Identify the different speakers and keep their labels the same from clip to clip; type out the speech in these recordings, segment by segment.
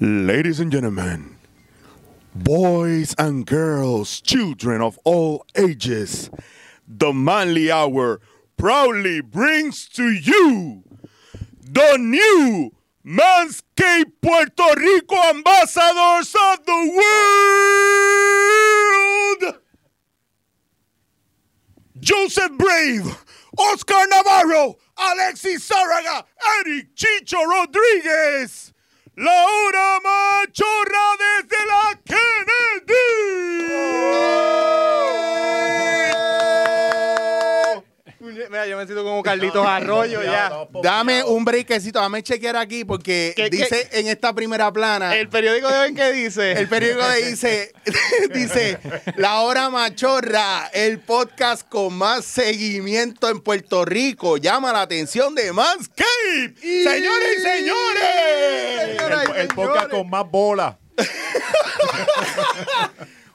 Speaker 1: Ladies and gentlemen, boys and girls, children of all ages, the manly hour proudly brings to you the new Manscaped Puerto Rico Ambassadors of the World! Joseph Brave, Oscar Navarro, Alexis Zárraga, Eric Chicho Rodríguez, la hora machorra desde la Kennedy.
Speaker 2: Mira, yo me siento como Carlitos Arroyo ya.
Speaker 3: Dame un breakcito, dame chequear aquí porque
Speaker 2: ¿Qué- qué?
Speaker 3: dice en esta primera plana
Speaker 2: El
Speaker 3: el,
Speaker 2: periódico de hoy, ¿qué dice?
Speaker 3: periódico de dice dice La hora machorra, el podcast con más seguimiento en Puerto Rico, llama la atención de Manscaped. Señores y señores.
Speaker 4: El, el podcast con más bola.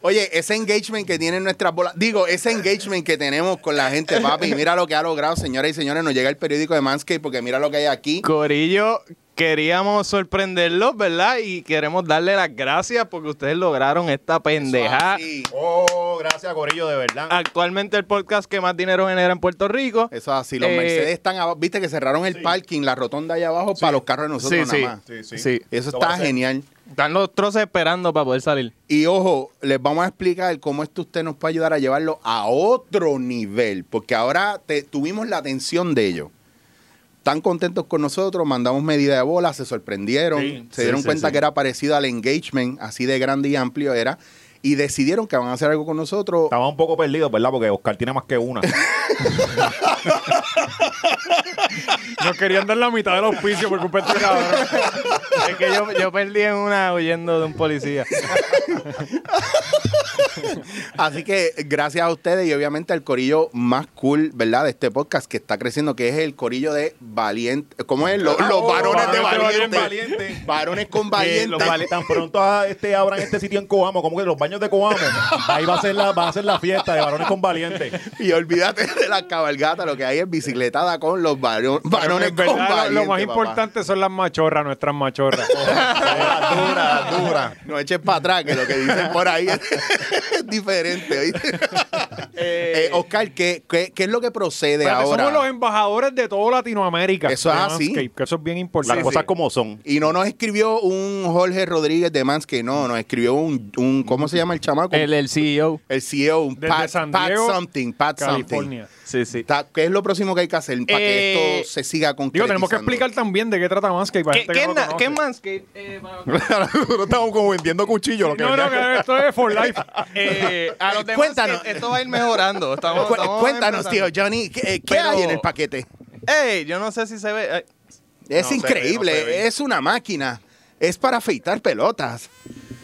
Speaker 3: Oye, ese engagement que tienen nuestras bolas, digo, ese engagement que tenemos con la gente, papi, mira lo que ha logrado, señoras y señores, nos llega el periódico de Manscaped porque mira lo que hay aquí.
Speaker 2: Corillo, queríamos sorprenderlos, ¿verdad? Y queremos darle las gracias porque ustedes lograron esta pendeja.
Speaker 3: Eso es así.
Speaker 4: Oh, gracias, Corillo, de verdad.
Speaker 2: Actualmente el podcast que más dinero genera en Puerto Rico.
Speaker 3: Eso es así, los
Speaker 2: Eh,
Speaker 3: Mercedes están abajo. Viste que cerraron el parking, la rotonda allá abajo, para los carros de
Speaker 2: Sí,
Speaker 3: nosotros
Speaker 2: sí,
Speaker 3: nada más.
Speaker 4: Sí, sí.
Speaker 2: sí.
Speaker 3: Eso
Speaker 4: Lo van a
Speaker 3: está
Speaker 4: hacer.
Speaker 3: genial.
Speaker 2: Están los trozos esperando para poder salir.
Speaker 3: Y ojo, les vamos a explicar cómo esto usted nos puede ayudar a llevarlo a otro nivel, porque ahora te- tuvimos la atención de ellos. Están contentos con nosotros, mandamos medida de bola, se sorprendieron,
Speaker 2: Sí,
Speaker 3: se dieron
Speaker 2: sí,
Speaker 3: cuenta
Speaker 2: sí, sí.
Speaker 3: que era parecido al engagement, así de grande y amplio era, y decidieron que van a hacer algo con nosotros.
Speaker 4: Estaba un poco perdido, ¿verdad? Porque Oscar tiene más que una.
Speaker 5: Nos querían dar la mitad del auspicio por culpa de este cabrón.
Speaker 2: es que yo, yo perdí en una huyendo de un policía.
Speaker 3: Así que gracias a ustedes y obviamente al corillo más cool, ¿verdad? De este podcast que está creciendo, que es el corillo de valiente. ¿Cómo es? Los, Oh, los varones de valiente. Varones con
Speaker 4: Eh, los
Speaker 3: valiente.
Speaker 4: vali- tan pronto ah, este, abran este sitio en Coamo, como que los baños de Coamo, ahí va a ser la, va a ser la fiesta de varones con valientes.
Speaker 3: Y olvídate de la cabalgata, lo que hay es bicicletada con los varón- varones
Speaker 5: En
Speaker 3: con
Speaker 5: verdad, lo-
Speaker 3: valiente.
Speaker 5: lo, más
Speaker 3: papá. Eh,
Speaker 5: importante son las machorras, nuestras machorras.
Speaker 4: dura, dura.
Speaker 3: No eches para atrás, que lo que dicen por ahí es, diferente. ¿oíste? Eh, Oscar, ¿qué, qué, qué es lo que procede
Speaker 5: Espérate,
Speaker 3: ahora?
Speaker 5: somos los embajadores de toda Latinoamérica.
Speaker 3: Eso es
Speaker 5: de
Speaker 3: así.
Speaker 5: Manscaped, que eso es bien
Speaker 4: Las
Speaker 5: importante.
Speaker 4: cosas como son.
Speaker 3: Y no nos escribió un Jorge Rodríguez de Mans, que no, nos escribió un, un ¿cómo se llama el chamaco?
Speaker 2: El, el
Speaker 5: E
Speaker 2: CEO.
Speaker 3: El CEO, un
Speaker 5: Desde
Speaker 3: Pat,
Speaker 5: San
Speaker 3: Pat
Speaker 5: Diego,
Speaker 3: something, Pat
Speaker 5: California.
Speaker 2: Sí, sí.
Speaker 3: something. Ta- ¿Qué es lo próximo que hay que hacer para que
Speaker 2: Eh,
Speaker 3: esto se siga con
Speaker 5: Digo, tenemos que explicar también de qué trata Manscaped. para
Speaker 2: ¿Qué,
Speaker 5: gente
Speaker 2: qué,
Speaker 5: que no lo
Speaker 2: na-
Speaker 5: conoce.
Speaker 2: qué Manscaped? Eh, para-
Speaker 4: Nosotros estamos como vendiendo cuchillos.
Speaker 5: No, no, que esto es for life.
Speaker 2: Eh, a los demás,
Speaker 3: Cuéntanos.
Speaker 2: que Esto va a ir mejorando. Estamos- estamos
Speaker 3: cuéntanos, tío
Speaker 2: empezando.
Speaker 3: Johnny, ¿qué, eh, qué
Speaker 2: Pero-
Speaker 3: hay en el paquete?
Speaker 2: Ey, yo no sé si se ve. eh, ay,
Speaker 3: Es
Speaker 2: No se ve, no
Speaker 3: increíble,
Speaker 2: se ve.
Speaker 3: es una máquina. Es para afeitar pelotas.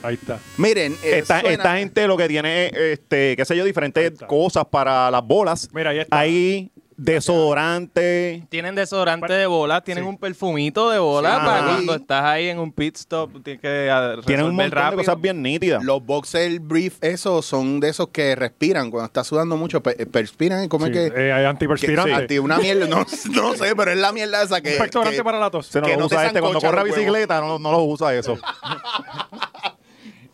Speaker 5: Ahí está.
Speaker 3: Miren, eh,
Speaker 4: Esta,
Speaker 3: suena-
Speaker 4: esta gente lo que tiene, es, este, qué sé yo, diferentes cosas para las bolas.
Speaker 5: Mira, ahí está.
Speaker 4: Hay desodorante.
Speaker 2: Tienen desodorante de bola, tienen
Speaker 5: Sí.
Speaker 2: un perfumito de bola
Speaker 3: Sí.
Speaker 2: para
Speaker 3: Ah.
Speaker 2: cuando estás ahí en un pit stop. Tienes que ah, resolver
Speaker 4: Tienen un montón
Speaker 2: rápido.
Speaker 4: de cosas bien nítidas.
Speaker 3: los boxer brief, esos son de esos que respiran cuando estás sudando mucho, pe- eh, perspiran, ¿cómo
Speaker 5: Sí,
Speaker 3: es que?
Speaker 5: eh, hay
Speaker 3: que-
Speaker 5: antiperspirante.
Speaker 3: a ti una mierda, no, no sé, pero es la mierda esa que.
Speaker 5: Un pectorante
Speaker 3: que-
Speaker 5: para la tos.
Speaker 4: Se nos
Speaker 3: que
Speaker 4: lo
Speaker 3: no te
Speaker 4: usa este. Cuando
Speaker 3: sancocha
Speaker 4: corre a
Speaker 3: los huevos.
Speaker 4: bicicleta, no, no lo usa eso.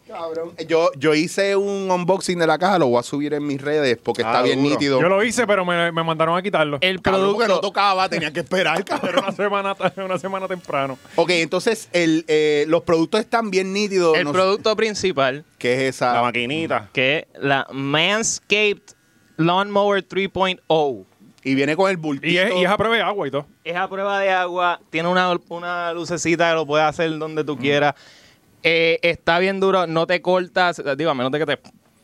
Speaker 3: Cabrón. Yo, yo hice un unboxing de la caja, lo voy a subir en mis redes porque está
Speaker 4: Ah,
Speaker 3: bien
Speaker 4: duro.
Speaker 3: nítido.
Speaker 5: Yo lo hice, pero me, me mandaron a quitarlo.
Speaker 2: El
Speaker 3: Cabrón, porque no
Speaker 2: producto.
Speaker 3: tocaba, tenía que esperar,
Speaker 5: Era
Speaker 3: cabrón.
Speaker 5: una semana, una semana temprano.
Speaker 3: ok, entonces el, eh, los productos están bien nítidos.
Speaker 2: El
Speaker 3: no sé-
Speaker 2: producto principal,
Speaker 3: ¿Qué es
Speaker 4: La
Speaker 3: esa?
Speaker 4: maquinita.
Speaker 2: que es la Manscaped Lawnmower 3.0.
Speaker 3: Y viene con el bultito.
Speaker 5: Y es, y es a prueba de agua y todo.
Speaker 2: Es a prueba de agua, tiene una, una lucecita que lo puedes hacer donde tú quieras. Eh, está bien duro, no te cortas, digo, a menos de que te
Speaker 3: Eh,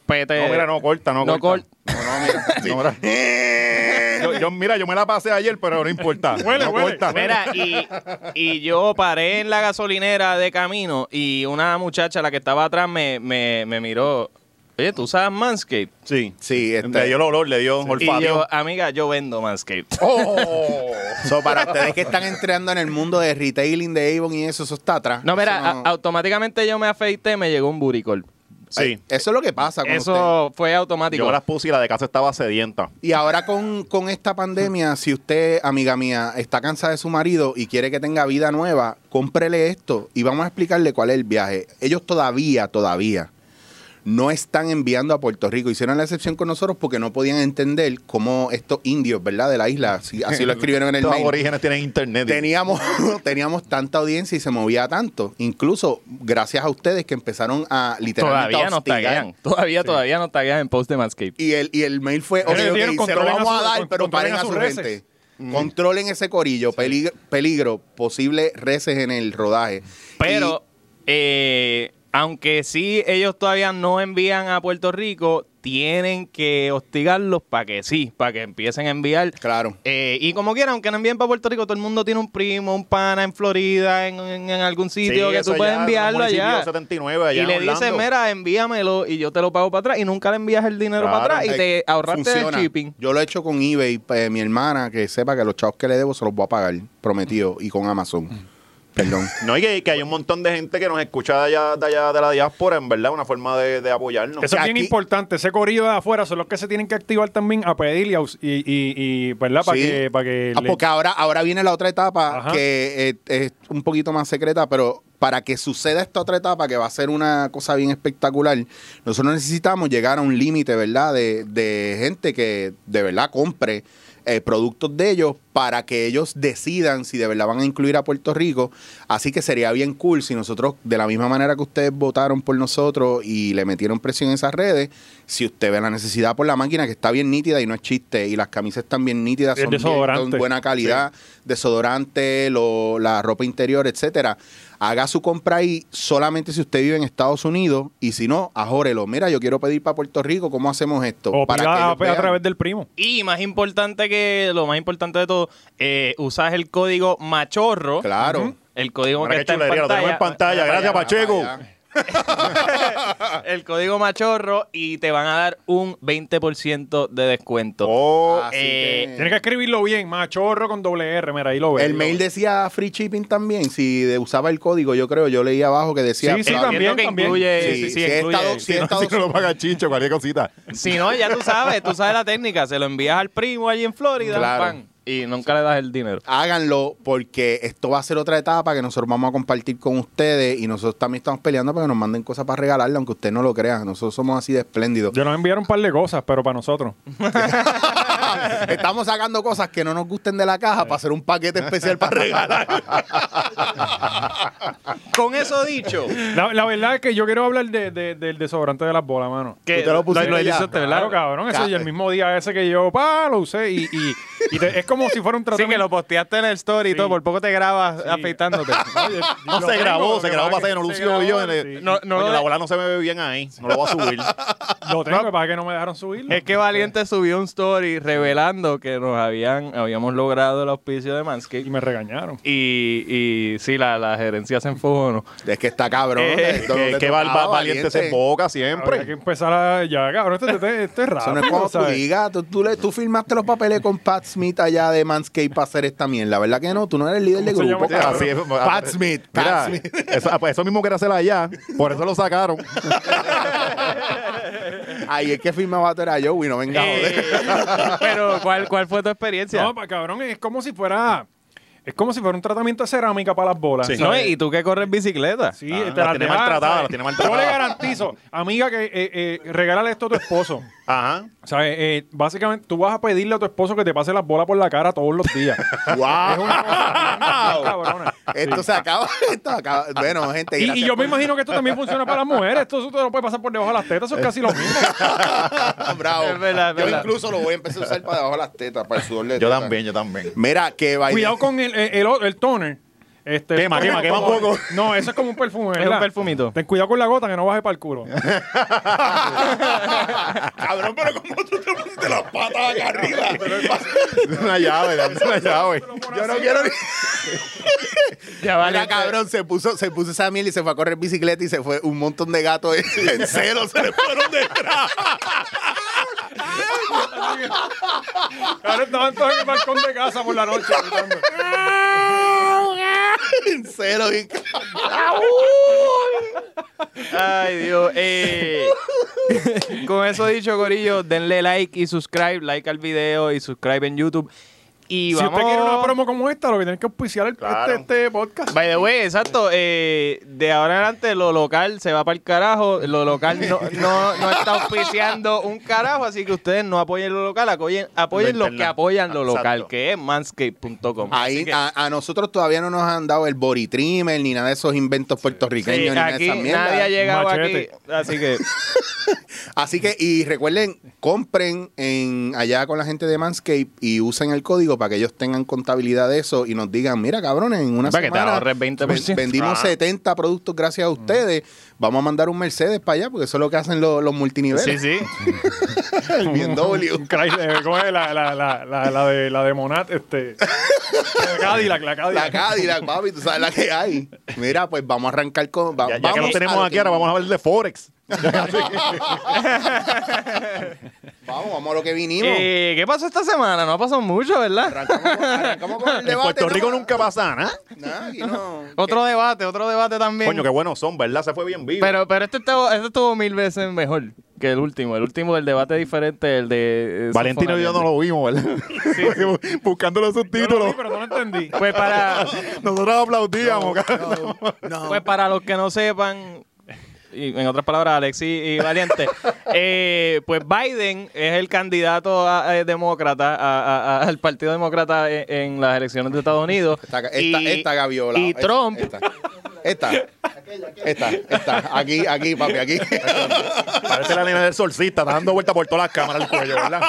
Speaker 2: pete.
Speaker 4: No, mira, no corta, no,
Speaker 2: no
Speaker 4: corta.
Speaker 2: cor-
Speaker 4: No, mira. yo, yo- mira, yo me la pasé ayer, pero no importa.
Speaker 5: Huele,
Speaker 4: no
Speaker 5: huele.
Speaker 4: corta.
Speaker 2: Mira, y, y yo paré en la gasolinera de camino y una muchacha, la que estaba atrás, me, me, me miró. Oye, ¿tú sabes Manscaped?
Speaker 4: Sí.
Speaker 3: Sí, este-
Speaker 4: Le dio el olor, le dio
Speaker 2: Y
Speaker 4: olfato.
Speaker 2: yo, amiga, yo vendo Manscaped.
Speaker 4: ¡Oh!
Speaker 3: So, para ustedes que están entrando en el mundo de retailing de Avon y eso, eso está atrás.
Speaker 2: No, mira,
Speaker 3: Eso
Speaker 2: a- automáticamente yo me afeité y me llegó un buricol. Sí.
Speaker 3: Eso es lo que pasa con usted.
Speaker 2: Eso fue automático.
Speaker 4: Yo las puse y la de casa estaba sedienta.
Speaker 3: Y ahora con, con esta pandemia, si usted, amiga mía, está cansada de su marido y quiere que tenga vida nueva, cómprele esto y vamos a explicarle cuál es el viaje. Ellos todavía, todavía, no están enviando a Puerto Rico. Hicieron la excepción con nosotros porque no podían entender cómo estos indios, ¿verdad? De la isla, si- así lo escribieron en el
Speaker 4: Los
Speaker 3: mail.
Speaker 4: aborígenes tienen internet.
Speaker 3: Teníamos, teníamos tanta audiencia y se movía tanto. Incluso gracias a ustedes que empezaron a literalmente
Speaker 2: todavía nos
Speaker 3: hostigar.
Speaker 2: taguean. Todavía, todavía nos taguean en post de Manscaped.
Speaker 3: Y el, y el mail fue, ok,
Speaker 5: Pero ellos
Speaker 3: ok,
Speaker 5: dijeron,
Speaker 3: se lo
Speaker 5: controlen
Speaker 3: vamos
Speaker 5: a
Speaker 3: a
Speaker 5: su-
Speaker 3: dar,
Speaker 5: con-
Speaker 3: pero
Speaker 5: controlen
Speaker 3: paren
Speaker 5: a
Speaker 3: a su
Speaker 5: sus Mm.
Speaker 3: gente.
Speaker 5: reces.
Speaker 3: Controlen ese corillo, peligro, peligro, posibles reces en el rodaje.
Speaker 2: Pero, eh, aunque sí, ellos todavía no envían a Puerto Rico, tienen que hostigarlos para que sí, para que empiecen a enviar.
Speaker 3: Y- claro.
Speaker 2: Eh, y como quieran, aunque no envíen para Puerto Rico, todo el mundo tiene un primo, un pana en Florida, en, en- en algún sitio que tú puedes enviarlo allá.
Speaker 4: 79, allá
Speaker 2: Y
Speaker 4: en
Speaker 2: le
Speaker 4: Orlando.
Speaker 2: dices, mira, envíamelo y yo te lo pago para atrás. Y nunca le envías el dinero
Speaker 4: Claro.
Speaker 2: para atrás y te ahorraste el
Speaker 3: Funciona.
Speaker 2: shipping.
Speaker 3: Yo lo he hecho con eBay, eh, mi hermana, que sepa que los chavos que le debo se los voy a pagar, prometido, y con Amazon.
Speaker 5: Mm.
Speaker 3: Perdón.
Speaker 4: No, y que, que hay un montón de gente que nos escucha de allá de, allá de la diáspora, en verdad, una forma de, de apoyarnos.
Speaker 5: Eso es bien
Speaker 3: Aquí-
Speaker 5: importante. Ese corrido de afuera son los que se tienen que activar también a pedir y, a us- y, y- y, ¿verdad? Para
Speaker 3: Sí.
Speaker 5: que, para que
Speaker 3: Ah,
Speaker 5: le-
Speaker 3: porque ahora, ahora viene la otra etapa
Speaker 5: Ajá.
Speaker 3: que eh, es un poquito más secreta, pero para que suceda esta otra etapa, que va a ser una cosa bien espectacular, nosotros necesitamos llegar a un límite, ¿verdad? De, de gente que de verdad compre eh, productos de ellos para que ellos decidan si de verdad van a incluir a Puerto Rico. Así que sería bien cool si nosotros, de la misma manera que ustedes votaron por nosotros y le metieron presión en esas redes, si usted ve la necesidad por la máquina, que está bien nítida y no es chiste, y las camisas están bien nítidas,
Speaker 5: Y el
Speaker 3: son, bien- son
Speaker 5: desodorante.
Speaker 3: buena calidad, desodorante, lo- la ropa interior, etcétera. Haga su compra ahí solamente si usted vive en Estados Unidos y si no, ajórelo. Mira, yo quiero pedir para Puerto Rico, ¿cómo hacemos esto?
Speaker 5: o
Speaker 3: para
Speaker 5: pida a,
Speaker 3: ellos
Speaker 5: a
Speaker 3: vean.
Speaker 5: través del primo.
Speaker 2: Y más importante que lo más importante de todo, eh, usas el código machorro.
Speaker 3: Claro.
Speaker 2: El código
Speaker 4: Mira
Speaker 2: que
Speaker 4: qué
Speaker 2: está en
Speaker 4: chulería, lo tenemos en pantalla.
Speaker 2: Mira
Speaker 4: Gracias,
Speaker 2: para allá.
Speaker 4: Pacheco.
Speaker 2: El código machorro y te van a dar un 20% de descuento.
Speaker 4: Oh,
Speaker 3: Así
Speaker 2: Eh,
Speaker 3: que-
Speaker 5: Tienes que escribirlo bien, machorro con doble R, mira, ahí lo ves.
Speaker 3: el mail decía free shipping también. Si de- usaba el código, yo creo, yo leí abajo que decía.
Speaker 5: Sí, sí,
Speaker 2: Entiendo
Speaker 5: también.
Speaker 2: que incluye, sí, sí,
Speaker 3: si es
Speaker 2: incluye.
Speaker 3: Estados- si es
Speaker 4: si
Speaker 3: Estados
Speaker 4: no lo paga Chicho, cualquier cosita.
Speaker 2: Si no, ya tú sabes, tú sabes la técnica. Se lo envías al primo allí en Florida
Speaker 3: Claro.
Speaker 2: pan, y nunca le das el dinero.
Speaker 3: háganlo porque esto va a ser otra etapa que nosotros vamos a compartir con ustedes y nosotros también estamos peleando para que nos manden cosas para regalarle, aunque usted no lo crea. Nosotros somos así de espléndidos.
Speaker 5: Yo nos enviaron un par de cosas, pero para nosotros.
Speaker 3: Estamos sacando cosas que no nos gusten de la caja para hacer un paquete especial para regalar.
Speaker 2: Con eso dicho,
Speaker 5: La, la verdad es que yo quiero hablar de- de- del desodorante de las bolas, mano.
Speaker 2: que
Speaker 3: te lo pusiste ya.
Speaker 2: hiciste, ¿verdad?
Speaker 5: Claro, cabrón. Ese,
Speaker 3: Ca-
Speaker 5: y el mismo día ese que yo, pa, lo usé. Y, y- y te- es como si fuera un
Speaker 2: Sí, que
Speaker 5: tratamiento.
Speaker 2: lo posteaste en el story y
Speaker 5: Sí.
Speaker 2: todo, por poco te grabas
Speaker 5: Sí.
Speaker 2: afeitándote.
Speaker 5: Oye,
Speaker 4: No
Speaker 5: lo
Speaker 4: se
Speaker 5: tengo,
Speaker 4: grabó,
Speaker 5: lo
Speaker 4: se
Speaker 5: que
Speaker 4: grabó,
Speaker 5: pasa
Speaker 4: pasa que no
Speaker 5: es
Speaker 4: lució yo.
Speaker 5: se
Speaker 4: en
Speaker 5: grabó,
Speaker 4: el-
Speaker 5: sí.
Speaker 2: No, no
Speaker 4: Coño,
Speaker 2: lo-
Speaker 4: la bola no se me ve bien ahí, no lo voy a subir.
Speaker 5: Lo tengo, lo que pasa es que no me dejaron subirlo.
Speaker 2: Es que Valiente subió un story revelando que nos habían, habíamos logrado el auspicio de
Speaker 5: Y
Speaker 2: Manscaped.
Speaker 5: me regañaron.
Speaker 2: Y, y sí, la, la gerencia se enfogonó.
Speaker 3: es que está cabrón.
Speaker 2: Eh,
Speaker 3: Esto
Speaker 4: que
Speaker 3: te
Speaker 4: que
Speaker 3: tocaba,
Speaker 4: val- val- valiente se boca siempre.
Speaker 5: Hay que empezar a, ya, cabrón. Esto, esto- esto es
Speaker 3: Eso
Speaker 5: raro.
Speaker 3: no es como tú digas. "Ah, Tú, tú le- tú firmaste los papeles con Pat Smith allá de Manscaped para hacer esta mierda. La verdad que no, tú no eres el líder del
Speaker 5: ¿Cómo se
Speaker 3: grupo.
Speaker 5: llama ese
Speaker 3: cabrón.
Speaker 4: Así es,
Speaker 3: Pat Smith, Pat
Speaker 4: Mira,
Speaker 3: Smith.
Speaker 4: Eso, pues eso mismo que hacer allá, por eso lo sacaron.
Speaker 3: Ahí es que firmaba tú era Joey, no venga a joder.
Speaker 2: Eh, pero, ¿cuál, ¿cuál fue tu experiencia?
Speaker 5: No, pa, cabrón, es como si fuera. Es como si fuera un tratamiento de cerámica para las bolas.
Speaker 4: Sí.
Speaker 5: ¿sabes?
Speaker 2: No, y tú que corres bicicleta.
Speaker 5: Sí,
Speaker 4: Ah,
Speaker 5: te las
Speaker 4: las tiene
Speaker 5: dejaron,
Speaker 4: maltratadas,
Speaker 5: ¿sabes?
Speaker 4: las tiene maltratadas.
Speaker 5: Yo le garantizo, amiga, que eh, eh, regálale esto a tu esposo.
Speaker 4: Ajá.
Speaker 5: ¿Sabes? Eh, básicamente, tú vas a pedirle a tu esposo que te pase las bolas por la cara todos los días. Es
Speaker 3: ¡Wow!
Speaker 5: una
Speaker 4: Ah.
Speaker 5: cosa bien cabrona.
Speaker 3: Esto se acaba, esto acaba. Bueno, gente.
Speaker 5: Y, y
Speaker 3: gracias
Speaker 5: yo me
Speaker 3: por-
Speaker 5: imagino que esto también funciona para las mujeres. Esto eso te lo puede pasar por debajo de las tetas. Eso es casi lo mismo.
Speaker 3: Bravo.
Speaker 2: Es verdad, es
Speaker 3: yo
Speaker 2: verdad.
Speaker 3: incluso lo voy a empezar a usar para debajo de las tetas, para el sudor de
Speaker 4: Yo
Speaker 3: tetas.
Speaker 4: también, yo también.
Speaker 3: Mira, que baile.
Speaker 5: Cuidado con el, el, el, el toner. Este,
Speaker 4: Quema, quema, quema un poco.
Speaker 5: No, eso es como un perfume.
Speaker 2: Es
Speaker 5: ¿verdad?
Speaker 2: un perfumito.
Speaker 5: Ten cuidado con la gota que no baje para el culo.
Speaker 3: Cabrón, pero como tú te pusiste las patas acá arriba.
Speaker 4: una llave, dame una llave.
Speaker 3: Yo no quiero ni.
Speaker 2: Ya
Speaker 3: Mira, cabrón, se puso, se puso esa miel y se fue a correr bicicleta y se fue un montón de gatos en, en celo, se le fueron detrás.
Speaker 5: este, Ahora estaban todos en el balcón de casa por la noche. gritando.
Speaker 3: en celo. Y...
Speaker 2: Ay, Dios. eh. con eso dicho, Corillo, denle like y subscribe. Like al video y subscribe en YouTube. Y
Speaker 5: si
Speaker 2: vamos.
Speaker 5: usted quiere una promo como esta, lo que tienen que auspiciar el,
Speaker 4: Claro.
Speaker 5: este, este podcast.
Speaker 2: By the way, exacto. eh, de ahora en adelante, lo local se va para el carajo. Lo local no, no, no está auspiciando un carajo, así que ustedes no apoyen lo local, apoyen, apoyen
Speaker 4: Lo
Speaker 2: los que
Speaker 4: interna-
Speaker 2: apoyan lo
Speaker 4: Exacto. Ah,
Speaker 2: local, que es manscape.com.
Speaker 3: Ahí a, a nosotros todavía no nos han dado el body trimmer ni nada de esos inventos puertorriqueños ni nada de
Speaker 2: Sí, Eh, aquí
Speaker 3: esas mierdas.
Speaker 2: nadie ha llegado
Speaker 5: Machete.
Speaker 2: aquí, así que
Speaker 3: Así que, y recuerden, compren en, allá con la gente de Manscape y usen el código para que ellos tengan contabilidad de eso y nos digan, mira cabrones, en una
Speaker 2: Para que te
Speaker 3: semana
Speaker 2: ahorres 20%.
Speaker 3: vendimos
Speaker 4: Ajá.
Speaker 3: 70 productos gracias a ustedes, vamos a mandar un Mercedes para allá, porque eso es lo que hacen los, los
Speaker 2: sí,
Speaker 3: multiniveles.
Speaker 2: sí.
Speaker 3: el BMW.
Speaker 5: Un Chrysler, eh, ¿cómo es? La, la, la, la, la de, la de Monat, este. La Cadillac, la
Speaker 3: La
Speaker 5: Cadillac.
Speaker 3: Cadillac, papi, tú sabes la que hay. Mira, pues vamos a arrancar con... va-
Speaker 4: Ya, ya que lo
Speaker 3: vamos a
Speaker 4: tenemos aquí,
Speaker 3: que-
Speaker 4: ahora vamos a hablar de Forex.
Speaker 3: Vamos, vamos a lo que vinimos.
Speaker 2: Eh, ¿Qué pasó esta semana? No ha pasado mucho, ¿verdad?
Speaker 3: Arrancamos, con- arrancamos con el
Speaker 4: En
Speaker 3: debate.
Speaker 4: Puerto Rico
Speaker 3: ¿no?
Speaker 4: nunca pasa nada.
Speaker 3: Nah, aquí no.
Speaker 2: Otro debate, otro debate también.
Speaker 4: Coño, qué buenos son, ¿verdad? Se fue bien vivo.
Speaker 2: Pero, pero este, estuvo, este estuvo mil veces mejor que el último. El último del debate diferente, el de... eh,
Speaker 4: Valentino y yo no lo vimos, ¿verdad? Buscando los
Speaker 5: Yo lo vi,
Speaker 4: subtítulos.
Speaker 5: pero no lo entendí.
Speaker 2: Pues para,
Speaker 4: Nosotros aplaudíamos. cabrón.
Speaker 2: pues para los que no sepan, y en otras palabras, Alexis y Valiente, eh, pues Biden es el candidato a- eh, demócrata a- a- a- al Partido Demócrata en, en las elecciones de Estados Unidos.
Speaker 3: Esta, esta,
Speaker 2: Y-
Speaker 3: esta gaviola.
Speaker 2: Y
Speaker 3: Esta,
Speaker 2: Trump,
Speaker 3: Esta, esta, esta, esta. Aquí, aquí, papi, aquí.
Speaker 4: Parece la nena del solcista, está dando vuelta por todas las cámaras el cuello, ¿verdad?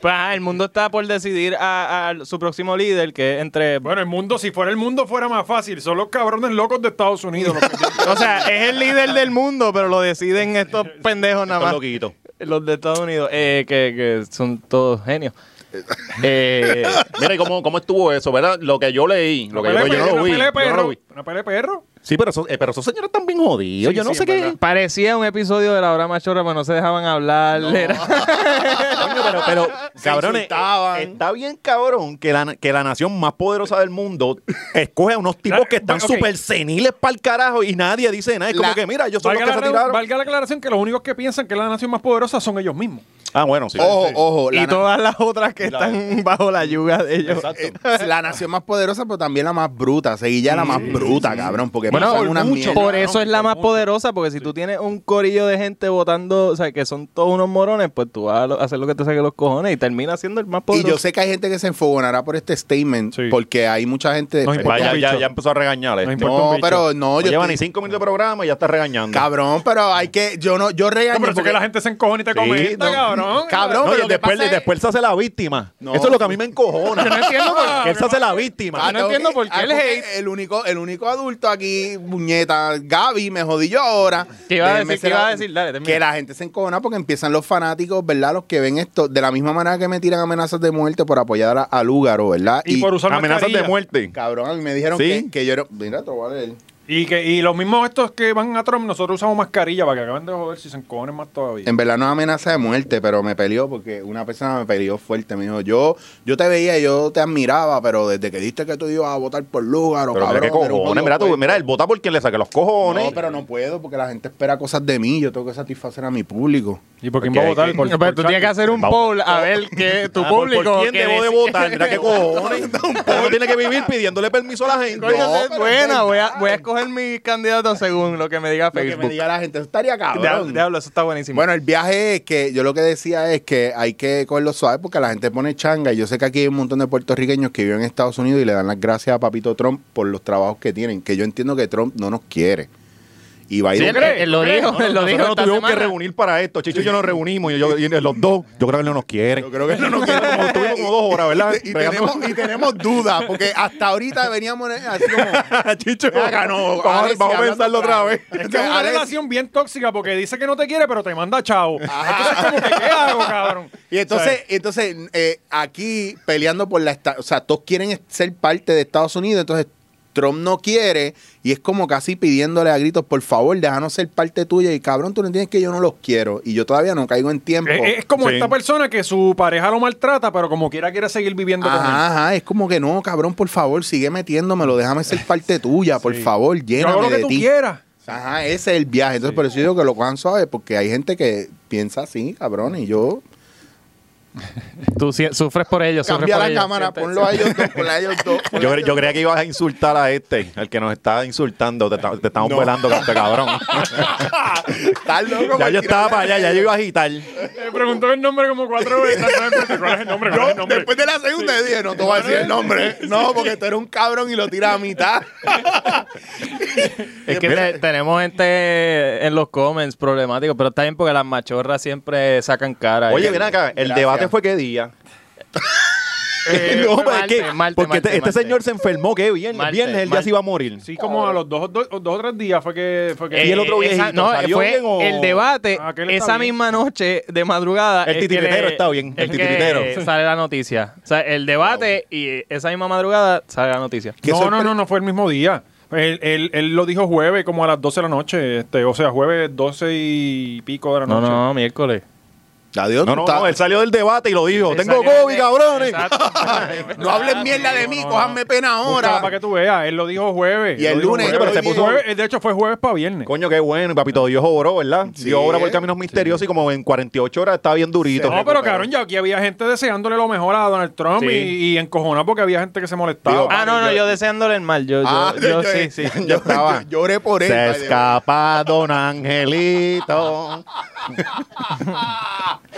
Speaker 2: pues ajá, el mundo está por decidir a, a su próximo líder, que es entre...
Speaker 5: Bueno, el mundo, si fuera el mundo, fuera más fácil. Son los cabrones locos de Estados Unidos. Los que-
Speaker 2: O sea, es el líder del mundo, pero lo deciden estos pendejos nada
Speaker 4: Estos
Speaker 2: más.
Speaker 4: loquitos.
Speaker 2: Los de Estados Unidos, eh, que, que son todos genios. Eh,
Speaker 4: Mira, ¿y cómo, cómo estuvo eso, verdad? Lo que yo leí, lo que yo,
Speaker 5: Una
Speaker 4: yo
Speaker 5: pelea-
Speaker 4: no lo
Speaker 5: una
Speaker 4: vi.
Speaker 5: pelea de
Speaker 4: yo no pues, lo
Speaker 5: perro.
Speaker 4: vi.
Speaker 5: Una pelea de perro.
Speaker 4: Sí, pero, esos- eh, pero esos señores están bien jodidos.
Speaker 5: Sí,
Speaker 4: yo no
Speaker 5: sí,
Speaker 4: sé
Speaker 5: es
Speaker 4: qué.
Speaker 5: verdad.
Speaker 2: parecía un episodio de la hora machorra, pero no se dejaban hablar. Era-
Speaker 4: Coño, pero, pero
Speaker 3: Se
Speaker 4: cabrones,
Speaker 3: insultaban.
Speaker 4: está bien cabrón que la, que la nación más poderosa del mundo escoge a unos tipos
Speaker 5: Claro,
Speaker 4: que están
Speaker 5: ok.
Speaker 4: súper seniles para el carajo y nadie dice nada. Es como
Speaker 3: La-
Speaker 4: que, mira, yo soy
Speaker 5: Valga
Speaker 4: los que
Speaker 5: la,
Speaker 4: se
Speaker 5: redu-
Speaker 4: tiraron.
Speaker 5: valga la aclaración que los únicos que piensan que es la nación más poderosa son ellos mismos.
Speaker 4: Ah, bueno, sí.
Speaker 3: Ojo, ojo. La,
Speaker 2: y
Speaker 3: na-
Speaker 2: todas las otras que están bajo la yuga de ellos.
Speaker 3: eh,
Speaker 4: Exacto.
Speaker 3: la nación más poderosa, pero también la más bruta. Seguilla la más bruta, cabrón. Porque
Speaker 2: Bueno,
Speaker 3: pasan unas
Speaker 2: mucho,
Speaker 3: mierdas.
Speaker 2: por eso es la
Speaker 5: por
Speaker 2: más
Speaker 5: mucho.
Speaker 2: poderosa, porque si tú tienes un corillo de gente votando, o sea, que son todos unos morones, pues tú vas a lo- hacer lo que te saque los cojones y termina siendo el más
Speaker 3: Y
Speaker 2: poderoso.
Speaker 3: yo sé que hay gente que se enfogonará por este statement,
Speaker 5: Sí.
Speaker 3: porque hay mucha gente.
Speaker 5: Nos importa.
Speaker 4: Eh, Vaya,
Speaker 5: un
Speaker 4: ya,
Speaker 5: bicho.
Speaker 4: ya empezó a regañar.
Speaker 5: No
Speaker 4: este.
Speaker 5: importa un
Speaker 3: no,
Speaker 5: bicho.
Speaker 3: pero no,
Speaker 4: No
Speaker 3: yo.
Speaker 4: lleva
Speaker 3: estoy-
Speaker 4: ni cinco minutos de programa y ya está regañando.
Speaker 3: Cabrón, pero hay que. Yo no, yo regaño.
Speaker 5: No, pero eso
Speaker 3: porque-
Speaker 5: que la gente se encojona y te
Speaker 4: Sí,
Speaker 5: comenta,
Speaker 4: no.
Speaker 5: cabrón.
Speaker 3: Cabrón,
Speaker 4: No,
Speaker 3: pero
Speaker 4: y
Speaker 3: lo que
Speaker 4: después,
Speaker 3: pasa es-
Speaker 4: después se hace la víctima.
Speaker 3: No.
Speaker 4: Eso es lo que a mí me encojona.
Speaker 5: no entiendo por qué.
Speaker 4: Él se hace la víctima.
Speaker 3: Ah,
Speaker 2: no entiendo
Speaker 3: ok.
Speaker 2: por qué
Speaker 3: Ah,
Speaker 2: el
Speaker 3: porque
Speaker 2: hate.
Speaker 3: El único, el único adulto aquí, muñeta, Gaby, me jodí yo ahora.
Speaker 2: ¿Qué iba a
Speaker 3: Déjeme
Speaker 2: decir? ¿Qué
Speaker 3: ser-
Speaker 2: iba a decir? Dale, termina.
Speaker 3: que la gente se encojona porque empiezan los fanáticos, ¿verdad? Los que ven esto, de la misma manera que me tiran amenazas de muerte por apoyar a, a Lúgaro, ¿verdad?
Speaker 5: Y por usar
Speaker 4: Amenazas de
Speaker 5: mascarilla.
Speaker 4: muerte.
Speaker 3: Cabrón, a mí me dijeron
Speaker 4: Sí.
Speaker 3: que, que yo era... Mira, te lo voy a leer.
Speaker 5: Y, que, y los mismos estos que van a Trump, nosotros usamos mascarilla para que acaben de joder si se encojonen más todavía.
Speaker 3: En verdad no es amenaza de muerte, pero me peleó porque una persona me peleó fuerte. Me dijo, yo, yo te veía, yo te admiraba, pero desde que diste que tú ibas a votar por Lúgaro,
Speaker 4: Pero
Speaker 3: cabrón...
Speaker 4: mira qué
Speaker 3: eres un
Speaker 4: cojones.
Speaker 3: jodido
Speaker 4: Mira, tú,
Speaker 3: puerco".
Speaker 4: mira, él vota por quien le saque los
Speaker 3: No,
Speaker 4: cojones.
Speaker 3: pero no puedo porque la gente espera cosas de mí. Yo tengo que satisfacer a mi público.
Speaker 5: ¿Y por quién
Speaker 4: Porque
Speaker 5: va a
Speaker 4: hay
Speaker 5: votar?
Speaker 4: que-
Speaker 5: Por-
Speaker 2: Pero
Speaker 5: por
Speaker 2: tú tienes
Speaker 5: Charlie.
Speaker 2: que hacer un poll a ver que tu
Speaker 4: Ah, por-
Speaker 2: público.
Speaker 4: ¿Por quién
Speaker 2: que
Speaker 4: debo de
Speaker 2: decide.
Speaker 4: votar? Mira qué cojones. Uno tiene que vivir pidiéndole permiso a la gente.
Speaker 2: Coño,
Speaker 3: No,
Speaker 2: esa es
Speaker 3: pero
Speaker 2: buena,
Speaker 3: es
Speaker 2: voy a,
Speaker 3: verdad.
Speaker 2: voy a escoger mis candidatos según lo que me diga
Speaker 3: Lo que me
Speaker 2: Facebook.
Speaker 3: diga la gente, eso estaría
Speaker 2: Diablo,
Speaker 3: cabrón.
Speaker 2: diablo, eso está buenísimo.
Speaker 3: Bueno, el viaje es que yo lo que decía es que hay que cogerlo suave porque la gente pone changa. Y yo sé que aquí hay un montón de puertorriqueños que viven en Estados Unidos y le dan las gracias a Papito Trump por los trabajos que tienen. Que yo entiendo que Trump no nos quiere. Y va a ir
Speaker 2: Sí, él- él, él lo dijo,
Speaker 4: No, no,
Speaker 2: él lo
Speaker 4: nosotros
Speaker 2: dijo.
Speaker 4: nos
Speaker 2: esta
Speaker 4: tuvimos que
Speaker 2: semana.
Speaker 4: reunir para esto. Chicho y yo nos reunimos. Y yo, y los dos, yo creo que no nos quieren.
Speaker 3: Yo creo que no nos
Speaker 4: quieren. Como estuvimos como dos horas, ¿verdad?
Speaker 3: y,
Speaker 4: Bregando.
Speaker 3: tenemos, y tenemos dudas porque hasta ahorita veníamos así como...
Speaker 4: Chicho,
Speaker 3: "Venga, no,
Speaker 4: vamos, a-
Speaker 3: Alexis,
Speaker 4: vamos a
Speaker 3: hablando
Speaker 4: pensarlo otra vez.
Speaker 5: Es que es una
Speaker 3: Alexis-
Speaker 5: relación bien tóxica porque dice que no te quiere, pero te manda chavo. Entonces, como que, ¿qué hago, cabrón?
Speaker 3: Y entonces, entonces eh, aquí peleando por la... esta- O sea, todos quieren ser parte de Estados Unidos, entonces Trump no quiere y es como casi pidiéndole a gritos, por favor, déjanos ser parte tuya y cabrón, tú no entiendes que yo no los quiero y yo todavía no caigo en tiempo.
Speaker 5: Es, es como
Speaker 4: Sí.
Speaker 5: esta persona que su pareja lo maltrata, pero como quiera quiere seguir viviendo
Speaker 3: Ajá, ajá, es como que no, cabrón, por favor, sigue metiéndomelo, déjame ser parte tuya, por favor,
Speaker 5: con él. Yo hago
Speaker 3: lléname
Speaker 5: lo que
Speaker 3: de
Speaker 5: tú
Speaker 3: ti.
Speaker 5: quieras.
Speaker 3: Ajá, ese es el viaje. Entonces, por eso yo digo que lo cojan suave, porque hay gente que piensa así, cabrón, y yo...
Speaker 2: Tú si- sufres por ellos. sufres
Speaker 3: Cambia
Speaker 2: por
Speaker 3: la
Speaker 2: ellos.
Speaker 3: cámara,
Speaker 2: Siente-
Speaker 3: ponlo a ellos dos, ponlo a ellos dos. ponlo a
Speaker 4: Yo,
Speaker 3: ellos
Speaker 4: yo creía que ibas a insultar a este, al que nos está insultando. Te, ta- te estamos
Speaker 3: No.
Speaker 4: velando, canto de cabrón.
Speaker 3: dos. Está loco,
Speaker 4: ya yo
Speaker 3: cualquiera
Speaker 4: estaba
Speaker 3: me-
Speaker 4: para allá, ya yo iba a agitar.
Speaker 5: Me preguntó el nombre como cuatro veces. ¿Cuál es el nombre? ¿Cuál es el nombre?
Speaker 3: Después de la segunda dije, no te voy a decir el nombre. No, porque tú eres un cabrón y lo tiras a mitad.
Speaker 2: Es que te- tenemos gente en los comments problemáticos, pero está bien porque las machorras siempre sacan cara. Eh,
Speaker 4: Oye,
Speaker 2: Y-
Speaker 4: ven acá, el
Speaker 3: Gracias.
Speaker 4: debate fue qué día.
Speaker 2: Eh,
Speaker 4: no,
Speaker 2: fue
Speaker 4: pero
Speaker 2: martes,
Speaker 4: es que,
Speaker 2: martes,
Speaker 4: porque
Speaker 2: martes,
Speaker 4: este, este
Speaker 2: martes.
Speaker 4: señor se enfermó, ¿qué? Viernes,
Speaker 2: Martes,
Speaker 4: viernes él ya
Speaker 2: martes.
Speaker 4: se iba a morir.
Speaker 5: Sí, como a los dos, dos- dos o tres días fue que... Fue que
Speaker 4: Y el otro
Speaker 2: Eh,
Speaker 4: viejito,
Speaker 2: no,
Speaker 4: ¿salió
Speaker 2: fue
Speaker 4: bien o-
Speaker 2: el debate
Speaker 5: Ah, que él está
Speaker 2: esa
Speaker 5: bien.
Speaker 2: misma noche de madrugada.
Speaker 4: El
Speaker 2: es que
Speaker 4: titiritero
Speaker 2: le-
Speaker 4: está bien, el
Speaker 2: es que
Speaker 4: titiritero.
Speaker 2: Sale la noticia. O sea, el debate y esa misma madrugada sale la noticia.
Speaker 3: Qué
Speaker 5: No, no,
Speaker 3: sorpre-
Speaker 5: no, no fue el mismo día. Él, él, él lo dijo jueves como a las 12 de la noche. Este, o sea, jueves 12 y pico de la
Speaker 2: No,
Speaker 5: noche.
Speaker 2: no, no, miércoles.
Speaker 3: Adiós,
Speaker 4: No,
Speaker 3: tú
Speaker 4: no,
Speaker 3: estás-
Speaker 4: no, él salió del debate y lo dijo.
Speaker 2: Te
Speaker 4: Tengo
Speaker 2: salió
Speaker 4: COVID,
Speaker 2: de-
Speaker 4: cabrones.
Speaker 2: Exacto.
Speaker 3: No hablen mierda de mí, cójanme pena
Speaker 5: Gustavo, para
Speaker 3: ahora.
Speaker 5: que tú veas, él lo dijo jueves.
Speaker 3: Y
Speaker 5: Él
Speaker 3: el
Speaker 5: lo dijo
Speaker 3: lunes,
Speaker 5: jueves.
Speaker 4: pero se
Speaker 5: Fue
Speaker 4: puso-
Speaker 5: jueves, de hecho fue jueves para viernes.
Speaker 4: Coño, qué bueno, papito. Dios obró, ¿verdad?
Speaker 3: Sí.
Speaker 4: Dios obra por caminos misteriosos y como en 48 horas estaba bien durito.
Speaker 5: No, pero cabrón, ya aquí había gente deseándole lo mejor a Donald Trump
Speaker 4: Sí.
Speaker 5: y, y encojonado porque había gente que se molestaba.
Speaker 3: Digo,
Speaker 2: Ah, no, no, yo deseándole el mal. Yo, yo,
Speaker 3: Ah,
Speaker 2: yo sí, sí.
Speaker 3: yo- yo- yo Lloré por él.
Speaker 4: Se
Speaker 3: by the way.
Speaker 4: escapa Don Angelito.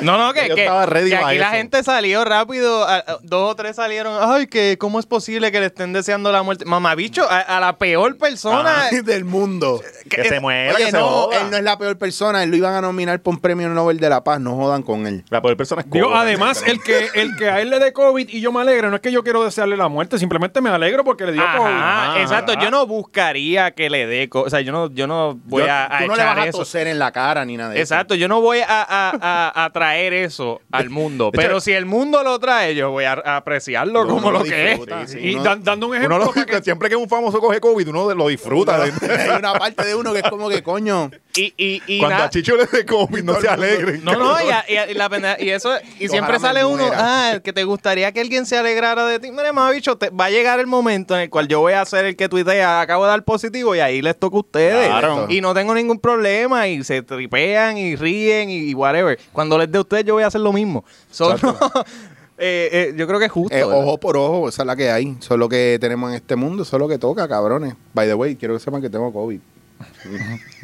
Speaker 2: No, no, que,
Speaker 4: Yo
Speaker 2: que-
Speaker 4: estaba ready
Speaker 2: que
Speaker 4: para
Speaker 2: aquí la
Speaker 4: eso.
Speaker 2: gente salió rápido, a- a- dos o tres salieron, ay, que cómo es posible que le estén deseando la muerte. Mamabicho, a, a la peor persona.
Speaker 3: Ay, del mundo.
Speaker 4: Que se muera,
Speaker 3: Oye,
Speaker 4: que se
Speaker 3: no,
Speaker 4: joda.
Speaker 3: él no es la peor persona. Él lo iban a nominar por un premio Nobel de la Paz. No jodan con él.
Speaker 4: La peor persona es
Speaker 5: Digo,
Speaker 4: Cuba.
Speaker 5: además, el que, el que a él le dé COVID y yo me alegro, no es que yo quiero desearle la muerte, simplemente me alegro porque le dio COVID.
Speaker 2: Ajá,
Speaker 5: Ah,
Speaker 2: exacto. Yo no buscaría que le dé, co- o sea, yo no, yo no voy
Speaker 3: Yo-
Speaker 2: a, a
Speaker 3: tú no le
Speaker 2: echar
Speaker 3: vas a
Speaker 2: eso.
Speaker 3: toser en la cara ni nada de eso.
Speaker 2: Exacto, yo no voy a, a- a- a traer eso al mundo, pero si el mundo lo trae, yo voy a, a apreciarlo
Speaker 3: Yo
Speaker 2: como
Speaker 3: no
Speaker 2: lo que es.
Speaker 3: disfruto, sí,
Speaker 5: Y
Speaker 3: uno-
Speaker 5: dan- dando un ejemplo,
Speaker 4: Uno lo-
Speaker 5: para que-
Speaker 4: siempre que un famoso coge COVID, uno lo disfruta.
Speaker 3: Hay una parte de uno que es como que, coño,
Speaker 2: Y, y, y
Speaker 4: Cuando
Speaker 2: nada-
Speaker 4: a Chicho le dé COVID, no se alegren.
Speaker 2: No, no, y, a- y a- y la pendeja- y eso, y
Speaker 3: Ojalá
Speaker 2: siempre
Speaker 3: me
Speaker 2: sale uno,
Speaker 3: muera.
Speaker 2: ah, que te gustaría que alguien se alegrara de ti. Mire, más bicho, te- va a llegar el momento en el cual yo voy a ser el que tuitea, acabo de dar positivo y ahí les toca a ustedes.
Speaker 4: Claro.
Speaker 2: Y no tengo ningún problema y se tripean y ríen y, y whatever. Cuando les dé a ustedes yo voy a hacer lo mismo. So, no, eh, eh, yo creo que es justo.
Speaker 3: eh,
Speaker 2: ¿verdad?
Speaker 3: ojo por ojo, esa es la que hay. Eso es lo que tenemos en este mundo, eso es lo que toca, cabrones. By the way, quiero que sepan que tengo COVID.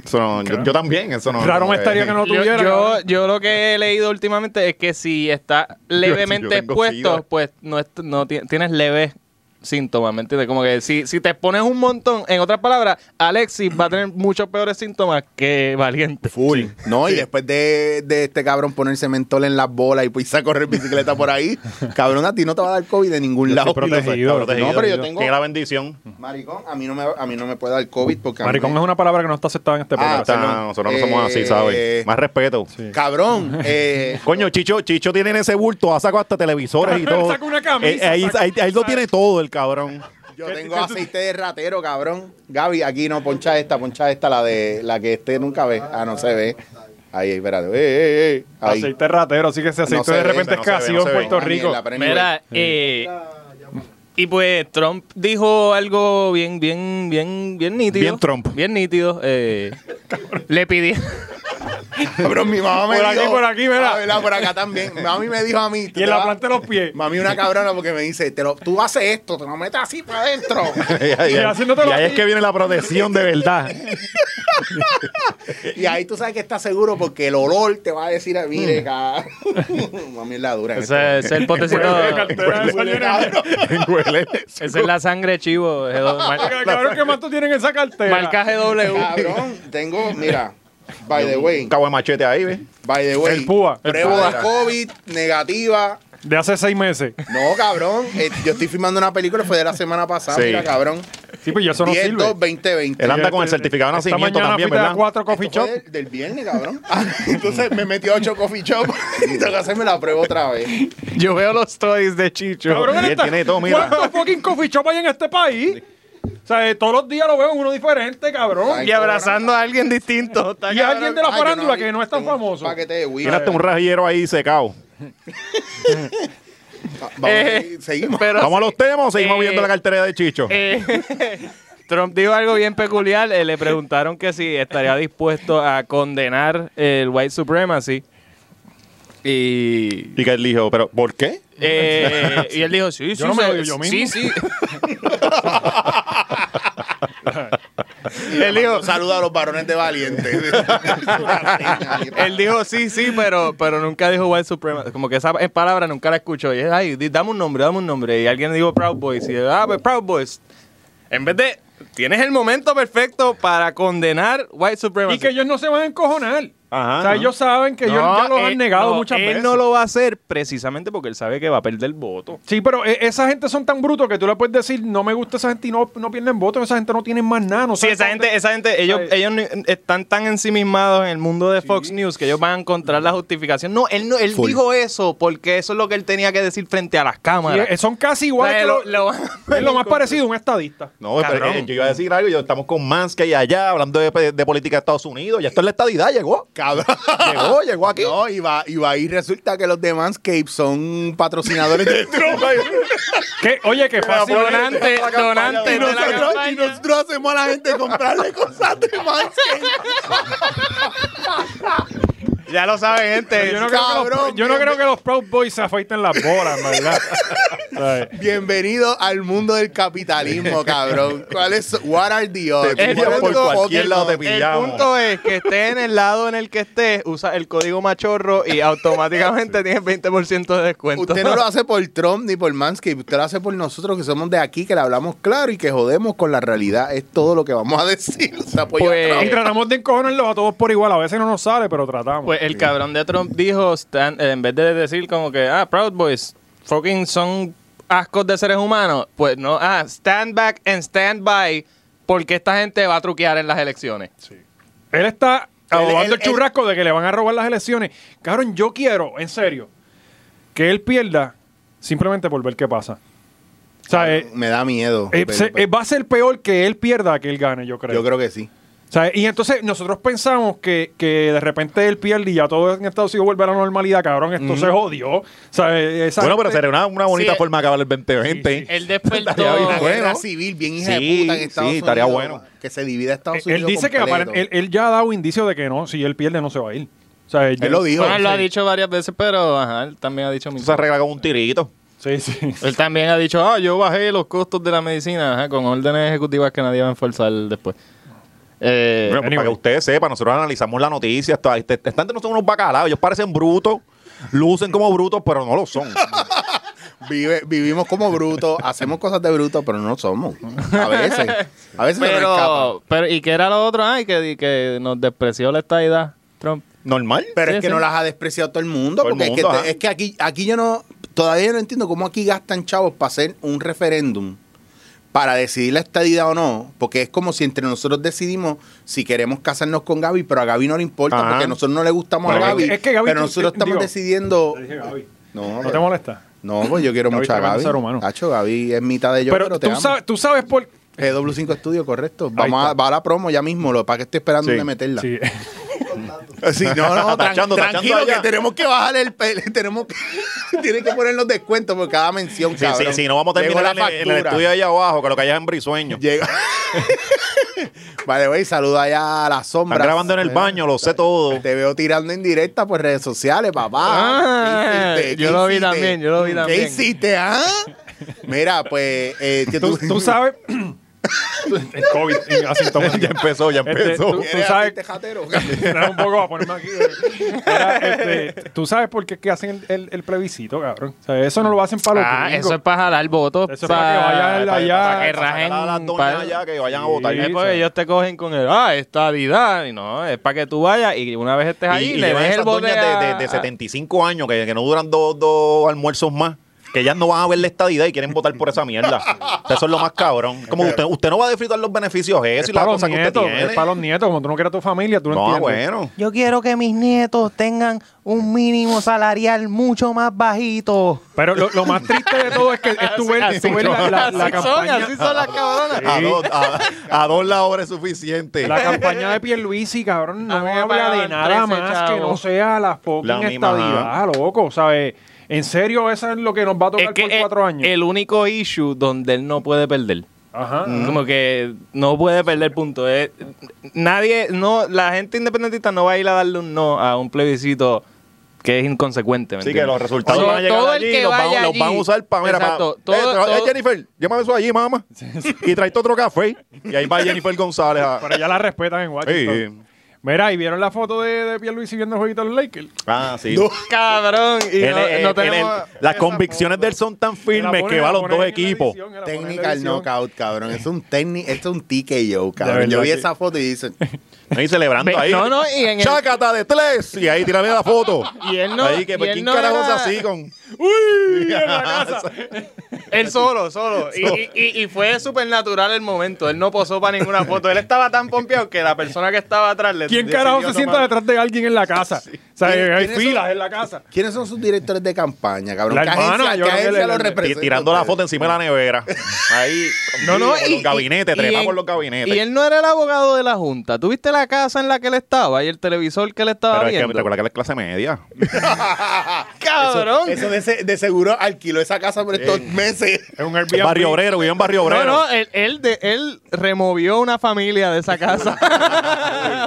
Speaker 4: Eso no, yo, yo también, eso no.
Speaker 5: raro
Speaker 4: no,
Speaker 5: me
Speaker 4: eh.
Speaker 5: estaría que no lo
Speaker 2: Yo,
Speaker 5: tuviera.
Speaker 2: yo,
Speaker 5: cabrón.
Speaker 2: yo lo que he leído últimamente es que si está levemente
Speaker 4: tengo
Speaker 2: expuesto,
Speaker 4: sida.
Speaker 2: pues no, est- no ti- tienes leves síntomas, ¿me entiendes? Como que si, si te expones un montón, en otras palabras, Alexis va a tener muchos peores síntomas que Ah, Valiente.
Speaker 3: Full. No, y después de, de este cabrón ponerse mentol en las bolas y pues a correr bicicleta por ahí, cabrón, a ti no te va a dar COVID de ningún
Speaker 4: Yo
Speaker 3: lado.
Speaker 4: estoy protegido,
Speaker 5: No,
Speaker 4: protegido.
Speaker 3: pero yo tengo-
Speaker 4: Tiene la bendición.
Speaker 3: Maricón, a mí no me, a mí no me puede dar COVID porque... a mí
Speaker 5: Maricón
Speaker 3: me-
Speaker 5: es una palabra que no está aceptada en este
Speaker 3: Ah,
Speaker 5: podcast.
Speaker 4: Está-
Speaker 3: perdón.
Speaker 4: nosotros no somos así,
Speaker 3: Eh,
Speaker 4: ¿sabes? Más respeto.
Speaker 3: Cabrón, eh,
Speaker 4: Coño, Chicho, Chicho tiene en ese bulto, ha sacado hasta televisores y
Speaker 5: Cabrón,
Speaker 4: todo.
Speaker 5: saca una camisa,
Speaker 4: Eh, ahí,
Speaker 5: saca-
Speaker 4: ahí- ahí lo tiene todo el cabrón.
Speaker 3: yo tengo aceite de ratero, cabrón. Gaby, aquí no, poncha esta, poncha esta, la de la que este nunca ve. Ah, no se ve. Ahí, espérate. Eh, eh, eh. Ahí.
Speaker 5: Aceite ratero, así que ese aceite
Speaker 3: se
Speaker 5: de
Speaker 3: ve,
Speaker 5: repente
Speaker 4: no
Speaker 5: es
Speaker 4: se ve,
Speaker 5: casi
Speaker 4: no
Speaker 5: en
Speaker 4: se ve.
Speaker 5: Puerto
Speaker 3: Ah,
Speaker 5: Rico.
Speaker 3: mierda, pero anyway.
Speaker 2: Mira, eh, y pues Trump dijo algo bien, bien, bien, bien nítido.
Speaker 4: Bien Trump.
Speaker 2: Bien nítido. eh, le pidió...
Speaker 3: Cabrón, mi mamá me
Speaker 5: Por aquí,
Speaker 3: dijo.
Speaker 5: por aquí, mira.
Speaker 3: Ah, ¿verdad? por acá también. Mami me dijo a mí. tú
Speaker 5: Y en
Speaker 3: te
Speaker 5: la
Speaker 3: vas-
Speaker 5: planta de los pies.
Speaker 3: Mami, una cabrona, porque me dice, te lo, tú haces esto, te lo metes así para adentro.
Speaker 4: Y ahí,
Speaker 5: Y haciéndotelo
Speaker 4: y ahí es
Speaker 5: así.
Speaker 4: que viene la protección de verdad.
Speaker 3: y ahí tú sabes que estás seguro porque el olor te va a decir,
Speaker 5: Mm.
Speaker 3: mire, cabrón. Mami es la dura. en
Speaker 2: Ese es el potecito...
Speaker 4: pues,
Speaker 5: Cartera de
Speaker 3: este momento.
Speaker 5: desayuno.
Speaker 4: Huele.
Speaker 2: Esa es la sangre de chivo. G2,
Speaker 5: Oiga,
Speaker 2: mar-
Speaker 5: Cabrón, ¿qué más tú tienes en esa cartera?
Speaker 2: marca GW.
Speaker 3: Cabrón, tengo, mira, by the way,
Speaker 4: Un cabo de machete ahí, ¿ves?
Speaker 3: by the way.
Speaker 5: El púa, el
Speaker 3: Prueba
Speaker 5: púa.
Speaker 3: de COVID, negativa.
Speaker 5: De hace seis meses.
Speaker 3: No, cabrón, eh, yo estoy filmando una película, fue de la semana pasada,
Speaker 4: Sí.
Speaker 3: mira, cabrón.
Speaker 5: Sí, pues ya eso no
Speaker 3: 10,
Speaker 5: sirve.
Speaker 3: 2, 20, 20.
Speaker 4: Él anda con el certificado de
Speaker 5: Esta
Speaker 4: nacimiento
Speaker 5: mañana
Speaker 4: también,
Speaker 5: fuiste a
Speaker 4: ¿verdad?
Speaker 5: cuatro coffee
Speaker 3: Esto
Speaker 5: shop.
Speaker 3: fue del, del viernes, cabrón. Ah, Entonces me metí a ocho coffee shop y tengo que hacerme la prueba otra vez.
Speaker 2: Yo veo los stories de Chicho.
Speaker 5: Cabrón,
Speaker 4: Y él
Speaker 5: está-
Speaker 4: tiene todo, mira.
Speaker 5: ¿Cuántos fucking coffee shop hay en este país? O sea, eh, todos los días lo veo en uno diferente, cabrón.
Speaker 3: Ay,
Speaker 2: Y abrazando a alguien distinto. Está
Speaker 5: Y alguien de la
Speaker 3: Ay, yo
Speaker 5: farándula
Speaker 3: vi-
Speaker 5: que no es tan
Speaker 3: tengo un
Speaker 5: famoso.
Speaker 3: Paquete de weed.
Speaker 4: Mírate un rajillero ahí secado.
Speaker 3: Va- vamos,
Speaker 2: Eh,
Speaker 3: seguimos.
Speaker 2: pero
Speaker 4: ¿Vamos a los temas o seguimos
Speaker 2: Eh,
Speaker 4: viendo la cartera de Chicho?
Speaker 2: Eh, Trump dijo algo bien peculiar. eh, le preguntaron que si estaría dispuesto a condenar el white supremacy. Y,
Speaker 4: y que él dijo, ¿pero por qué?
Speaker 2: eh, y él dijo, sí, sí,
Speaker 5: Yo no me
Speaker 2: se-
Speaker 5: odio yo
Speaker 2: sí,
Speaker 5: mismo.
Speaker 2: sí. él dijo,
Speaker 3: Saluda a los varones de Valiente.
Speaker 2: él dijo, sí, sí, pero, pero nunca dijo white supremacy. Como que esa palabra nunca la escuchó. Y él, ay, di- dame un nombre, dame un nombre. Y alguien dijo Proud Boys. Y él, ah, pues Proud Boys. En vez de, tienes el momento perfecto para condenar white supremacy.
Speaker 5: Y que ellos no se van a encojonar.
Speaker 4: Ajá.
Speaker 5: o sea, ellos saben que ellos ya los
Speaker 2: eh,
Speaker 5: han negado
Speaker 2: no,
Speaker 5: muchas
Speaker 2: él
Speaker 5: veces.
Speaker 2: no lo va a hacer precisamente porque él sabe que va a perder voto.
Speaker 5: Sí, pero eh, esa gente son tan brutos que tú le puedes decir, no me gusta esa gente y no, no pierden votos. Esa gente no tiene más nada. No saben
Speaker 2: Sí, esa
Speaker 5: dónde-
Speaker 2: gente, esa gente, ellos,
Speaker 5: Ay.
Speaker 2: ellos ni- están tan ensimismados en el mundo de Fox News que ellos van a encontrar la justificación. No, él no, él
Speaker 4: Full.
Speaker 2: dijo eso porque eso es lo que él tenía que decir frente a las
Speaker 5: Sí,
Speaker 2: cámaras.
Speaker 5: eh, son casi iguales.
Speaker 2: O sea,
Speaker 5: que
Speaker 2: lo-
Speaker 5: lo-
Speaker 2: lo-
Speaker 5: es lo más parecido a un estadista.
Speaker 4: No, pero
Speaker 2: Cabrón.
Speaker 4: eh, yo iba a decir algo, yo estamos con Mansca y allá, hablando de, de política de Estados Unidos, ya esto es la estadidad, llegó.
Speaker 3: Cabrón.
Speaker 4: Llegó, llegó aquí.
Speaker 3: No, y va, y va y resulta que los de Manscaped son patrocinadores de Trump.
Speaker 5: Que, oye, que fácil.
Speaker 2: donante, donante
Speaker 3: y,
Speaker 2: de la
Speaker 3: nosotros, y
Speaker 2: campaña.
Speaker 3: nosotros hacemos a la gente comprarle cosas de Manscaped.
Speaker 2: Ya lo saben, gente.
Speaker 5: Yo no, creo que los-
Speaker 3: Cabrón,
Speaker 5: yo no
Speaker 3: bien-
Speaker 5: creo que los Proud Boys se afeiten las bolas, en ¿verdad? ¿Sabes?
Speaker 3: Bienvenido al mundo del capitalismo, cabrón. ¿Cuál es? What are the odds?
Speaker 4: Te
Speaker 3: What
Speaker 4: pillan
Speaker 3: are
Speaker 4: por
Speaker 3: the
Speaker 4: cualquier
Speaker 3: fucking
Speaker 4: lado, te
Speaker 3: odds?
Speaker 2: El
Speaker 4: pillamos.
Speaker 2: punto es que estés en el lado en el que estés, usa el código machorro y automáticamente tienes 20% de descuento.
Speaker 3: Usted no lo hace por Trump ni por Manscaped, usted lo hace por nosotros que somos de aquí, que le hablamos claro y que jodemos con la realidad. Es todo lo que vamos a decir. O sea, apoya a
Speaker 2: Pues,
Speaker 5: Y
Speaker 3: Trump.
Speaker 5: tratamos de encojonarlos a todos por igual. A veces no nos sale, pero tratamos.
Speaker 2: Pues el cabrón de Trump dijo, stan- eh, en vez de decir como que, ah, Proud Boys, fucking son ascos de seres humanos, pues no, ah, stand back and stand by, porque esta gente va a truquear en las elecciones.
Speaker 5: Él está
Speaker 3: él-
Speaker 5: abogando el
Speaker 3: él-
Speaker 5: churrasco de que le van a robar las elecciones. Cabrón, yo quiero, en serio, que él pierda simplemente por ver qué pasa. O sea, eh,
Speaker 3: Me da miedo.
Speaker 5: eh,
Speaker 3: pero-
Speaker 5: se- eh, va a ser peor que él pierda que él gane, yo creo.
Speaker 3: yo creo que sí.
Speaker 5: O sea, y entonces nosotros pensamos que, que de repente él pierde y ya todo en Estados Unidos vuelve a la normalidad, cabrón. Esto se jodió. O sea, eh, esa
Speaker 4: Bueno,
Speaker 5: gente-
Speaker 4: pero sería una, una bonita
Speaker 2: Sí,
Speaker 4: forma de acabar el 2020. Estaría
Speaker 2: Él
Speaker 4: bien
Speaker 3: Una
Speaker 2: despertó...
Speaker 4: fuerte.
Speaker 3: guerra
Speaker 4: Bueno.
Speaker 3: civil bien hija
Speaker 4: Sí,
Speaker 3: de puta en Estados
Speaker 4: sí,
Speaker 3: Unidos.
Speaker 4: estaría bueno.
Speaker 3: Que se divida Estados
Speaker 5: Él
Speaker 3: Unidos.
Speaker 5: dice que
Speaker 3: completo.
Speaker 5: aparent- él, él ya ha dado indicios de que no, si él pierde no se va a ir. O sea, ya-
Speaker 3: Él lo dijo.
Speaker 2: Bueno, él lo ha
Speaker 3: Sí.
Speaker 2: dicho varias veces, pero ajá, él también ha dicho
Speaker 4: Eso
Speaker 2: mil
Speaker 4: se arregla con un tirito.
Speaker 5: Sí, sí.
Speaker 2: Él también ha dicho, ah, yo bajé los costos de la medicina ajá, con órdenes ejecutivas que nadie va a enforzar después. Eh,
Speaker 4: Bueno, pues,
Speaker 5: anyway.
Speaker 4: Para que ustedes sepan, nosotros analizamos la noticia. este, esta- esta- Esta gente no son unos bacalaos, ellos parecen brutos, lucen como brutos, pero no lo son.
Speaker 3: Vive- vivimos como brutos, hacemos cosas de brutos, pero no somos. A veces. A veces se nos escapa.
Speaker 2: pero, pero, ¿y qué era lo otro? Ay, que, que nos despreció la estadidad, Trump.
Speaker 4: Normal.
Speaker 3: Pero
Speaker 2: Sí,
Speaker 3: es que
Speaker 2: sí.
Speaker 3: no las ha despreciado todo el mundo.
Speaker 4: Todo el
Speaker 3: porque es que
Speaker 4: mundo,
Speaker 3: te-
Speaker 4: ajá.
Speaker 3: es que, aquí, aquí yo no. Todavía yo no entiendo cómo aquí gastan chavos para hacer un referéndum para decidir la estadidad o no. Porque es como si entre nosotros decidimos si queremos casarnos con Gaby, pero a Gaby no le importa
Speaker 4: Ajá.
Speaker 3: porque nosotros no le gustamos
Speaker 5: Bueno,
Speaker 3: a
Speaker 5: es que-
Speaker 3: Gaby.
Speaker 5: es que Gaby-
Speaker 3: pero nosotros
Speaker 5: eh,
Speaker 3: estamos
Speaker 5: digo-
Speaker 3: decidiendo.
Speaker 5: Le dije, Gaby,
Speaker 3: No,
Speaker 5: No te molesta.
Speaker 3: no, pues yo quiero
Speaker 5: Gaby,
Speaker 3: mucho a
Speaker 5: tremendo
Speaker 3: Gaby.
Speaker 5: ser humano.
Speaker 3: Tacho, Gaby es mitad de yo, pero,
Speaker 5: pero
Speaker 3: te
Speaker 5: tú,
Speaker 3: amo.
Speaker 5: sabes, tú sabes por...
Speaker 3: GW5 Estudio, correcto. Vamos a,
Speaker 5: está.
Speaker 3: va a la promo ya mismo, lo para que estoy esperando
Speaker 4: Sí,
Speaker 3: de meterla.
Speaker 5: Sí.
Speaker 3: Sí, no, no, tran-
Speaker 4: Tachando, tachando
Speaker 3: tranquilo
Speaker 4: allá.
Speaker 3: que tenemos que bajar el pe- tenemos que tienen que poner los descuentos por cada mención,
Speaker 4: Si
Speaker 3: cabrón.
Speaker 4: no vamos a
Speaker 3: Llegó
Speaker 4: terminar en el, en el
Speaker 3: factura.
Speaker 4: estudio allá abajo, que lo que hay es en brisueño.
Speaker 3: Llega. vale, güey, saluda allá a la sombra.
Speaker 4: Están grabando en el baño, lo sé todo.
Speaker 3: Te veo tirando en directa por redes sociales, papá.
Speaker 2: Ah,
Speaker 3: ¿Qué hiciste?
Speaker 2: yo
Speaker 3: ¿Qué
Speaker 2: lo vi
Speaker 3: hiciste?
Speaker 2: también, yo lo vi
Speaker 3: ¿Qué
Speaker 2: también.
Speaker 3: hiciste, ah? Mira, pues eh, que
Speaker 5: tú, tú sabes... el COVID y asintomático.
Speaker 4: ya empezó, ya
Speaker 5: Este,
Speaker 4: empezó.
Speaker 5: tú-
Speaker 3: ¿Quieres
Speaker 5: sabes-
Speaker 3: hacerte jatero?
Speaker 5: Era un poco a ponerme aquí. eh. Era, este, tú sabes por qué es que hacen el, el- el plebiscito, cabrón. O sea, eso no lo hacen para los
Speaker 2: Ah,
Speaker 5: gringos.
Speaker 2: eso es para jalar votos.
Speaker 5: Eso es para que vayan allá,
Speaker 2: para que
Speaker 5: para
Speaker 2: rajen.
Speaker 4: Sacar a las doñas
Speaker 2: para-
Speaker 4: allá que vayan a votar.
Speaker 2: Eh,
Speaker 5: Sí,
Speaker 2: porque
Speaker 5: sí.
Speaker 2: ellos te cogen con el, ah, estadidad. Y no, es para que tú vayas y una vez estés ahí,
Speaker 4: y, y
Speaker 2: le
Speaker 4: llevan
Speaker 2: des el
Speaker 4: esas
Speaker 2: bote
Speaker 4: doñas de,
Speaker 2: a-
Speaker 4: de- de 75 años que, que no duran dos, dos almuerzos más. que ellas no van a ver la estadidad y quieren votar por esa mierda. O sea, eso es lo más cabrón.
Speaker 2: Eh,
Speaker 4: Como usted, usted no va a disfrutar los beneficios de eso y
Speaker 5: Es
Speaker 4: la
Speaker 5: para los
Speaker 4: cosa que usted
Speaker 5: nietos,
Speaker 4: tiene.
Speaker 5: es para los nietos. Cuando tú no quieras tu familia, tú no,
Speaker 4: No,
Speaker 5: entiendes.
Speaker 4: bueno.
Speaker 2: Yo quiero que mis nietos tengan un mínimo salarial mucho más bajito.
Speaker 5: Pero lo, lo más triste de todo es que es tú ver, tú ver la, la- la campaña,
Speaker 2: son las cabronas.
Speaker 4: A dos, a- a dos la obra es suficiente.
Speaker 5: la campaña de Pierluisi, cabrón, no
Speaker 2: A mí me
Speaker 5: habla de
Speaker 2: pagaban
Speaker 5: nada
Speaker 2: 13
Speaker 5: más que
Speaker 2: chavos.
Speaker 5: no sea la
Speaker 4: La
Speaker 5: fucking
Speaker 4: misma,
Speaker 5: estadidad, loco, ¿sabes? En serio, eso es lo que nos va a
Speaker 2: Es
Speaker 5: tocar
Speaker 2: que
Speaker 5: por
Speaker 2: es
Speaker 5: cuatro años.
Speaker 2: el único issue donde él no puede perder.
Speaker 5: Ajá.
Speaker 2: Como que no puede perder punto. Es- nadie, no, la gente independentista no va a ir a darle un no a un plebiscito que es inconsecuente. ¿me
Speaker 4: Así que los
Speaker 2: entiendes?
Speaker 4: resultados
Speaker 2: So,
Speaker 4: van a llegar
Speaker 2: todo el
Speaker 4: allí
Speaker 2: que
Speaker 4: y los, van,
Speaker 2: vaya
Speaker 4: los
Speaker 2: allí-
Speaker 4: van a usar para... Mira, para
Speaker 2: Exacto,
Speaker 4: Eh,
Speaker 2: todo-
Speaker 4: tra- eh,
Speaker 2: todo-
Speaker 4: Jennifer, llévame eso allí, mamá. Y trae otro café. Y ahí va Jennifer González. a-
Speaker 5: Pero ya la respetan en Washington.
Speaker 4: Sí.
Speaker 5: Mira, ¿y vieron la foto de, de Pierluisi viendo el jueguito de los Lakers?
Speaker 4: Ah, sí.
Speaker 2: Cabrón, y
Speaker 4: Él,
Speaker 2: no,
Speaker 4: eh,
Speaker 2: no
Speaker 4: él,
Speaker 2: tenemos-
Speaker 4: él, las convicciones de él son tan
Speaker 5: La
Speaker 4: firmes
Speaker 5: ponen-
Speaker 4: que va
Speaker 5: la
Speaker 4: a los
Speaker 5: ponen
Speaker 4: dos
Speaker 5: en la
Speaker 4: equipos.
Speaker 5: edición, la ponen en la
Speaker 3: Técnica al
Speaker 5: edición.
Speaker 3: knockout, cabrón. Es un técnico, es un TKO,
Speaker 5: De
Speaker 3: cabrón. Yo
Speaker 5: verdad
Speaker 3: vi
Speaker 5: que-
Speaker 3: esa foto y dice,
Speaker 4: Ahí celebrando
Speaker 2: Ve-
Speaker 4: ahí.
Speaker 2: no, no, y en el-
Speaker 4: Chácata de tres. Y ahí tírale la foto.
Speaker 2: Y él no-
Speaker 4: Ahí que,
Speaker 2: y
Speaker 4: pues,
Speaker 2: él
Speaker 4: ¿quién
Speaker 2: no
Speaker 4: carajo
Speaker 2: era-
Speaker 4: es así con...?
Speaker 5: ¡Uy! En la casa.
Speaker 2: Él solo, solo. Y, y- y- y fue súper natural el momento. Él no posó para ninguna foto. Él estaba tan pompeado que la persona que estaba atrás le
Speaker 5: ¿Quién
Speaker 2: decidió
Speaker 5: carajo se sienta
Speaker 2: tomar-
Speaker 5: detrás de alguien en la casa? O sea,
Speaker 3: ¿Quién-
Speaker 5: hay
Speaker 3: quiénes
Speaker 5: filas
Speaker 3: son?
Speaker 5: en la casa.
Speaker 3: ¿quiénes son sus directores de campaña, cabrón?
Speaker 5: La
Speaker 3: ¿Qué
Speaker 5: hermana,
Speaker 3: agencia,
Speaker 5: yo creo que
Speaker 3: qué agencia
Speaker 5: le-
Speaker 3: los
Speaker 5: le-
Speaker 4: Ti-
Speaker 3: representa?
Speaker 4: Tirando la
Speaker 3: ustedes?
Speaker 4: foncilla encima de la nevera. Ahí.
Speaker 2: No, no,
Speaker 4: por
Speaker 2: y,
Speaker 4: los gabinetes,
Speaker 2: y- y
Speaker 4: trepa
Speaker 2: en-
Speaker 4: por los gabinetes.
Speaker 2: Y él no era el abogado de la Junta. ¿Tuviste la casa en la que él estaba y el televisor que él estaba
Speaker 4: Pero es que
Speaker 2: viendo?
Speaker 4: te acuerdas que él es clase media.
Speaker 2: ¡Cabrón!
Speaker 3: Eso de, se- de seguro alquiló esa casa por estos meses.
Speaker 5: Es un Airbnb.
Speaker 4: Barrio obrero, vive en barrio
Speaker 2: no,
Speaker 4: obrero.
Speaker 2: no, él, él de, él removió una familia de esa casa.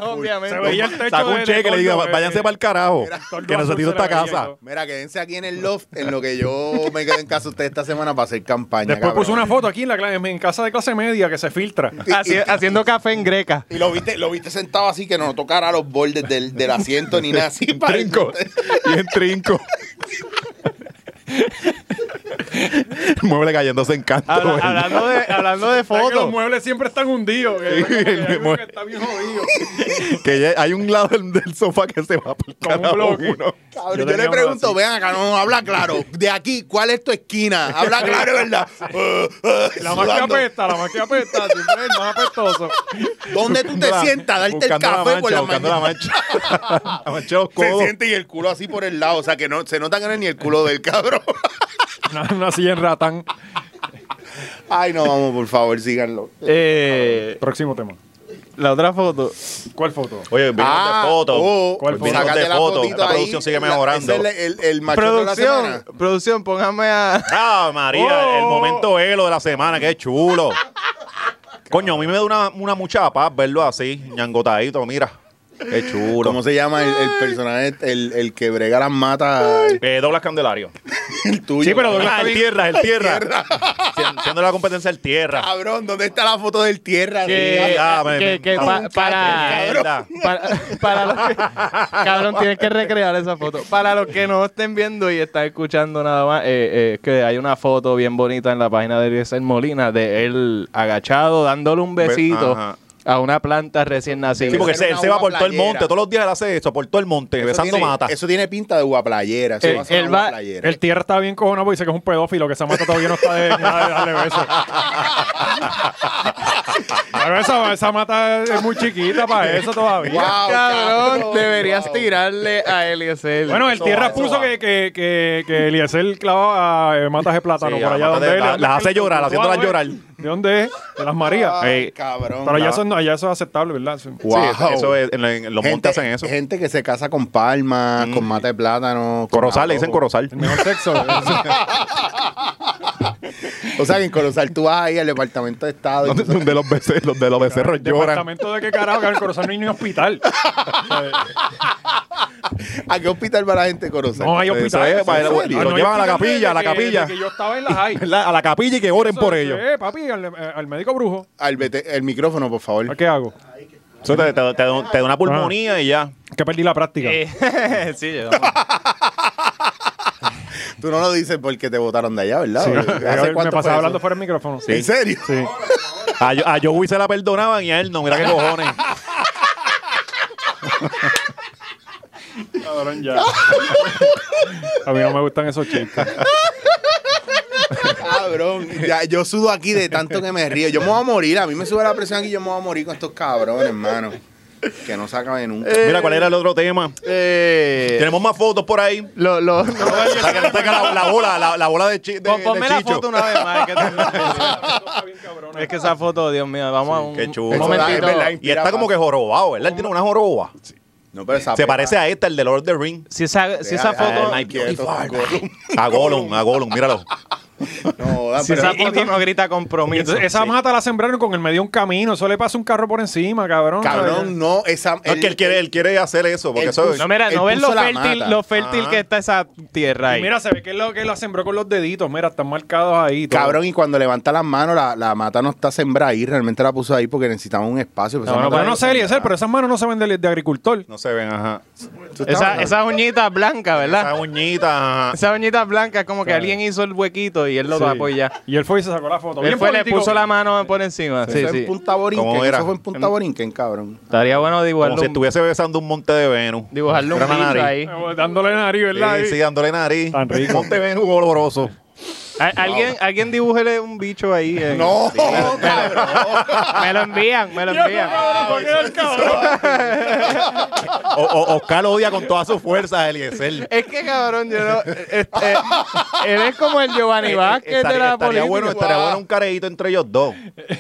Speaker 2: Obviamente.
Speaker 5: Se veía el techo
Speaker 4: Saca un
Speaker 5: de-
Speaker 4: cheque y le
Speaker 5: de
Speaker 4: diga,
Speaker 5: Tordo,
Speaker 4: váyanse
Speaker 5: eh,
Speaker 4: para el carajo.
Speaker 5: Tordo
Speaker 4: Que
Speaker 5: azul
Speaker 4: necesito
Speaker 5: se la
Speaker 4: esta
Speaker 5: veía y
Speaker 4: casa.
Speaker 5: todo.
Speaker 3: Mira, quédense aquí en el loft en lo que yo me quedo en casa usted esta semana para hacer campaña.
Speaker 5: Después puso
Speaker 3: cabrón.
Speaker 5: una foto aquí en, la, cla- en casa de clase media que se filtra.
Speaker 2: Haci- haciendo café en greca.
Speaker 3: Y lo viste, lo viste sentado así que no tocara los bordes del, del asiento ni nada así. para-
Speaker 4: Trinco. Bien trinco. mueble cayéndose en canto.
Speaker 3: Ah,
Speaker 2: Habla-
Speaker 4: güey.
Speaker 2: hablando, de, hablando de
Speaker 5: ¿Sabes que Los
Speaker 2: fotos.
Speaker 5: muebles siempre están hundidos. que-
Speaker 4: Sí,
Speaker 5: como que
Speaker 4: el
Speaker 5: hay uno
Speaker 4: mue-
Speaker 5: que está bien jodido.
Speaker 4: que ya hay un lado del, del sofá que se va para el
Speaker 5: Como un
Speaker 4: carajo.
Speaker 5: bloque.
Speaker 4: uno.
Speaker 3: Cabrón,
Speaker 5: Yo
Speaker 3: yo,
Speaker 5: tenía
Speaker 3: le
Speaker 5: uno
Speaker 3: pregunto,
Speaker 5: así.
Speaker 3: ven acá, no, habla claro. De aquí, ¿cuál es tu esquina? Habla claro, ¿verdad? Eh, eh,
Speaker 5: La más que
Speaker 3: sudando.
Speaker 5: apesta, la más que apesta, siempre es el más apestoso.
Speaker 3: ¿Dónde tú te
Speaker 4: Buscando la-
Speaker 3: sientas? a Darte el
Speaker 4: buscando
Speaker 3: café
Speaker 4: mancha,
Speaker 3: por la
Speaker 4: buscando
Speaker 3: mañana.
Speaker 4: la mancha. la mancha de los
Speaker 3: Se
Speaker 4: codos.
Speaker 3: siente y el culo así por el lado. O sea, que no se nota que no es ni el culo del cabrón.
Speaker 5: Una, una silla en ratán.
Speaker 3: Ay, no, vamos, por favor, síganlo.
Speaker 2: Eh,
Speaker 5: Próximo tema.
Speaker 2: la otra foto.
Speaker 5: ¿Cuál foto?
Speaker 4: Oye, vinimos de fotos.
Speaker 3: oh,
Speaker 5: ¿Cuál foto?
Speaker 3: sácate
Speaker 4: de
Speaker 3: la
Speaker 4: foto.
Speaker 3: fotito
Speaker 4: Esta
Speaker 3: ahí.
Speaker 4: producción sigue
Speaker 3: La-
Speaker 4: mejorando.
Speaker 3: ese es el, el, el machote de la
Speaker 2: Producción,
Speaker 3: semana.
Speaker 2: producción, póngame a.
Speaker 4: Ah, María,
Speaker 5: Oh.
Speaker 4: el momento elo de la semana, qué chulo. Coño, a mí me da una, una mucha paz verlo así, ñangotadito, mira. Qué chulo.
Speaker 3: ¿Cómo se llama el, el personaje, el, el que brega las matas?
Speaker 4: Eh, Doblas Candelario.
Speaker 3: El tuyo.
Speaker 5: Sí, pero Douglas
Speaker 4: Ah,
Speaker 5: está
Speaker 4: el
Speaker 5: bien-
Speaker 4: tierra, el tierra. Sien- Siendo la competencia el tierra.
Speaker 3: Cabrón, ¿dónde está la foto del tierra?
Speaker 2: que,
Speaker 4: Ah, me-
Speaker 2: que-
Speaker 4: me-
Speaker 2: que pa-
Speaker 4: me-
Speaker 2: para,
Speaker 4: Mierda.
Speaker 2: para, para los que- cabrón, tienes que recrear esa foto. Para los que no estén viendo y están escuchando nada más, eh, eh, es que hay una foto bien bonita en la página de Eliezer Molina de él agachado dándole un besito
Speaker 4: Ajá.
Speaker 2: a una planta recién nacida.
Speaker 4: Sí, porque
Speaker 3: Era
Speaker 4: se- él
Speaker 3: una
Speaker 4: se va
Speaker 3: uva
Speaker 4: por todo el
Speaker 3: playera.
Speaker 4: monte. Todos los días él hace eso, por todo el monte,
Speaker 3: Eso
Speaker 4: besando
Speaker 3: tiene-
Speaker 4: mata.
Speaker 3: Eso tiene pinta de uva playera. Eso
Speaker 2: Eh,
Speaker 3: va a ser
Speaker 2: él
Speaker 3: una uva
Speaker 2: va-
Speaker 3: playera.
Speaker 5: El tierra está bien cojonado porque dice que es un pedófilo, que esa mata todavía no está de, nada de darle besos. Pero esa, esa mata es muy chiquita para eso todavía.
Speaker 3: Guau,
Speaker 2: cabrón, deberías
Speaker 3: guau.
Speaker 2: tirarle a Eliezer.
Speaker 5: Bueno, el
Speaker 3: Eso
Speaker 5: tierra
Speaker 3: va, eso
Speaker 5: puso
Speaker 3: va.
Speaker 5: que, que, que, que Eliezer clava eh, matas de plátano
Speaker 4: Sí,
Speaker 5: por
Speaker 4: a
Speaker 5: allá
Speaker 4: matas de-
Speaker 5: donde él.
Speaker 4: la- las hace llorar, haciéndolas llorar.
Speaker 5: ¿De dónde es? De las Marías.
Speaker 3: eh. Ay, cabrón.
Speaker 5: Pero allá
Speaker 3: la-
Speaker 5: eso, no- allá eso es aceptable, ¿verdad? Sí.
Speaker 4: Sí,
Speaker 3: Wow.
Speaker 4: eso es, en, la- en los
Speaker 3: gente,
Speaker 4: montes hacen eso. Mm.
Speaker 3: Gente que se casa con palmas, con mata de plátano. con
Speaker 4: Corozal, le dicen
Speaker 3: arroz.
Speaker 4: Corozal.
Speaker 5: El mejor sexo.
Speaker 3: O sea, que en Corozal tú vas ahí al departamento de Estado. y
Speaker 4: Donde
Speaker 3: tú-
Speaker 4: donde los becerros, donde los becerros lloran.
Speaker 5: ¿Departamento de qué carajo? Que en Corozal no hay ni hospital.
Speaker 3: ¿A qué hospital va la gente de Corozal?
Speaker 5: No hay
Speaker 4: Eso
Speaker 5: hospital.
Speaker 4: es, para-
Speaker 5: Ah, no hay
Speaker 4: lo
Speaker 5: hospital
Speaker 4: llevan a la
Speaker 5: desde
Speaker 4: capilla, a la
Speaker 5: que- desde
Speaker 4: capilla.
Speaker 5: que yo estaba en la high.
Speaker 4: ¿Verdad? A la capilla y que oren por ellos.
Speaker 5: Eh, papi, al, al médico brujo.
Speaker 3: Al vete- el micrófono, por favor.
Speaker 5: ¿A ¿Qué hago?
Speaker 4: Eso te, te- te da- te da una pulmonía y ya.
Speaker 5: Que perdí la práctica.
Speaker 2: Eh, sí, yo-
Speaker 3: Tú no lo dices porque te votaron de allá, ¿verdad?
Speaker 5: Sí, eh,
Speaker 3: ¿Hace
Speaker 5: me
Speaker 3: cuánto fue
Speaker 5: pasaba
Speaker 3: eso?
Speaker 5: hablando fuera del micrófono.
Speaker 3: ¿En serio?
Speaker 4: A, Yo- a Joey se la perdonaban y a él no, mira qué cojones.
Speaker 5: Cabrón, ya. a mí no me gustan esos chistes.
Speaker 3: cabrón. Ya, yo sudo aquí de tanto que me río. Yo me voy a morir. A mí me sube la presión aquí. Yo me voy a morir con estos cabrones, hermano. Que no se acaben nunca.
Speaker 4: Mira, ¿cuál era el otro tema?
Speaker 1: Eh,
Speaker 4: Tenemos más fotos por ahí.
Speaker 1: lo, lo, no.
Speaker 4: Para que no tenga la, la bola, la, la bola de, chi, de-
Speaker 2: Pon- Ponme
Speaker 4: de
Speaker 2: la
Speaker 4: Chicho.
Speaker 2: foto una vez más. que te- es que esa foto, Dios mío, vamos a un,
Speaker 4: Qué chulo.
Speaker 2: un momentito.
Speaker 1: Es verdad, es
Speaker 4: Y está como que jorobado, ¿verdad? Él tiene una joroba.
Speaker 3: No, pero esa
Speaker 4: Se
Speaker 3: pepa-
Speaker 4: parece a esta, el de Lord of the Ring.
Speaker 2: Si esa, si
Speaker 3: Deja-
Speaker 2: esa
Speaker 5: Ah,
Speaker 3: deja
Speaker 2: foto,
Speaker 3: de-
Speaker 4: Ay,
Speaker 3: quieto, Gollum.
Speaker 4: A Gollum, a Gollum, míralo.
Speaker 3: No, da,
Speaker 2: si
Speaker 3: pero
Speaker 2: esa foto no grita compromiso.
Speaker 5: Entonces, esa
Speaker 2: Sí.
Speaker 5: mata la sembraron con el medio de un camino. Eso le pasa un carro por encima, cabrón.
Speaker 3: cabrón, no, esa
Speaker 4: No, es que él quiere, él quiere hacer eso, porque
Speaker 3: el
Speaker 4: eso es...
Speaker 2: No, mira,
Speaker 3: Pues, Él
Speaker 2: no ves lo
Speaker 3: puso la
Speaker 2: fértil,
Speaker 3: mata.
Speaker 2: lo fértil
Speaker 4: Ajá.
Speaker 2: que está esa tierra
Speaker 5: Y
Speaker 2: ahí.
Speaker 5: mira, se ve que es lo que la sembró con los deditos. Mira, están marcados ahí. todo.
Speaker 3: Cabrón, y cuando levanta las manos, la, la mata no está sembrada ahí. Realmente la puso ahí porque necesitaba un espacio. pues,
Speaker 5: No,
Speaker 3: esa
Speaker 5: no,
Speaker 3: mata
Speaker 5: pero no sé,
Speaker 3: está
Speaker 5: Eliezer, pero esas manos no se ven de, de agricultor.
Speaker 4: No se ven, ajá.
Speaker 2: Esa, esa uñita blanca,
Speaker 4: Esa
Speaker 2: ¿verdad?
Speaker 4: uñita, ajá.
Speaker 2: Esa uñita blanca es como que
Speaker 5: Claro.
Speaker 2: alguien hizo el huequito y él lo
Speaker 5: Sí.
Speaker 2: tapó y ya.
Speaker 5: Y él fue y se sacó la foto.
Speaker 2: Él
Speaker 5: Bien
Speaker 2: fue, le
Speaker 5: político.
Speaker 2: puso la mano por encima. Sí,
Speaker 3: Eso es
Speaker 2: sí.
Speaker 3: en Punta Borinquen.
Speaker 4: ¿Cómo era?
Speaker 3: Eso fue en Punta Borinquen, cabrón.
Speaker 2: Estaría bueno
Speaker 4: Como
Speaker 2: dibujarlo.
Speaker 4: si
Speaker 2: un-
Speaker 4: estuviese besando un monte de Venus.
Speaker 2: Dibujarle un
Speaker 4: Era una
Speaker 2: bicho
Speaker 4: nariz.
Speaker 2: ahí.
Speaker 5: Eh, Dándole nariz, ¿verdad?
Speaker 4: Sí, sí, dándole nariz.
Speaker 5: Tan rico.
Speaker 4: Monte Venus oloroso.
Speaker 2: Al- Alguien, alguien dibújele un bicho ahí. eh.
Speaker 3: No, cabrón.
Speaker 2: Me lo envían, me lo
Speaker 5: Mira, qué
Speaker 2: envían.
Speaker 5: cabrón, ¿por qué era el cabrón?
Speaker 4: O, o- Oscar odia con todas sus fuerzas a Eliezer.
Speaker 2: Es que cabrón, yo no, este, él es como el Giovanni Vázquez de
Speaker 4: Eh, Estaría,
Speaker 2: la
Speaker 4: estaría
Speaker 2: política.
Speaker 4: bueno, estaría bueno un careíto entre ellos dos.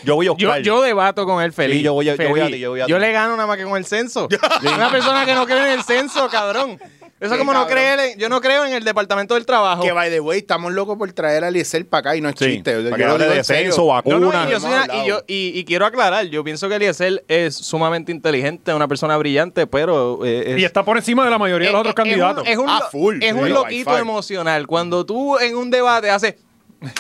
Speaker 4: Yo voy a
Speaker 2: Yo,
Speaker 4: Oscar.
Speaker 2: yo debato con él feliz.
Speaker 4: Sí, yo voy a- yo voy a
Speaker 2: feliz.
Speaker 4: ti, yo voy a ti.
Speaker 2: le gano nada más que con el censo. Una persona que no cree en el censo, cabrón. Eso como no
Speaker 3: cabrón.
Speaker 2: creer, en- yo no creo en el departamento del trabajo.
Speaker 3: Que by the way, estamos locos por traer a Eliezer para acá y no es
Speaker 4: Sí,
Speaker 3: chiste.
Speaker 4: para
Speaker 3: Yo
Speaker 4: que
Speaker 3: lo
Speaker 4: hable
Speaker 3: digo
Speaker 4: de
Speaker 3: en serio.
Speaker 4: censo,
Speaker 2: No,
Speaker 4: vacuna.
Speaker 2: no,
Speaker 4: Una.
Speaker 2: y, yo soy una-
Speaker 3: Hemos
Speaker 2: y, yo-
Speaker 3: hablado.
Speaker 2: y- y quiero aclarar, yo pienso que Eliezer es sumamente inteligente, una persona brillante, pero eh, es, eh,
Speaker 5: Y está por encima de la mayoría de los otros
Speaker 2: es- es un-
Speaker 5: candidatos.
Speaker 2: Es un,
Speaker 3: Ah,
Speaker 2: lo-
Speaker 3: full,
Speaker 2: es un
Speaker 3: sí.
Speaker 2: loquito
Speaker 3: Lo-fi.
Speaker 2: emocional. Cuando tú en un debate haces.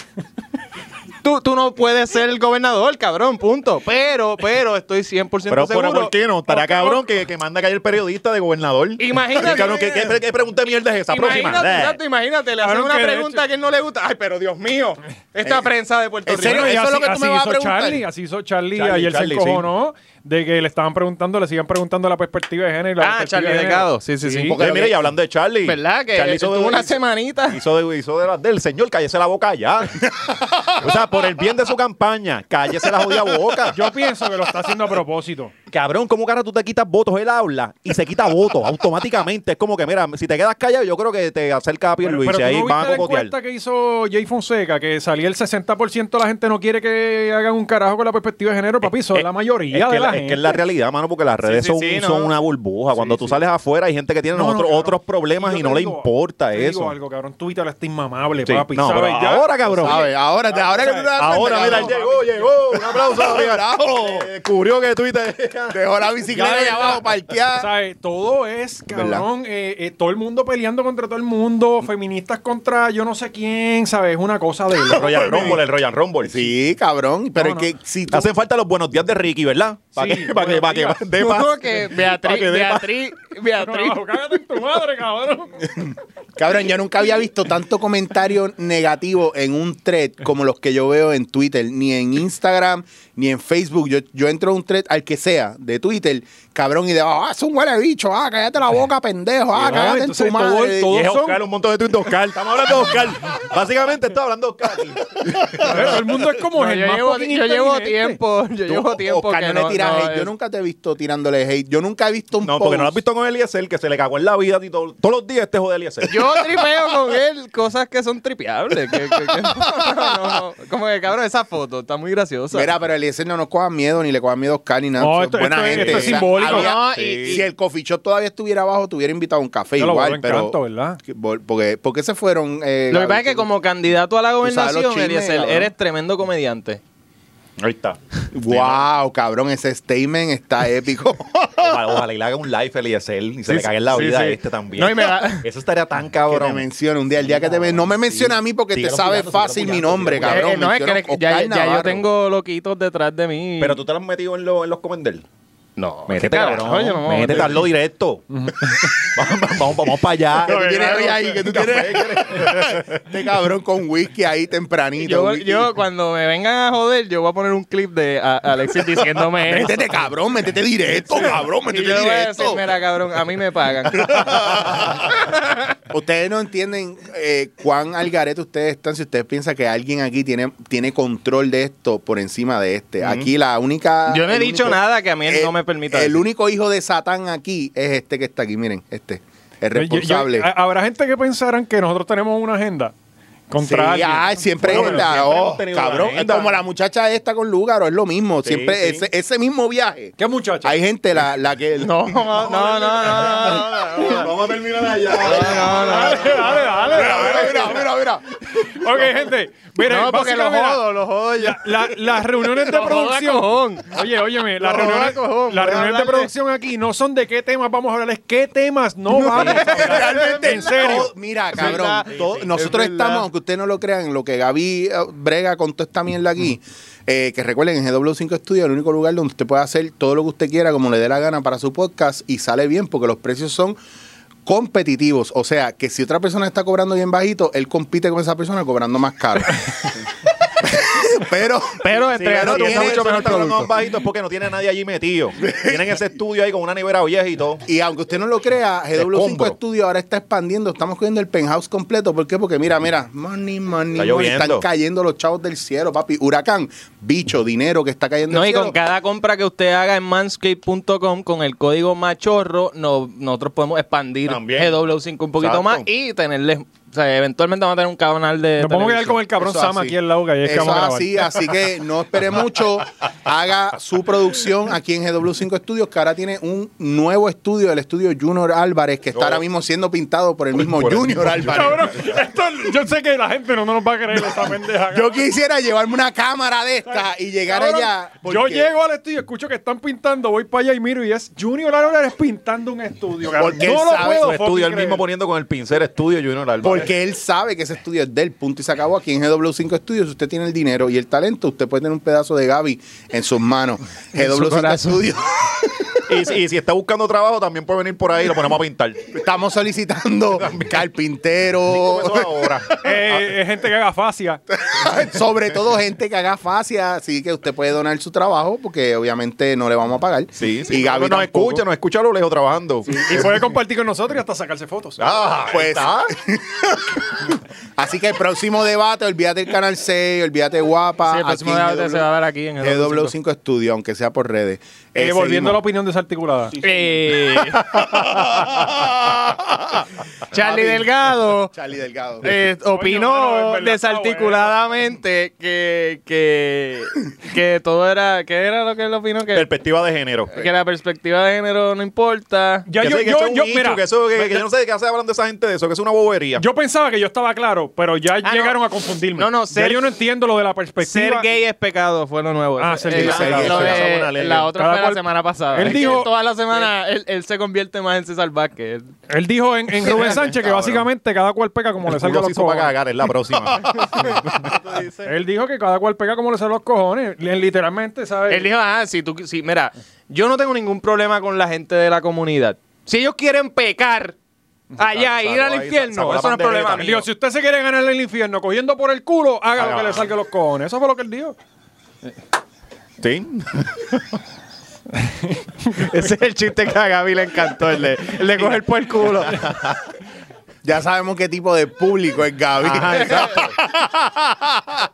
Speaker 2: Tú, tú no puedes ser el gobernador, cabrón, punto. Pero, pero estoy 100%
Speaker 4: Pero por
Speaker 2: seguro.
Speaker 4: ¿por qué no? Estará cabrón que, que manda a caer el periodista de gobernador.
Speaker 2: Imagínate.
Speaker 4: Sí, cabrón, ¿qué, qué- qué pregunta de mierda es esa? Próxima.
Speaker 2: Imagínate,
Speaker 4: Eh.
Speaker 2: exacto, imagínate, le hacen
Speaker 5: Cabrón,
Speaker 2: una
Speaker 5: que de
Speaker 2: pregunta
Speaker 5: hecho-
Speaker 2: que él no le gusta. Ay, pero Dios mío,
Speaker 3: Eh,
Speaker 2: esta prensa de Puerto
Speaker 3: ¿en
Speaker 2: Rico.
Speaker 3: serio?
Speaker 5: y
Speaker 3: Eso es
Speaker 5: así,
Speaker 3: lo que tú me
Speaker 5: así
Speaker 3: vas a
Speaker 5: hizo
Speaker 3: preguntar.
Speaker 5: Charlie, así hizo Charlie,
Speaker 4: Charlie,
Speaker 5: ayer
Speaker 4: Charlie,
Speaker 5: se encojonó de que le estaban preguntando, le siguen preguntando la perspectiva de género. y la
Speaker 2: Ah,
Speaker 5: perspectiva
Speaker 2: Charlie
Speaker 5: de género.
Speaker 2: Delgado. Sí, sí, sí.
Speaker 4: Porque, mira, y hablando de Charlie.
Speaker 2: ¿Verdad? Que
Speaker 4: Charlie
Speaker 2: él tuvo una semanita.
Speaker 4: Hizo de, hizo de las del señor, cállese la boca ya. o sea, por el bien de su campaña, cállese la jodida boca.
Speaker 5: Yo pienso que lo está haciendo a propósito.
Speaker 4: Cabrón, ¿cómo cara tú te quitas votos? Él habla y se quita votos automáticamente. Es como que, mira, si te quedas callado, yo creo que te acerca a Pierluisi.
Speaker 5: pero, pero
Speaker 4: ahí
Speaker 5: ¿tú no
Speaker 4: van
Speaker 5: viste
Speaker 4: a
Speaker 5: la
Speaker 4: cocotear.
Speaker 5: encuesta que hizo Jay Fonseca, que salía el 60% de la gente no quiere que hagan un carajo con la perspectiva de género, papi, son
Speaker 4: Eh,
Speaker 5: la mayoría
Speaker 4: es que
Speaker 5: de la,
Speaker 4: la-
Speaker 5: gente.
Speaker 4: Es que es la realidad, mano, porque las redes
Speaker 2: sí,
Speaker 4: son,
Speaker 2: sí,
Speaker 4: son
Speaker 2: no.
Speaker 4: una burbuja. Cuando tú sales afuera hay gente que tiene
Speaker 5: No, no,
Speaker 4: otro-
Speaker 5: cabrón.
Speaker 4: otros problemas
Speaker 5: yo
Speaker 4: y
Speaker 5: te
Speaker 4: no le
Speaker 5: digo-
Speaker 4: importa
Speaker 5: te digo
Speaker 4: eso.
Speaker 5: algo, cabrón, Twitter está inmamable,
Speaker 4: Sí,
Speaker 5: papi,
Speaker 4: no,
Speaker 5: ¿sabes?
Speaker 4: pero
Speaker 5: Ya-
Speaker 4: ahora, cabrón.
Speaker 3: ¿Sabes? Ahora, ahora que tú te das
Speaker 4: Ahora,
Speaker 3: cuenta,
Speaker 4: mira,
Speaker 3: cabrón.
Speaker 4: llegó, llegó. Un aplauso.
Speaker 3: Bravo.
Speaker 4: Eh, Descubrió que Twitter.
Speaker 3: Dejó la bicicleta
Speaker 5: Ya,
Speaker 3: allá
Speaker 5: ya.
Speaker 3: abajo parqueada.
Speaker 5: ¿Sabes? Todo es, cabrón, eh, eh, todo el mundo peleando contra todo el mundo, feministas contra yo no sé quién, ¿sabes? Una cosa de loco.
Speaker 4: Royal Rumble, el Royal Rumble.
Speaker 3: Sí, cabrón.
Speaker 5: No,
Speaker 3: Pero es
Speaker 5: no.
Speaker 3: que si tú
Speaker 4: Hacen falta los buenos días de Ricky, ¿verdad? Para
Speaker 5: Sí,
Speaker 4: que, para que, para que,
Speaker 5: buenos
Speaker 4: dé más.
Speaker 2: Uno que Beatriz,
Speaker 4: que dé pa-
Speaker 2: Beatriz, Beatriz.
Speaker 5: Carajo, cágate en tu madre, cabrón.
Speaker 3: Cabrón, yo nunca había visto tanto comentario negativo en un thread como los que yo veo en Twitter, ni en Instagram, ni en Facebook. Yo, yo entro a un thread al que sea de Twitter, cabrón, y de, ah, es un huele bicho, ah, cállate la boca, pendejo,
Speaker 5: Sí,
Speaker 3: ah,
Speaker 5: no,
Speaker 3: cállate en
Speaker 5: entonces
Speaker 3: tu
Speaker 5: todo-
Speaker 3: madre.
Speaker 5: todo-
Speaker 4: Y es
Speaker 5: son-
Speaker 4: Oscar, un montón de tweets de Oscar. Estamos hablando de Oscar. Básicamente estoy hablando de Oscar. aquí.
Speaker 5: Todo el mundo es como
Speaker 2: No,
Speaker 5: el
Speaker 2: yo,
Speaker 5: más
Speaker 2: llevo,
Speaker 5: fucking
Speaker 2: yo llevo
Speaker 5: inteligente.
Speaker 2: tiempo, yo
Speaker 3: Tú,
Speaker 2: llevo tiempo
Speaker 3: "Oh, Oscar,
Speaker 2: que
Speaker 3: no,
Speaker 2: no,
Speaker 3: le tiras
Speaker 2: no,
Speaker 3: hate. Yo
Speaker 2: es-
Speaker 3: nunca te he visto tirándole hate. Yo nunca he visto un
Speaker 4: No, porque no lo has
Speaker 3: post.
Speaker 4: visto con Eliezer, que se le cagó en la vida. y todo- todos los días este jode Eliezer.
Speaker 2: Yo tripeo con él cosas que son tripeables. que- que- que- no, no, no. Como que, cabrón, esa foto está muy graciosa.
Speaker 3: Mira, pero Eliezer no nos coja miedo, ni le coja miedo a Oscar, ni nada.
Speaker 5: No,
Speaker 3: Son
Speaker 5: esto-
Speaker 3: buena
Speaker 5: esto es-
Speaker 3: gente.
Speaker 5: esto es
Speaker 3: O sea,
Speaker 5: simbólico.
Speaker 3: había-
Speaker 2: No, y-
Speaker 3: si el coffee shop todavía estuviera abajo, te hubiera invitado a un café
Speaker 5: Ya lo
Speaker 3: igual.
Speaker 5: vuelven
Speaker 3: pero
Speaker 5: canto, ¿verdad?
Speaker 3: Que vol- Porque, porque se fueron. eh,
Speaker 2: Lo que pasa es
Speaker 3: Gaby?
Speaker 2: que como candidato a la
Speaker 3: Tú sabes los
Speaker 2: gobernación,
Speaker 3: chismes,
Speaker 2: Eliezer,
Speaker 3: cabrón.
Speaker 2: eres tremendo comediante.
Speaker 4: Ahí está.
Speaker 3: Wow, cabrón, ese statement está épico.
Speaker 4: Ojalá, ojalá y le haga un live Eliezer y se le cague en la
Speaker 5: sí,
Speaker 4: vida
Speaker 5: sí.
Speaker 4: a este también.
Speaker 2: No, y me da-
Speaker 4: Eso estaría tan
Speaker 3: que te
Speaker 4: cabrón.
Speaker 3: menciona un día, el día que te ve, no me menciona a mí porque te
Speaker 4: Tira
Speaker 3: sabe
Speaker 4: puñazo, tira
Speaker 3: fácil mi
Speaker 4: puñazo,
Speaker 3: nombre,
Speaker 4: tira
Speaker 3: cabrón.
Speaker 2: Eh, eh, no, es que
Speaker 3: Menciona
Speaker 2: le- ya,
Speaker 3: Oscar
Speaker 2: ya yo
Speaker 3: Navarro.
Speaker 2: tengo loquitos detrás de mí.
Speaker 4: Pero tú te lo has metido en, lo- en los comender.
Speaker 2: No.
Speaker 4: Métete,
Speaker 2: ¿qué carajo?
Speaker 4: cabrón.
Speaker 2: Yo no me voy a
Speaker 4: Métete,
Speaker 2: meter.
Speaker 4: hazlo directo. vamos, vamos, vamos para allá.
Speaker 3: Que tú tienes hoy ahí, que tú tienes. este cabrón con whisky ahí tempranito.
Speaker 2: Yo,
Speaker 3: whisky.
Speaker 2: yo, cuando me vengan a joder, yo voy a poner un clip de a- Alexis diciéndome eso.
Speaker 3: Métete, cabrón, métete directo, cabrón,
Speaker 2: Y
Speaker 3: métete
Speaker 2: yo le voy a decir,
Speaker 3: directo.
Speaker 2: mira, cabrón, a mí me pagan.
Speaker 3: ustedes no entienden eh, cuán al garete ustedes están si ustedes piensan que alguien aquí tiene, tiene control de esto por encima de este. Aquí la única.
Speaker 2: Yo no he
Speaker 3: el
Speaker 2: dicho nada que a mí
Speaker 3: el-
Speaker 2: no me permita
Speaker 3: El
Speaker 2: decir.
Speaker 3: único hijo de Satán aquí es este que está aquí, miren, este. El
Speaker 5: Yo- yo-
Speaker 3: responsable.
Speaker 4: ah,
Speaker 5: ha- habrá gente que pensarán que nosotros tenemos una agenda
Speaker 3: Sí,
Speaker 5: contra alguien.
Speaker 3: ay, siempre
Speaker 4: Bueno,
Speaker 3: es
Speaker 4: pero
Speaker 3: la-
Speaker 4: siempre
Speaker 3: oh,
Speaker 4: hemos tenido
Speaker 3: cabrón.
Speaker 4: una
Speaker 3: Es
Speaker 4: agenda.
Speaker 3: como la muchacha esta con Lugaro, es lo mismo.
Speaker 4: Sí,
Speaker 3: siempre
Speaker 4: sí.
Speaker 3: Ese, ese mismo viaje.
Speaker 5: ¿Qué muchacha?
Speaker 3: Hay gente la, la que.
Speaker 2: No, no, no, no, no.
Speaker 4: Vamos a terminar allá.
Speaker 2: no, no.
Speaker 5: Dale, dale, dale.
Speaker 3: Mira, mira, mira, mira,
Speaker 5: Ok, gente. Mira,
Speaker 2: No, porque lo
Speaker 5: básicamente, mira,
Speaker 2: jodo, lo jodo yo.
Speaker 5: la- las reuniones de
Speaker 2: Lo jodo a
Speaker 5: producción.
Speaker 2: cojón.
Speaker 5: Oye, óyeme, las
Speaker 2: Lo jodo a
Speaker 5: reuniones,
Speaker 2: cojón,
Speaker 5: las
Speaker 2: voy a
Speaker 5: reuniones de
Speaker 2: hablarle.
Speaker 5: producción aquí no son de qué temas vamos a hablar, es qué temas no vamos a hablar.
Speaker 3: Realmente,
Speaker 5: en serio.
Speaker 3: todo- mira,
Speaker 2: verdad.
Speaker 3: cabrón.
Speaker 2: Sí,
Speaker 3: todo-
Speaker 2: sí, es
Speaker 3: nosotros
Speaker 2: verdad.
Speaker 3: estamos, aunque ustedes no lo crean, en lo que Gaby eh, brega con toda esta mierda aquí. eh, que recuerden, en GW5 Studio es el único lugar donde usted puede hacer todo lo que usted quiera, como le dé la gana para su podcast y sale bien porque los precios son competitivos. O sea, que si otra persona está cobrando bien bajito, él compite con esa persona cobrando más caro. Pero.
Speaker 2: Pero
Speaker 5: este,
Speaker 4: Pero no
Speaker 2: entregando
Speaker 4: tiene
Speaker 2: mucho
Speaker 4: más
Speaker 2: mejor producto.
Speaker 4: bajitos porque no tiene nadie allí metido. Tienen ese estudio ahí con una nevera vieja y todo.
Speaker 3: Y aunque usted no lo crea, GW5
Speaker 4: Escombro.
Speaker 3: Studio ahora está expandiendo. Estamos cogiendo el penthouse completo. ¿Por qué? Porque mira, mira, money, money,
Speaker 4: Está
Speaker 3: money.
Speaker 4: lloviendo.
Speaker 3: Están cayendo los chavos del cielo, papi. Huracán, bicho, dinero que está cayendo
Speaker 2: No,
Speaker 3: del
Speaker 2: y con
Speaker 3: cielo.
Speaker 2: cada compra que usted haga en manscape.com con el código machorro, no- nosotros podemos expandir
Speaker 4: También.
Speaker 2: GW5 un poquito
Speaker 4: Exacto.
Speaker 2: más y tenerles, o sea, eventualmente vamos a tener un canal de
Speaker 5: Nos vamos a quedar
Speaker 2: televisión.
Speaker 5: con el cabrón
Speaker 3: Eso
Speaker 5: Sama
Speaker 3: así.
Speaker 5: aquí en la boca y es que
Speaker 3: Eso
Speaker 5: vamos a grabar.
Speaker 3: así, así que no espere mucho. Haga su producción aquí en GW5 Studios, que ahora tiene un nuevo estudio, el estudio Junior Álvarez, que está ahora mismo siendo pintado por el mismo
Speaker 4: por el
Speaker 3: Junior Álvarez.
Speaker 5: Cabrón, esto, yo sé que la gente no, no nos va a creer esa pendeja.
Speaker 3: Yo quisiera llevarme una cámara de esta y llegar
Speaker 5: Cabrón,
Speaker 3: allá.
Speaker 5: Yo
Speaker 3: porque-
Speaker 5: llego al estudio, escucho que están pintando, voy para allá y miro y es Junior Álvarez pintando un estudio. cabrón.
Speaker 3: Porque él
Speaker 5: no lo
Speaker 3: sabe
Speaker 5: puedo
Speaker 4: Su
Speaker 5: fucking
Speaker 4: estudio, él
Speaker 5: creer.
Speaker 4: mismo poniendo con el pincel estudio Junior Álvarez.
Speaker 3: Porque él sabe que ese estudio es del punto y se acabó aquí en GW5 Studios. Si usted tiene el dinero y el talento, usted puede tener un pedazo de Gaby en sus manos.
Speaker 2: su
Speaker 3: GW5
Speaker 2: corazón.
Speaker 3: Studios.
Speaker 4: Y, si- y si está buscando trabajo, también puede venir por ahí y lo ponemos a pintar.
Speaker 3: Estamos solicitando carpintero,
Speaker 4: Eso ahora.
Speaker 5: Eh, eh, gente que haga fascia.
Speaker 3: sobre todo gente que haga fascia, así que usted puede donar su trabajo porque obviamente no le vamos a pagar.
Speaker 4: Sí, sí.
Speaker 3: Y Gaby
Speaker 4: nos
Speaker 3: tampoco.
Speaker 4: escucha, nos escucha a lo lejos trabajando.
Speaker 5: Y puede compartir con nosotros y hasta sacarse fotos.
Speaker 4: Ah,
Speaker 3: Pues-
Speaker 4: pues está.
Speaker 3: Así que el próximo debate, olvídate el canal 6, olvídate guapa.
Speaker 2: Sí, el próximo
Speaker 3: aquí en
Speaker 2: debate se va a ver aquí en
Speaker 3: E
Speaker 2: GW5.
Speaker 3: GW5 Studios, aunque sea por redes.
Speaker 5: Eh,
Speaker 3: Eh,
Speaker 5: volviendo a la
Speaker 3: seguimos.
Speaker 5: opinión desarticulada.
Speaker 2: Eh, Charlie Delgado
Speaker 3: Charlie Delgado.
Speaker 2: eh, opinó
Speaker 5: mano, en verdad está
Speaker 2: desarticuladamente que, que, que todo era. ¿Qué era lo que él opinó? Que, Eh,
Speaker 4: Perspectiva de género.
Speaker 2: que la perspectiva de género no importa.
Speaker 5: Ya
Speaker 4: que
Speaker 5: yo,
Speaker 4: sé que
Speaker 5: yo,
Speaker 4: eso es un
Speaker 5: yo,
Speaker 4: nicho,
Speaker 5: mira,
Speaker 4: que eso- que- que yo no sé de qué hace hablando esa gente de eso, que es una bobería.
Speaker 5: yo pensaba que yo estaba claro, pero ya
Speaker 2: no.
Speaker 5: llegaron a confundirme.
Speaker 2: No, no,
Speaker 5: Ya
Speaker 2: ser-
Speaker 5: yo no entiendo lo de la perspectiva.
Speaker 2: Ser gay es pecado, fue lo nuevo.
Speaker 5: pues, Ah, ser gay
Speaker 2: Eh,
Speaker 5: es pecado.
Speaker 2: lo de-
Speaker 4: Eso es una ley.
Speaker 2: la otra
Speaker 5: Cada
Speaker 2: fue
Speaker 5: cual-
Speaker 2: la semana pasada.
Speaker 5: Él
Speaker 2: Es que
Speaker 5: dijo-
Speaker 2: toda la semana él, él se convierte más en César Vázquez.
Speaker 5: Él dijo en, en Rubén Sánchez que
Speaker 4: Cabrón.
Speaker 5: básicamente cada cual pega como le
Speaker 4: El
Speaker 5: salga
Speaker 4: culo
Speaker 5: los
Speaker 4: se hizo para
Speaker 5: cojones.
Speaker 4: cagar, es la próxima.
Speaker 5: Él dijo que cada cual pega como le salga los cojones. Li- Literalmente, ¿sabes?
Speaker 2: Él dijo, ah, si tú, si, mira, yo no tengo ningún problema con la gente de la comunidad. Si ellos quieren pecar
Speaker 4: Sacó
Speaker 2: allá, ir
Speaker 4: ahí,
Speaker 2: al
Speaker 4: sacó
Speaker 2: infierno,
Speaker 4: la
Speaker 2: eso no es problema
Speaker 4: bandereta.
Speaker 5: Él
Speaker 2: mío. Ah.
Speaker 5: dijo, si usted se quiere ganar el infierno cogiendo por el culo, haga lo
Speaker 4: Haga.
Speaker 5: que le salga los cojones. Eso fue lo que él dijo.
Speaker 4: ¿Sí?
Speaker 2: Ese es el chiste que a Gaby le encantó, el de, el de coger por el culo.
Speaker 3: Ya sabemos qué tipo de público es Gaby.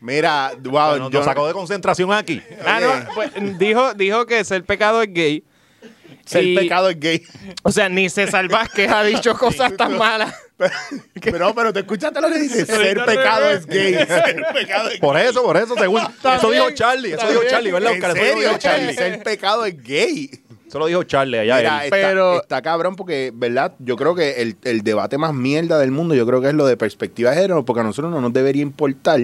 Speaker 3: Mira, wow,
Speaker 4: Nos-
Speaker 3: yo
Speaker 4: Nos sacó de concentración aquí.
Speaker 2: Ah, no, pues, dijo, dijo que ser pecado es gay.
Speaker 3: ser
Speaker 2: Y-
Speaker 3: pecado es gay.
Speaker 2: O sea, ni César Vázquez ha dicho cosas tan malas.
Speaker 3: Pero, no, pero te escuchaste lo que dice. Ser
Speaker 5: al
Speaker 3: pecado
Speaker 5: revés.
Speaker 3: es gay. Ser pecado es
Speaker 4: Por eso, por eso, según. Eso dijo Charlie, eso dijo
Speaker 2: bien.
Speaker 4: Charlie, ¿verdad,
Speaker 3: ¿En
Speaker 4: Oscar? Eso
Speaker 3: serio,
Speaker 4: dijo
Speaker 3: Charlie?
Speaker 4: Charlie.
Speaker 3: Ser pecado es gay.
Speaker 4: Eso lo dijo Charlie allá.
Speaker 3: Mira,
Speaker 4: él.
Speaker 3: está,
Speaker 2: Pero-
Speaker 3: está cabrón porque, ¿verdad? Yo creo que el, el debate más mierda del mundo, yo creo que es lo de perspectiva de género, porque a nosotros no nos debería importar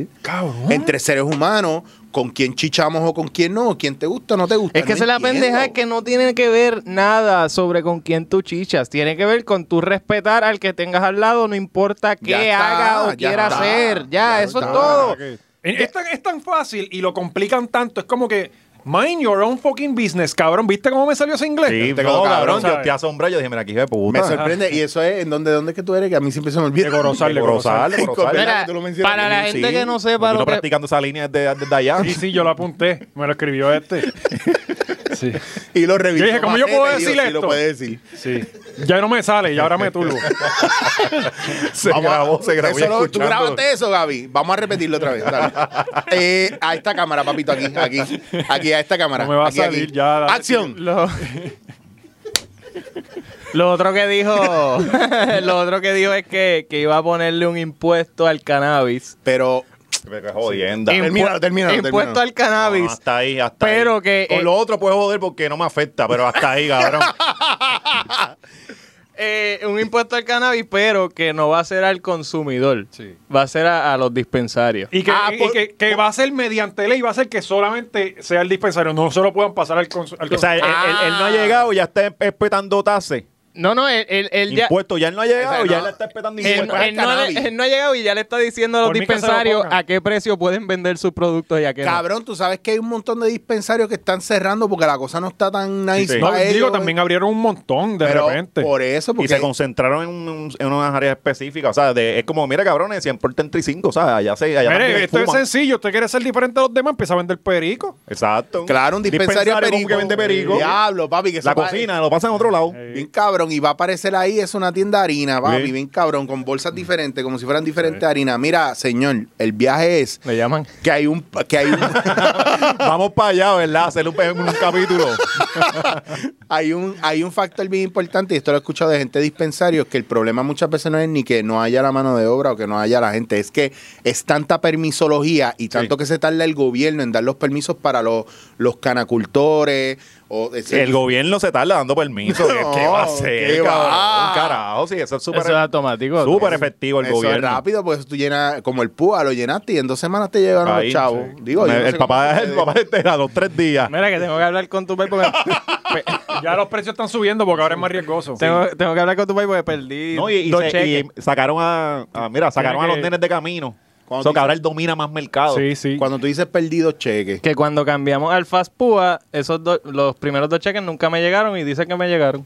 Speaker 3: entre seres humanos con quién chichamos o con quién no, quién te gusta o no te gusta.
Speaker 2: Es que
Speaker 3: No
Speaker 2: esa es la
Speaker 3: entiendo.
Speaker 2: pendeja que no tiene que ver nada sobre con quién tú chichas. Tiene que ver con tu respetar al que tengas al lado, no importa qué
Speaker 3: Ya está,
Speaker 2: haga o
Speaker 3: ya
Speaker 2: quiera
Speaker 3: está,
Speaker 2: hacer. Ya,
Speaker 3: ya
Speaker 2: eso
Speaker 3: está.
Speaker 2: es todo.
Speaker 5: Es tan, es tan fácil y lo complican tanto. Es como que Mind your own fucking business, cabrón. ¿Viste cómo me salió ese inglés?
Speaker 4: Sí,
Speaker 3: Te
Speaker 4: no,
Speaker 3: quedó
Speaker 4: cabrón,
Speaker 5: este cabrón,
Speaker 4: yo
Speaker 5: ¿sabes?
Speaker 4: te asombré. Yo dije, mira, aquí hijo de puta.
Speaker 3: Me sorprende. Y eso es, ¿en dónde, dónde es que tú eres? Que a mí siempre se me olvida.
Speaker 5: De Corozal, de Corozal.
Speaker 4: Corozal, de Corozal.
Speaker 3: Mira,
Speaker 2: Mira,
Speaker 3: que tú lo mencionas,
Speaker 2: para la
Speaker 4: Sí,
Speaker 2: gente que no sepa
Speaker 4: vino
Speaker 2: lo que...
Speaker 4: practicando esa línea desde, desde allá.
Speaker 5: Sí, sí, yo lo apunté. Me lo escribió este. Sí,
Speaker 3: Y lo reviso.
Speaker 5: Yo dije, ¿cómo yo puedo
Speaker 3: Maceta, y
Speaker 5: decir
Speaker 3: digo, sí lo
Speaker 5: esto?
Speaker 3: puedes decir.
Speaker 5: sí. Ya no me sale, y ahora me turbo.
Speaker 4: se
Speaker 3: Vamos a-
Speaker 4: grabó, se grabó. y
Speaker 3: Eso lo- tú
Speaker 4: escuchando.
Speaker 3: grabaste eso, Gaby. Vamos a repetirlo otra vez. dale. Eh, a esta cámara, papito, aquí, aquí. Aquí, a esta cámara.
Speaker 5: No me va a
Speaker 3: aquí, aquí.
Speaker 5: salir ya. la-
Speaker 3: ¡Acción!
Speaker 2: Lo... lo otro que dijo... lo otro que dijo es que, que iba a ponerle un impuesto al cannabis.
Speaker 3: Pero
Speaker 4: Me cae jodienda.
Speaker 2: Impu-
Speaker 3: Termínalo, termínalo,
Speaker 2: Impuesto
Speaker 3: termínalo.
Speaker 2: al
Speaker 4: No,
Speaker 2: cannabis.
Speaker 4: no, hasta ahí, hasta
Speaker 2: Pero
Speaker 4: ahí.
Speaker 2: que,
Speaker 4: Con
Speaker 2: eh,
Speaker 4: lo otro puedes joder porque no me afecta, pero hasta ahí, cabrón.
Speaker 2: Eh, un impuesto al cannabis, pero que no va a ser al consumidor.
Speaker 5: Sí.
Speaker 2: Va a ser a, a los dispensarios.
Speaker 5: Y, que,
Speaker 3: Ah,
Speaker 5: y
Speaker 3: por-
Speaker 5: que, que va a ser mediante ley, va a ser que solamente sea el dispensario, no se lo puedan pasar al consumidor.
Speaker 4: o sea, él, él- él no ha llegado, ya está espetando tase.
Speaker 2: No, no, él, él- él ya...
Speaker 4: Impuesto, ya él no ha llegado,
Speaker 3: O sea,
Speaker 4: ya
Speaker 3: no.
Speaker 4: él está espetando
Speaker 2: Él,
Speaker 4: impuestos.
Speaker 2: él no,
Speaker 3: cannabis.
Speaker 2: él no ha llegado y ya le está diciendo a los
Speaker 5: Por mí que se lo
Speaker 2: dispensarios
Speaker 5: pongan.
Speaker 2: a qué precio pueden vender sus productos y a qué no.
Speaker 3: Cabrón, tú sabes que hay un montón de dispensarios que están cerrando porque la cosa no está tan nice
Speaker 4: Sí.
Speaker 5: Ah. No,
Speaker 3: para
Speaker 5: digo,
Speaker 3: ellos.
Speaker 5: también abrieron un montón de
Speaker 3: Pero
Speaker 5: repente.
Speaker 3: Por eso,
Speaker 4: Y
Speaker 3: porque
Speaker 4: se concentraron en, un- en unas áreas específicas. O sea, de- es como, mira, cabrones, 100 por 35. O sea, allá se. Allá
Speaker 5: Mire,
Speaker 4: también
Speaker 5: esto es
Speaker 4: fuman.
Speaker 5: sencillo. Usted quiere ser diferente a los demás, empieza a vender perico.
Speaker 4: Exacto.
Speaker 3: claro, un dispensario,
Speaker 4: como
Speaker 3: perico.
Speaker 4: que vende perico.
Speaker 3: Diablo, papi, que
Speaker 4: la
Speaker 3: eso va-
Speaker 4: cocina, lo pasan a otro lado.
Speaker 3: Bien cabrón, y va a aparecer ahí, es una tienda de harina, papi,
Speaker 4: Sí. Mm.
Speaker 3: bien cabrón, con bolsas diferentes, como si fueran diferentes harinas. Mira, señor, el viaje es
Speaker 2: Le llaman.
Speaker 3: que hay un que hay un,
Speaker 4: Vamos para allá, ¿verdad? Hacer un, un capítulo.
Speaker 3: hay un hay un factor bien importante, y esto lo he escuchado de gente de dispensarios, que el problema muchas veces no es ni que no haya la mano de obra o que no haya la gente, es que es tanta permisología y tanto que se tarda el gobierno en dar los permisos para los, los canacultores o
Speaker 4: El gobierno se tarda dando permiso.
Speaker 3: No,
Speaker 4: ¿Qué va a hacer,
Speaker 3: ¿qué va? Ah.
Speaker 4: cabrón? Carajo, sí, eso es súper
Speaker 2: Eso es automático.
Speaker 4: súper efectivo el
Speaker 3: eso es
Speaker 4: gobierno.
Speaker 3: rápido, porque tú llenas, como el PUA, lo llenaste y en dos semanas te llegaron
Speaker 4: Ahí,
Speaker 3: los chavos.
Speaker 4: sí.
Speaker 3: Digo, yo
Speaker 4: Me-
Speaker 3: no sé
Speaker 4: el,
Speaker 3: cómo
Speaker 4: papá,
Speaker 3: ustedes-
Speaker 4: el papá te da dos, tres días.
Speaker 2: Mira que tengo que hablar con tu país porque... pe-
Speaker 5: Ya los precios están subiendo porque ahora es más riesgoso.
Speaker 2: tengo, tengo que hablar con tu país porque perdí
Speaker 4: No, y, y
Speaker 2: dos
Speaker 4: se-
Speaker 2: cheques.
Speaker 4: y sacaron a, a- mira, sacaron a
Speaker 5: Tiene
Speaker 4: los
Speaker 5: que-
Speaker 4: nenes de camino.
Speaker 3: Cuando
Speaker 4: Eso que
Speaker 3: dice-
Speaker 4: ahora él domina más mercado.
Speaker 5: Sí, sí.
Speaker 3: Cuando tú dices perdido, cheque.
Speaker 2: Que cuando cambiamos al Fast Púa, esos dos- los primeros dos cheques nunca me llegaron y dice que me llegaron.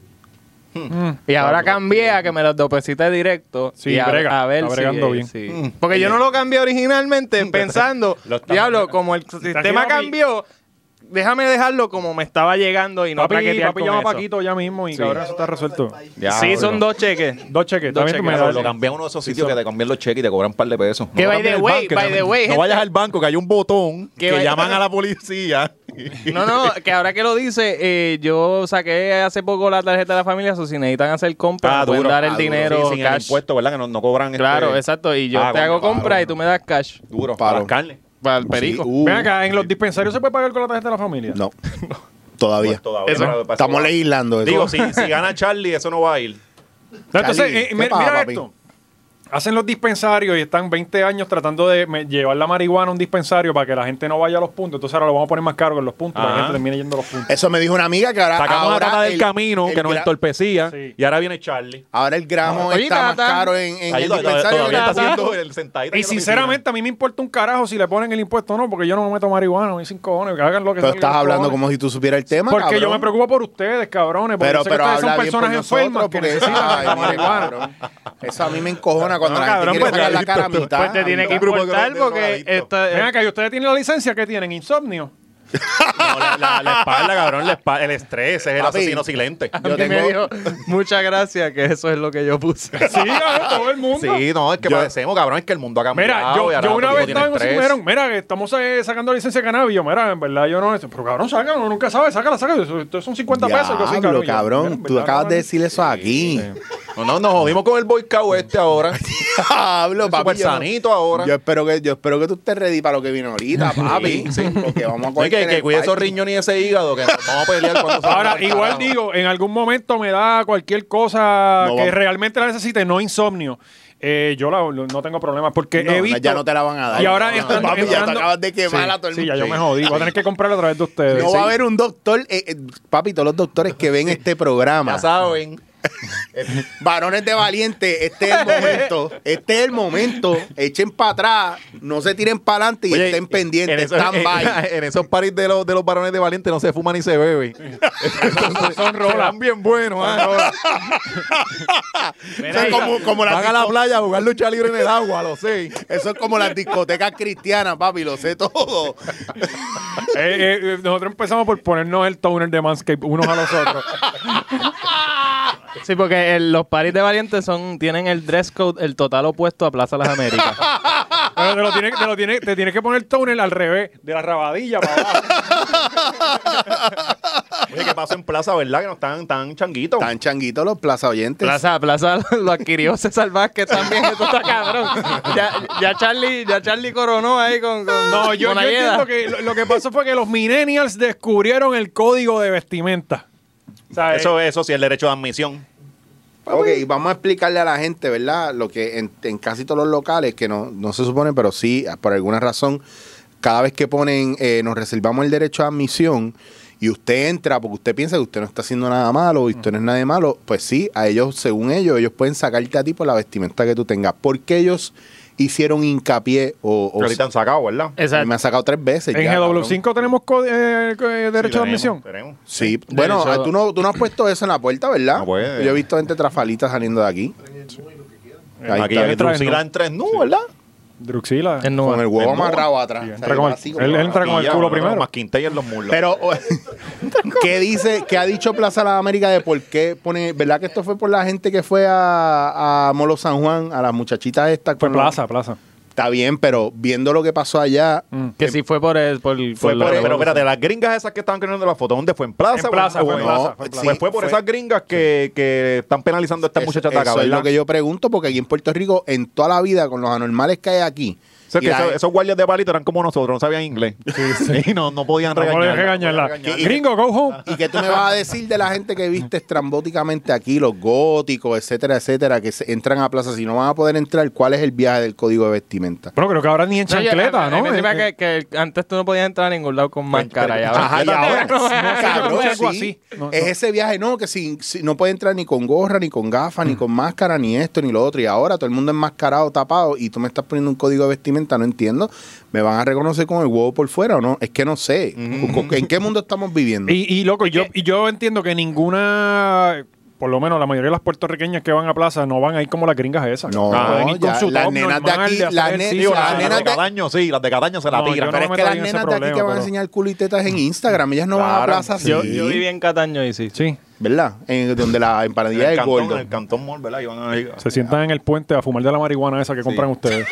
Speaker 4: Hmm.
Speaker 5: Mm.
Speaker 2: Y ahora cambié a que me los deposite directo.
Speaker 5: Sí,
Speaker 2: y a,
Speaker 5: brega,
Speaker 2: a ver
Speaker 5: está
Speaker 2: si-
Speaker 5: bregando
Speaker 2: eh,
Speaker 5: bien.
Speaker 2: sí. Porque yo no lo cambié originalmente pensando,
Speaker 4: Hmm. Lo está-
Speaker 2: diablo, como el sistema
Speaker 5: haciendo
Speaker 2: cambió, déjame dejarlo como me estaba llegando y no
Speaker 5: papi,
Speaker 2: traquetear
Speaker 5: papi
Speaker 2: con
Speaker 5: llama a
Speaker 2: eso.
Speaker 5: Paquito ya mismo y cabrón, eso está resuelto.
Speaker 4: Ya,
Speaker 2: sí,
Speaker 4: bro.
Speaker 2: son dos cheques.
Speaker 5: Dos cheques.
Speaker 2: Dos
Speaker 5: también
Speaker 2: cheques,
Speaker 5: tú me
Speaker 2: claro,
Speaker 5: das.
Speaker 4: Lo cambié a uno de esos sitios que te cambian los cheques y te cobran un par de pesos.
Speaker 2: Que
Speaker 4: lo
Speaker 2: by
Speaker 4: cambies
Speaker 2: the
Speaker 4: al
Speaker 2: way,
Speaker 4: banco,
Speaker 2: by
Speaker 4: no-
Speaker 2: the way,
Speaker 4: No
Speaker 2: gente.
Speaker 4: vayas al banco que hay un botón que,
Speaker 2: vaya-
Speaker 4: llaman a la policía.
Speaker 2: No, no, que ahora que lo dice, eh, yo saqué hace poco la tarjeta de la familia, so si necesitan hacer compras, me pueden
Speaker 4: duro,
Speaker 2: dar
Speaker 4: ah,
Speaker 2: el
Speaker 4: duro.
Speaker 2: dinero,
Speaker 4: Sí, sin el
Speaker 2: cash.
Speaker 4: impuesto, ¿verdad? Que no, no cobran.
Speaker 2: Claro,
Speaker 4: este,
Speaker 2: exacto. Y yo
Speaker 4: Ah,
Speaker 2: te
Speaker 4: coño,
Speaker 2: hago compra
Speaker 4: claro.
Speaker 2: y tú me das cash
Speaker 4: Duro,
Speaker 3: Paro.
Speaker 4: para las carnes.
Speaker 2: para el perico.
Speaker 3: Sí, uh,
Speaker 5: Ven acá, ¿en los dispensarios se puede pagar con la tarjeta de la familia?
Speaker 3: No, todavía.
Speaker 4: Pues todavía,
Speaker 2: Eso-
Speaker 4: para- para-
Speaker 3: Estamos
Speaker 4: para-
Speaker 3: legislando eso.
Speaker 4: Digo, si, si gana Charlie, eso no va a ir.
Speaker 5: Entonces,
Speaker 3: Charlie,
Speaker 5: eh,
Speaker 3: ¿qué
Speaker 5: mira,
Speaker 3: pasa,
Speaker 5: mira
Speaker 3: papi?
Speaker 5: esto. Hacen los dispensarios y están 20 años tratando de me- llevar la marihuana a un dispensario para que la gente no vaya a los puntos. Entonces ahora lo vamos a poner más caro que en los puntos para que la
Speaker 4: Ajá.
Speaker 5: gente termine yendo a los puntos.
Speaker 3: Eso me dijo una amiga que ahora.
Speaker 4: Sacamos
Speaker 3: ahora
Speaker 4: la tata del
Speaker 3: el-
Speaker 4: camino
Speaker 3: el
Speaker 4: que nos
Speaker 3: gra-
Speaker 4: entorpecía
Speaker 5: Sí.
Speaker 4: y ahora viene Charlie.
Speaker 3: Ahora el gramo
Speaker 2: Oye,
Speaker 3: está más
Speaker 2: tata.
Speaker 3: caro en, en
Speaker 4: Ahí
Speaker 3: el
Speaker 4: todavía-
Speaker 3: dispensario.
Speaker 4: todavía
Speaker 3: que
Speaker 4: está
Speaker 3: la tata.
Speaker 4: haciendo el sentadito. en
Speaker 5: Y
Speaker 4: la
Speaker 5: sinceramente a mí me importa un carajo si le ponen el impuesto o no, porque yo no me meto marihuana, ni cinco cojones, que hagan lo que salga
Speaker 3: Pero
Speaker 5: de
Speaker 3: estás
Speaker 5: los
Speaker 3: hablando
Speaker 5: cojones.
Speaker 3: como si tú supieras el tema.
Speaker 5: Porque yo
Speaker 3: cabrón.
Speaker 5: me preocupo por ustedes, cabrones, porque
Speaker 3: Pero,
Speaker 5: yo sé que
Speaker 3: pero
Speaker 5: ustedes
Speaker 3: habla
Speaker 5: son
Speaker 3: bien por
Speaker 5: personas enfermas
Speaker 3: nosotros
Speaker 5: que
Speaker 3: porque
Speaker 5: necesitan la
Speaker 3: ay, mire,
Speaker 5: marihuana.
Speaker 3: cabrón. Eso a mí me encojona cuando
Speaker 5: No,
Speaker 3: la gente
Speaker 5: cabrón,
Speaker 3: quiere
Speaker 5: pues,
Speaker 3: sacar la
Speaker 4: adicto,
Speaker 3: cara a mitad.
Speaker 2: Pues te tiene que
Speaker 4: grupo que
Speaker 2: importar
Speaker 4: vende
Speaker 2: porque
Speaker 4: drogadictos.
Speaker 2: esta,
Speaker 5: Ven acá, ¿y ustedes tienen la licencia que tienen? ¿Insomnio?
Speaker 4: No, la, la- la espalda, cabrón, la espalda, el estrés, es el
Speaker 3: Papi.
Speaker 4: asesino silente.
Speaker 2: Yo me dijo, muchas gracias, que eso es lo que yo puse.
Speaker 5: Sí, claro, todo el mundo.
Speaker 4: Sí, no, es que padecemos, cabrón, es que el mundo ha cambiado.
Speaker 5: Mira,
Speaker 4: y
Speaker 5: yo,
Speaker 4: ahora
Speaker 5: yo una
Speaker 4: todo
Speaker 5: vez
Speaker 4: tiene
Speaker 5: estaba en un sitio y me
Speaker 4: estrés.
Speaker 5: dijeron, mira, que estamos eh, sacando licencia de cannabis. Y Yo, mira, en verdad, yo no. Pero cabrón, sácala, uno nunca sabe, sácala, sácala. Eso, esto son 50 pesos. Pues Yo, sí,
Speaker 3: Diablo,
Speaker 5: Y yo, mira,
Speaker 3: cabrón.
Speaker 5: en
Speaker 3: Tú
Speaker 5: verdad,
Speaker 3: acabas
Speaker 5: no,
Speaker 3: de
Speaker 5: no.
Speaker 3: decir eso aquí.
Speaker 4: No, no, nos jodimos con el boicot este ahora.
Speaker 3: Diablo, papi.
Speaker 4: Súper
Speaker 3: yo no-
Speaker 4: sanito ahora.
Speaker 3: Yo espero que yo espero que tú estés ready para lo que viene ahorita, papi. Porque vamos a
Speaker 4: Oye,
Speaker 3: cortar
Speaker 4: que,
Speaker 3: en
Speaker 4: que
Speaker 3: el
Speaker 4: cuide esos
Speaker 3: party.
Speaker 4: riñones y ese hígado, que nos vamos a pelear cuando salga
Speaker 5: Ahora,
Speaker 4: del
Speaker 5: igual
Speaker 4: carajo.
Speaker 5: digo, en algún momento me da cualquier cosa
Speaker 3: No
Speaker 5: que
Speaker 3: va-
Speaker 5: realmente la necesite, no insomnio. Eh, yo la- lo- no tengo problemas porque
Speaker 3: No,
Speaker 5: he
Speaker 3: no,
Speaker 5: visto.
Speaker 3: ya no te la van a dar.
Speaker 5: Y ahora
Speaker 3: No, no,
Speaker 5: están
Speaker 3: papi, ya te
Speaker 5: entrando-
Speaker 3: acabas de quemar
Speaker 5: Sí,
Speaker 3: a todo el
Speaker 5: Sí, ya yo
Speaker 3: Sí.
Speaker 5: me jodí. Voy a tener que comprarlo a través de ustedes.
Speaker 3: No
Speaker 5: Sí.
Speaker 3: va a haber un doctor, eh, eh, papi, todos los doctores que ven este programa Eh,
Speaker 4: Ya saben.
Speaker 3: Varones de valiente, este es el momento. Este es el momento. Echen para atrás, no se tiren para adelante y
Speaker 4: Oye, eh,
Speaker 3: estén pendientes.
Speaker 4: en esos-
Speaker 3: stand by.
Speaker 4: en, en esos paris de los, de los varones de Valiente no se fuma ni se bebe.
Speaker 5: Son rolas.
Speaker 4: Están bien buenos. ah.
Speaker 3: Eso es como, como las
Speaker 4: Van a la
Speaker 3: disco-
Speaker 4: playa a jugar lucha libre en el agua, lo sé.
Speaker 3: eso es como las discotecas cristianas, papi, lo sé todo.
Speaker 5: Eh, eh, eh, nosotros empezamos por ponernos el toner de Manscape unos a los otros.
Speaker 2: Sí, porque el- los paris de Valiente son, tienen el dress code el total opuesto a Plaza Las Américas.
Speaker 5: Pero te lo tienes te lo tiene, te tienes que poner el toner al revés, de la rabadilla para abajo.
Speaker 4: Oye, ¿qué pasó en plaza, verdad? Que no están tan changuitos.
Speaker 3: Tan changuitos los plaza oyentes.
Speaker 2: Plaza, Plaza lo adquirió César Vázquez también, esto está cabrón. Ya, ya Charlie, ya Charlie coronó ahí con, con
Speaker 5: No, yo,
Speaker 2: con
Speaker 5: yo
Speaker 2: Ayeda.
Speaker 5: entiendo que lo, lo que pasó fue que los millennials descubrieron el código de vestimenta. O sea, eh,
Speaker 4: Eso, eso sí, el derecho de admisión.
Speaker 3: Ok, y vamos a explicarle a la gente, ¿verdad? Lo que en, en casi todos los locales, que no, no se supone, pero sí, por alguna razón, cada vez que ponen, eh, nos reservamos el derecho a admisión y usted entra porque usted piensa que usted no está haciendo nada malo y usted no es nada de malo, pues sí, a ellos, según ellos, ellos pueden sacarte a ti por la vestimenta que tú tengas. Porque ellos hicieron hincapié o... o-
Speaker 4: Pero sí te han sacado, ¿verdad?
Speaker 2: Exacto.
Speaker 3: me han sacado tres veces.
Speaker 5: en
Speaker 3: ya,
Speaker 5: GW5 tenemos co- eh, co- eh, derecho
Speaker 4: Sí,
Speaker 5: de admisión.
Speaker 4: Tenemos. tenemos.
Speaker 3: Sí, bueno,
Speaker 2: Derecho a-
Speaker 3: tú no, tú no has puesto eso en la puerta, ¿verdad?
Speaker 4: No puede.
Speaker 3: Yo he visto gente trafalita saliendo de aquí. Ahí
Speaker 4: Aquí
Speaker 3: está.
Speaker 4: hay
Speaker 5: Traen, ¿no?
Speaker 4: Drusila en tres nubes, ¿verdad?
Speaker 5: Druxila.
Speaker 2: Es nueva.
Speaker 3: Con el huevo
Speaker 4: El nudo.
Speaker 3: amarrado atrás.
Speaker 5: entra
Speaker 3: O sea,
Speaker 5: con el-
Speaker 3: así como-
Speaker 5: él entra con el
Speaker 4: Y ya,
Speaker 5: culo
Speaker 4: nosotros
Speaker 5: primero.
Speaker 4: Más Quintella en los muslos.
Speaker 3: Pero, o- ¿qué dice, qué ha dicho Plaza La América de por qué pone, verdad que esto fue por la gente que fue a, a Molo San Juan, a las muchachitas estas?
Speaker 5: Fue
Speaker 3: con los-
Speaker 5: Pues plaza, plaza.
Speaker 3: Está bien, pero viendo lo que pasó allá,
Speaker 2: Que sí fue por el, por,
Speaker 4: Fue
Speaker 2: la
Speaker 4: por- pero
Speaker 2: revolución.
Speaker 4: espérate, las gringas esas que estaban creando la foto, ¿dónde fue? ¿En plaza?
Speaker 5: En plaza,
Speaker 4: o
Speaker 5: fue en plaza,
Speaker 4: No,
Speaker 5: fue en
Speaker 4: sí,
Speaker 5: plaza.
Speaker 4: pues fue por
Speaker 3: Fue-
Speaker 4: esas gringas que, que están penalizando a estas
Speaker 3: es-
Speaker 4: muchachas de acá,
Speaker 3: eso es
Speaker 4: ¿verdad?
Speaker 3: lo que yo pregunto, porque aquí en Puerto Rico, en toda la vida, con los anormales que hay aquí,
Speaker 4: O sea,
Speaker 3: y
Speaker 4: que
Speaker 3: la-
Speaker 4: esos, esos guardias de palito eran como nosotros, no sabían inglés. Y no, no podían
Speaker 5: No
Speaker 4: regañarla.
Speaker 5: podías regañarla.
Speaker 3: regañarla.
Speaker 5: Gringo, go home.
Speaker 3: ¿Y qué tú me vas a decir de la gente que viste estrambóticamente aquí, los góticos, etcétera, etcétera, que se- entran a plaza? Si no van a poder entrar, ¿cuál es el viaje del código de vestimenta?
Speaker 5: Bueno, creo que ahora ni en
Speaker 2: No, yo-
Speaker 5: chancleta,
Speaker 2: a- a-
Speaker 5: ¿no?
Speaker 2: a mí se me
Speaker 5: Eh,
Speaker 2: hace que, que antes tú no podías entrar a ningún lado con máscara. y ahora-
Speaker 3: Ajá, y ahora,
Speaker 5: No,
Speaker 3: cabrón,
Speaker 5: no, algo
Speaker 3: sí.
Speaker 5: así. No,
Speaker 3: es
Speaker 5: no.
Speaker 3: ese viaje, no, que si, si no puede entrar ni con gorra, ni con gafas,
Speaker 5: Mm.
Speaker 3: ni con máscara, ni esto, ni lo otro. Y ahora todo el mundo enmascarado, tapado, y tú me estás poniendo un código de vestimenta, no entiendo. ¿Me van a reconocer con el huevo por fuera o no? Es que no sé. ¿En qué mundo estamos viviendo?
Speaker 5: Y, y, loco, Mm. yo, y yo entiendo que ninguna, por lo menos la mayoría de las puertorriqueñas que van a plaza no van a ir como las gringas esas.
Speaker 3: No,
Speaker 5: Pueden ir con
Speaker 3: ya,
Speaker 5: su
Speaker 3: las
Speaker 5: top
Speaker 3: nenas de
Speaker 5: normal
Speaker 3: aquí,
Speaker 5: hacer
Speaker 3: las ne-
Speaker 5: ejercicio.
Speaker 4: Digo,
Speaker 3: Sí,
Speaker 4: las,
Speaker 3: las
Speaker 4: las
Speaker 3: nenas
Speaker 4: de
Speaker 3: de-
Speaker 4: Cadaño, sí, las de Cadaño se la
Speaker 5: No,
Speaker 4: tiran.
Speaker 5: yo no
Speaker 4: pero
Speaker 5: me
Speaker 4: es
Speaker 3: que
Speaker 5: meto
Speaker 3: las
Speaker 5: ahí en ese
Speaker 3: nenas de aquí que
Speaker 5: problema,
Speaker 3: van a
Speaker 5: pero-
Speaker 3: enseñar culitetas en Instagram, ellas no van a
Speaker 4: Claro.
Speaker 3: plazas.
Speaker 2: Yo,
Speaker 3: sí.
Speaker 2: yo viví en Cataño y sí.
Speaker 5: Sí.
Speaker 3: ¿Verdad? En, donde la
Speaker 4: en
Speaker 3: empanadilla
Speaker 4: el
Speaker 3: del
Speaker 4: cantón,
Speaker 3: gordo.
Speaker 4: en el cantón Mall, ¿verdad? Y van a ir-
Speaker 5: Se sientan en el puente a fumar de la marihuana esa que compran ustedes.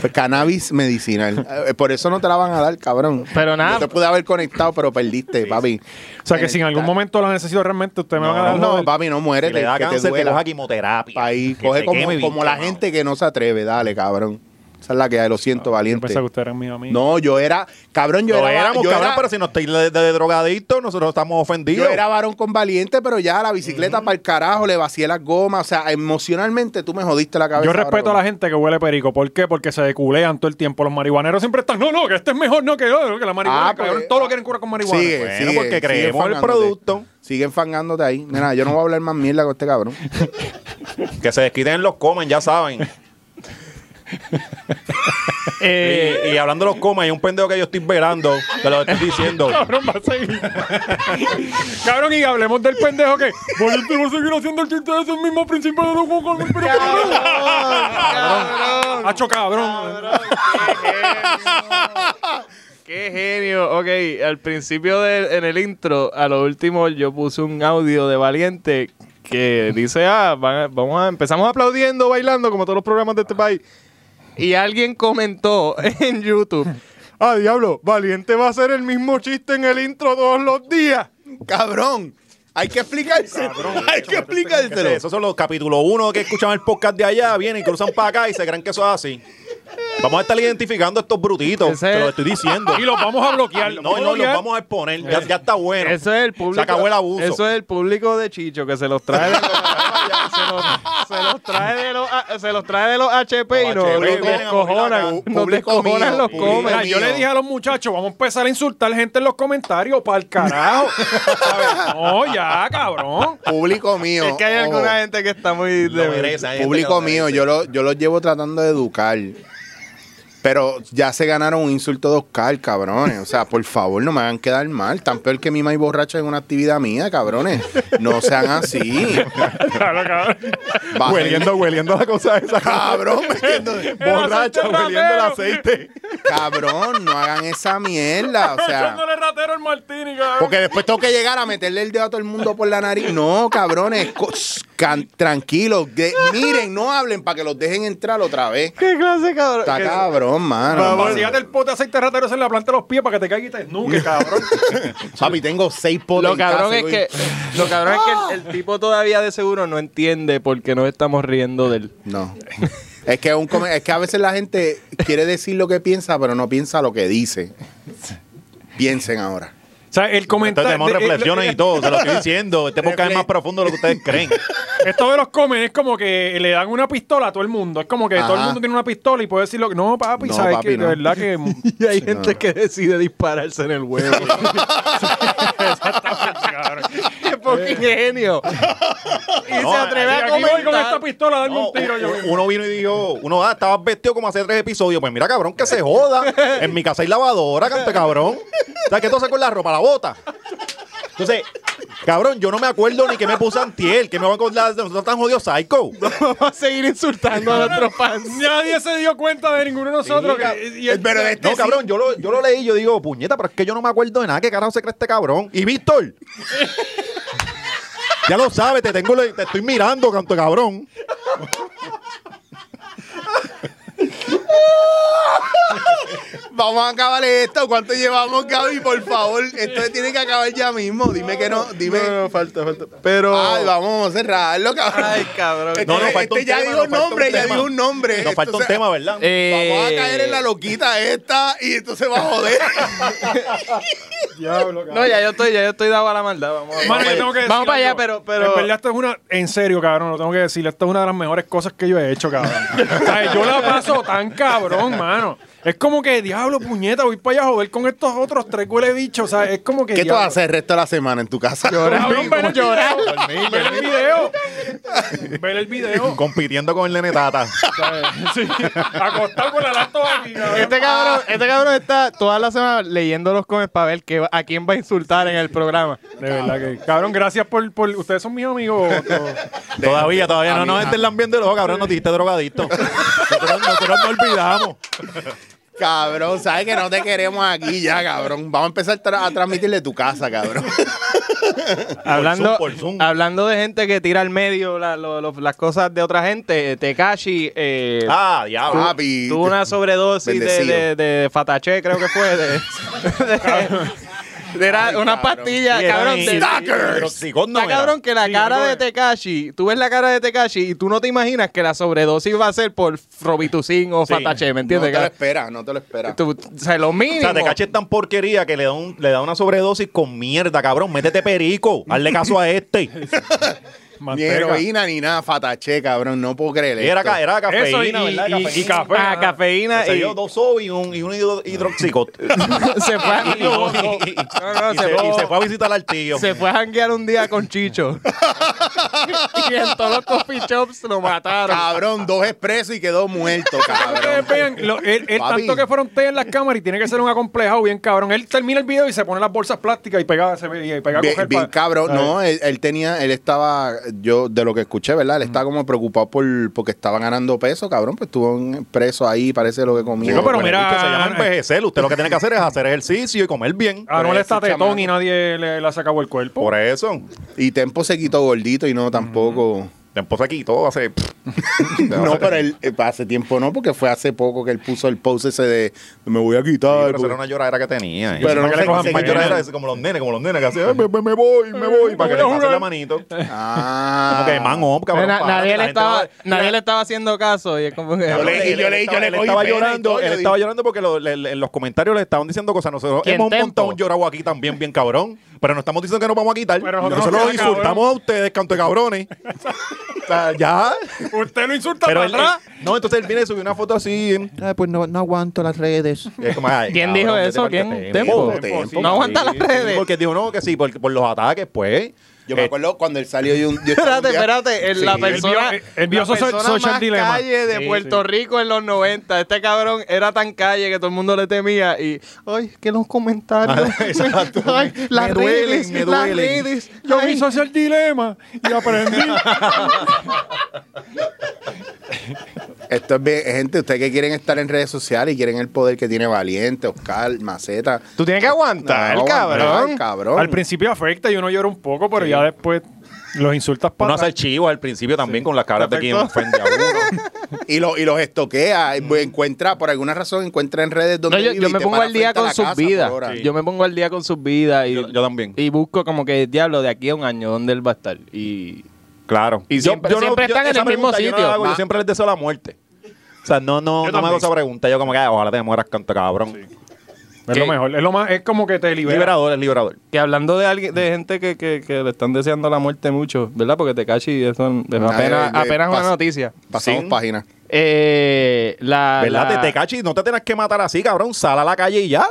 Speaker 3: Pues, cannabis medicinal. Eh, Por eso no te la van a dar, cabrón.
Speaker 2: Pero nada.
Speaker 3: Yo te pude haber conectado, pero perdiste, papi.
Speaker 5: O sea que si en algún momento la necesito realmente, ustedes me van a dar
Speaker 3: No,
Speaker 5: joder.
Speaker 3: papi, no
Speaker 4: Si
Speaker 3: mueres.
Speaker 4: le da
Speaker 3: que
Speaker 4: cáncer,
Speaker 3: te
Speaker 4: te
Speaker 3: duela.
Speaker 4: coja quimioterapia.
Speaker 3: Ahí,
Speaker 4: Que
Speaker 3: coge
Speaker 4: te
Speaker 3: como,
Speaker 4: queme bien
Speaker 3: como la
Speaker 4: quemado.
Speaker 3: gente que no se atreve. Dale, cabrón. Esa es la que hay. Lo siento,
Speaker 5: Yo
Speaker 3: valiente.
Speaker 5: pensaba que ustedes eran mis amigos.
Speaker 3: No, yo era... Cabrón, yo
Speaker 4: Lo
Speaker 3: era...
Speaker 4: éramos,
Speaker 3: yo
Speaker 4: cabrón,
Speaker 3: era-
Speaker 4: pero si no estáis de, de drogadictos, nosotros estamos ofendidos.
Speaker 3: Yo era varón con valiente, pero ya la bicicleta para el carajo, le vacié las gomas. O sea, emocionalmente tú me jodiste la cabeza.
Speaker 5: Yo respeto a
Speaker 3: varón.
Speaker 5: la gente que huele perico. ¿Por qué? Porque se deculean todo el tiempo. Los marihuaneros siempre están, no, no, que este es mejor, no, que, no, que la marihuana.
Speaker 3: Ah, porque-
Speaker 2: pues,
Speaker 5: cabrón, todo lo quieren curar con marihuana.
Speaker 3: Sigue,
Speaker 4: Bueno,
Speaker 3: sigue,
Speaker 4: porque
Speaker 3: sigue
Speaker 4: creemos en el
Speaker 3: fangándote.
Speaker 4: producto.
Speaker 3: Sigue enfangándote ahí. Nena, yo no voy a hablar más mierda con este cabrón.
Speaker 4: Que se desquiten los comen, ya saben.
Speaker 2: Eh,
Speaker 4: y, y hablando de los comen, hay un pendejo que yo estoy velando, te lo estoy diciendo.
Speaker 5: Cabrón, va a seguir. cabrón, y hablemos del pendejo que. Valiente va a seguir haciendo el chiste de esos mismos principios de los juegos con el perico.
Speaker 2: cabrón.
Speaker 5: Hacho, cabrón.
Speaker 2: Qué genio. Ok, al principio del en el intro, a lo último yo puse un audio de Valiente que dice, ah, van a- vamos a empezamos aplaudiendo, bailando como todos los programas de este país. Y alguien comentó en YouTube, ah, diablo, Valiente va a hacer el mismo chiste en el intro todos los días.
Speaker 3: cabrón. Hay que explicárselo. Hay que
Speaker 4: Que se-
Speaker 3: explicárselo.
Speaker 4: Esos son los capítulos uno que escuchan el podcast de allá, vienen y cruzan para acá y se creen que eso es así. Vamos a estar identificando a estos brutitos,
Speaker 2: Ese-
Speaker 4: te lo estoy diciendo.
Speaker 5: Y los vamos a bloquear.
Speaker 4: No, no, los vamos a exponer, ya,
Speaker 5: Eh,
Speaker 4: ya está bueno.
Speaker 2: Eso es el público.
Speaker 4: Se acabó el abuso.
Speaker 2: Eso es el público de Chicho que se los trae. de- se, los, se los trae de los, a- se los trae de los HP y
Speaker 4: Los
Speaker 2: nos
Speaker 4: HP
Speaker 2: los
Speaker 4: vienen a morir acá.
Speaker 2: descojonan. Nos
Speaker 3: Público
Speaker 2: descojonan
Speaker 3: mío,
Speaker 2: los
Speaker 3: público
Speaker 2: comen.
Speaker 5: Mira, yo
Speaker 3: mío.
Speaker 5: le dije a los muchachos, vamos a empezar a insultar gente en los comentarios, para el carajo. ¿Sabes? no, ya, cabrón.
Speaker 3: Público mío.
Speaker 2: Es que hay
Speaker 3: ojo,
Speaker 2: alguna gente que está muy
Speaker 4: Lo
Speaker 2: débil.
Speaker 4: merece, hay gente que
Speaker 3: Público
Speaker 4: lo
Speaker 3: mío,
Speaker 4: merece.
Speaker 3: yo lo, yo los llevo tratando de educar. Pero ya se ganaron un insulto de Oscar, cabrones. O sea, por favor, no me hagan quedar mal. Tan peor que mi maíz borracha en una actividad mía, cabrones. No sean así.
Speaker 5: Claro, cabrón.
Speaker 3: Bajen-
Speaker 1: Hueliendo, hueliendo la cosa esa.
Speaker 3: Cabrón, metiendo-
Speaker 1: Borracha,
Speaker 5: aceite
Speaker 1: hueliendo el
Speaker 5: ratero.
Speaker 1: aceite.
Speaker 3: cabrón, no hagan esa mierda. O sea,
Speaker 5: Echándole ratero al Martini, cabrón.
Speaker 3: porque después tengo que llegar a meterle el dedo a todo el mundo por la nariz. No, cabrones, co- can- tranquilos. de- miren, no hablen para que los dejen entrar otra vez.
Speaker 2: ¿Qué clase, cabrón?
Speaker 3: Está
Speaker 2: ¿Qué-
Speaker 3: cabrón, mano.
Speaker 5: Vacíate el pote de aceite ratero en la planta de los pies para que te caigas y te desnuque, cabrón.
Speaker 3: Papi, tengo seis potes
Speaker 2: Lo
Speaker 3: en casa,
Speaker 2: cabrón es
Speaker 3: voy-
Speaker 2: que, lo cabrón es que el, el tipo todavía de seguro no entiende por qué nos estamos riendo del
Speaker 3: No. Es que, un come- es que a veces la gente quiere decir lo que piensa, pero no piensa lo que dice. Piensen ahora.
Speaker 5: O sea, el
Speaker 4: Entonces
Speaker 5: comentario.
Speaker 4: tenemos
Speaker 5: de- eh,
Speaker 4: reflexiones y todo, se lo estoy diciendo. Este podcast es más profundo de lo que ustedes creen.
Speaker 5: Esto de los comen es como que le dan una pistola a todo el mundo. Es como que todo el
Speaker 3: Ajá.
Speaker 5: mundo tiene una pistola y puede decirlo. No, papi,
Speaker 3: No,
Speaker 5: sabes
Speaker 3: papi,
Speaker 5: que
Speaker 3: no.
Speaker 5: de verdad que.
Speaker 2: Y hay gente que decide dispararse en el huevo.
Speaker 5: cabrón.
Speaker 2: ¡Qué poco ingenio! Y
Speaker 4: No,
Speaker 2: se atreve
Speaker 5: Y
Speaker 2: a
Speaker 5: aquí voy con esta
Speaker 2: comentar.
Speaker 5: pistola a darme
Speaker 4: No,
Speaker 5: un tiro yo.
Speaker 4: u- uno vino y dijo, uno, ah, estabas vestido como hace tres episodios. Pues mira, cabrón, que se joda. En mi casa hay lavadora, cante cabrón. O sea, que tú haces con la ropa, la bota. Entonces, cabrón, yo no me acuerdo ni que me puse antiel, que me van con la de nosotros tan jodidos psycho.
Speaker 2: Vamos a seguir insultando a nuestros fans.
Speaker 5: Nadie se dio cuenta de ninguno de nosotros. que- y- y-
Speaker 3: Pero de este
Speaker 4: No, cabrón, yo lo, yo lo leí y yo digo, puñeta, pero es que yo no me acuerdo de nada. ¿Qué carajo se cree este cabrón? Y Víctor. ya lo sabes, te tengo, le- te estoy mirando, canto cabrón.
Speaker 3: Vamos a acabar esto. ¿Cuánto llevamos, Gaby? Por favor, esto tiene que acabar ya mismo. Dime que no. Dime.
Speaker 1: falta, falta. Pero.
Speaker 3: Ay, vamos a cerrarlo, cabrón.
Speaker 2: Ay, cabrón.
Speaker 3: Este,
Speaker 4: No, no, falta un
Speaker 3: este ya
Speaker 4: tema,
Speaker 3: dijo
Speaker 4: nos
Speaker 3: un
Speaker 4: falta un
Speaker 3: nombre, ya
Speaker 4: tema.
Speaker 3: dijo un nombre.
Speaker 4: Nos falta un
Speaker 3: Entonces,
Speaker 4: tema, ¿verdad?
Speaker 3: Vamos
Speaker 2: Eh,
Speaker 3: a caer en la loquita esta y entonces va a joder.
Speaker 5: Diablo, cabrón.
Speaker 2: No, ya yo estoy, ya yo estoy dado a la maldad. Vamos,
Speaker 5: Mano,
Speaker 2: vamos,
Speaker 5: yo tengo que decir
Speaker 2: vamos para allá,
Speaker 5: algo.
Speaker 2: pero, pero.
Speaker 5: En verdad, esto es una. En serio, cabrón, lo tengo que decir. Esto es una de las mejores cosas que yo he hecho, cabrón. o sea, yo la paso tan cabrón, mano. Es como que, diablo, puñeta, voy para allá a joder con estos otros tres huele bichos. O sea, es como que.
Speaker 3: ¿Qué tú
Speaker 5: diablo.
Speaker 3: vas a hacer el resto de la semana en tu casa?
Speaker 5: Cabrón, ver el video. Ver el video. Ver el
Speaker 2: Oh.
Speaker 5: video.
Speaker 4: Compitiendo con el nene tata.
Speaker 5: O sea, sí. Acostado con la laptop aquí, cabrón.
Speaker 2: Este cabrón, este cabrón está toda la semana leyendo los comes para ver que, a quién va a insultar en el programa.
Speaker 5: De verdad que. Cabrón, gracias por. por ustedes son mis amigos.
Speaker 4: Todavía, todavía. No, no,
Speaker 3: Amiga.
Speaker 4: este es el ambiente de los cabrón, nos dijiste drogadicto. Nosotros, nosotros no olvidamos.
Speaker 3: Cabrón, sabes que no te queremos aquí ya, cabrón. Vamos a empezar tra- a transmitirle tu casa, cabrón.
Speaker 2: Hablando,
Speaker 4: Zoom, por Zoom.
Speaker 2: hablando de gente que tira al medio la- lo- lo- las cosas de otra gente, eh, Tekashi eh,
Speaker 4: Ah, diablo.
Speaker 3: Papi.
Speaker 2: tuvo una sobredosis de,
Speaker 3: Bendecido.
Speaker 2: de, de Fatache, creo que fue. De, de- de era una pastilla, Ah, cabrón. de-
Speaker 4: Toxicón no
Speaker 2: Está
Speaker 4: era.
Speaker 2: cabrón que la
Speaker 5: Sí,
Speaker 2: cara
Speaker 5: no
Speaker 2: de
Speaker 5: era.
Speaker 2: Tekashi, tú ves la cara de Tekashi y tú no te imaginas que la sobredosis va a ser por Robitussin o
Speaker 4: Sí.
Speaker 2: Fatache, ¿me
Speaker 3: No te
Speaker 2: entiendes?
Speaker 3: lo
Speaker 2: cara?
Speaker 3: esperas, no te lo esperas.
Speaker 2: Tú- o sea, lo
Speaker 4: O
Speaker 2: mínimo.
Speaker 4: sea, te caché tan porquería que le da, un- le da una sobredosis con mierda, cabrón. Métete perico. Hazle caso a este.
Speaker 3: Ni
Speaker 5: Manteca.
Speaker 3: heroína ni nada, fatache, cabrón. No puedo creer
Speaker 4: Era,
Speaker 3: esto.
Speaker 4: ca- era cafeína,
Speaker 5: Eso y,
Speaker 4: ¿verdad?
Speaker 5: y- y café.
Speaker 2: Ah, cafeína
Speaker 4: Se
Speaker 2: y
Speaker 4: dio dos Obi y un, y un hidro- hidroxicot. Y-
Speaker 2: se fue a-
Speaker 4: y- y- y-
Speaker 2: No, no,
Speaker 4: y
Speaker 2: se
Speaker 4: se-
Speaker 2: fue-
Speaker 4: y se fue a visitar al tío.
Speaker 2: Se fue a janguear un día con Chicho. y en todos los coffee shops lo mataron.
Speaker 3: Cabrón, dos expresos y quedó muerto,
Speaker 5: Ustedes
Speaker 3: cabrón.
Speaker 5: vean, lo- él, él
Speaker 3: Papi.
Speaker 5: tanto que frontea en las cámaras y tiene que ser un acomplejado bien cabrón. Él termina el video y se pone las bolsas plásticas y pega, se, y pega a
Speaker 3: Bien,
Speaker 5: coger
Speaker 3: bien
Speaker 5: pa-
Speaker 3: cabrón,
Speaker 5: ¿sabes?
Speaker 3: no, él, él tenía, él estaba, yo de lo que escuché, ¿verdad? Él estaba como preocupado por porque estaba ganando peso, cabrón, pues estuvo en- preso ahí, parece lo que comía.
Speaker 5: Chico, pero
Speaker 4: Bueno,
Speaker 5: mira,
Speaker 4: es que se llama
Speaker 5: Ana-
Speaker 4: envejecer. Usted lo que tiene que hacer es hacer ejercicio y comer bien.
Speaker 5: Ah, no
Speaker 3: Por
Speaker 5: le está
Speaker 3: eso,
Speaker 5: tetón
Speaker 3: chamaco.
Speaker 5: y nadie le, le ha sacado el cuerpo.
Speaker 4: Por eso.
Speaker 3: Y Tempo se quitó gordito y no tampoco.
Speaker 4: Después aquí todo hace.
Speaker 3: No, pero él, eh, hace tiempo no, porque fue hace poco que él puso el post ese de me voy a quitar.
Speaker 4: pero era
Speaker 3: porque-
Speaker 4: una lloradera que tenía. eh.
Speaker 3: Pero
Speaker 4: Encima
Speaker 3: no
Speaker 4: que
Speaker 3: sé
Speaker 4: le cojan
Speaker 3: qué
Speaker 4: más
Speaker 3: señal.
Speaker 4: lloradera, es como los nenes, como los nenes que hacen, "Ay, me, me- me voy, me voy, para que le pase la manito.
Speaker 3: Ah.
Speaker 4: Como que man up, cabrón.
Speaker 2: Na-
Speaker 4: párate,
Speaker 2: nadie
Speaker 4: la
Speaker 2: le,
Speaker 4: gente
Speaker 2: estaba,
Speaker 4: va-
Speaker 2: nadie le estaba haciendo caso. Y es como que.
Speaker 3: Yo le-
Speaker 4: Él-
Speaker 3: y yo
Speaker 4: él
Speaker 3: le- yo
Speaker 4: estaba-
Speaker 3: le
Speaker 4: él
Speaker 3: cogí
Speaker 4: estaba
Speaker 3: pena y
Speaker 4: llorando,
Speaker 3: todo,
Speaker 4: él
Speaker 3: yo
Speaker 4: estaba
Speaker 3: dije-
Speaker 4: llorando porque lo- le- le- en los comentarios le estaban diciendo cosas. Nosotros
Speaker 2: ¿Quién,
Speaker 4: hemos montado
Speaker 2: Tempo?
Speaker 4: un llorado aquí también, bien cabrón. Pero no estamos diciendo que nos vamos a quitar.
Speaker 5: Pero nosotros
Speaker 4: Nosotros
Speaker 5: no
Speaker 4: los
Speaker 5: queda cabrón.
Speaker 4: insultamos a ustedes, canto de cabrones. sea, ya.
Speaker 5: Usted lo insulta
Speaker 4: Pero
Speaker 5: para
Speaker 4: él,
Speaker 5: atrás.
Speaker 4: él- no, entonces él viene y subió una foto así. eh, Ay, pues no, no aguanto las redes. Y es como, ay,
Speaker 2: ¿Quién dijo
Speaker 4: vete
Speaker 2: eso?
Speaker 4: pa'l
Speaker 2: ¿Quién?
Speaker 4: Tempo.
Speaker 2: Tempo.
Speaker 4: Tempo, sí.
Speaker 2: No aguanta las
Speaker 4: Sí,
Speaker 2: redes.
Speaker 4: Porque dijo, no, que sí, por, por los ataques, pues.
Speaker 3: Yo me
Speaker 4: Eh,
Speaker 3: acuerdo cuando él salió y un. yo estaba un
Speaker 2: Espérate,
Speaker 3: día-
Speaker 2: espérate. El, la
Speaker 3: Sí.
Speaker 2: persona,
Speaker 5: El bio- el bio
Speaker 2: la
Speaker 5: social-
Speaker 2: persona
Speaker 5: social
Speaker 2: más
Speaker 5: dilemma.
Speaker 2: calle de
Speaker 5: Sí,
Speaker 2: Puerto Rico en los 90. Este cabrón era tan calle que todo el mundo le temía. Y, ay, que los comentarios.
Speaker 4: exacto.
Speaker 2: Ay, las
Speaker 4: Me duelen,
Speaker 2: redes,
Speaker 4: me
Speaker 2: las
Speaker 4: duelen.
Speaker 2: redes.
Speaker 5: Yo
Speaker 2: Ay,
Speaker 5: vi Social Dilema y aprendí.
Speaker 3: Esto es bien, gente, ustedes que quieren estar en redes sociales y quieren el poder que tiene Valiente, Oscar, Maceta.
Speaker 2: Tú tienes que aguantar,
Speaker 3: No,
Speaker 2: cabrón.
Speaker 3: aguantar, cabrón.
Speaker 5: Al principio afecta y uno llora un poco, pero ya después los insultas
Speaker 4: Uno
Speaker 5: para
Speaker 4: hace chivos al principio también con las caras de quien
Speaker 2: Perfecto.
Speaker 4: ofende a uno.
Speaker 3: Y, lo- y los estoquea. y, pues, Encuentra, por alguna razón, encuentra en redes donde.
Speaker 2: No, yo,
Speaker 3: vive
Speaker 2: yo
Speaker 3: y
Speaker 2: me
Speaker 3: te
Speaker 2: pongo
Speaker 3: para
Speaker 2: al día
Speaker 3: frente a
Speaker 2: con
Speaker 3: la
Speaker 2: sus
Speaker 3: casa
Speaker 2: vidas.
Speaker 3: por hora.
Speaker 2: Yo me pongo al día con sus vidas. Y,
Speaker 4: Yo- yo también.
Speaker 2: Y busco como que, diablo, de aquí a un año, ¿dónde él va a estar? Y.
Speaker 4: Claro.
Speaker 2: Y siempre- siempre están en
Speaker 4: esa
Speaker 2: el mismo
Speaker 4: pregunta yo no
Speaker 2: sitio.
Speaker 4: la hago,
Speaker 2: Ah.
Speaker 4: Yo siempre les deseo la muerte. O sea, no, no,
Speaker 5: Yo
Speaker 4: no me hago
Speaker 5: también.
Speaker 4: esa pregunta. Yo como que, "Ay, ojalá te mueras, canto cabrón.
Speaker 5: Es lo mejor. Es lo más, es como que te libera.
Speaker 4: Liberador, es liberador.
Speaker 2: Que hablando de alguien, de gente que, que, que le están deseando la muerte mucho, ¿verdad? Porque Tekashi eso es apenas,
Speaker 3: eh,
Speaker 2: apenas una
Speaker 3: pas-
Speaker 2: noticia.
Speaker 3: Pasamos
Speaker 4: Sí.
Speaker 3: página.
Speaker 2: Eh, la,
Speaker 4: ¿Verdad?
Speaker 2: la-
Speaker 4: Te, te cachis, no te tengas que matar así, cabrón. Sal a la calle y ya.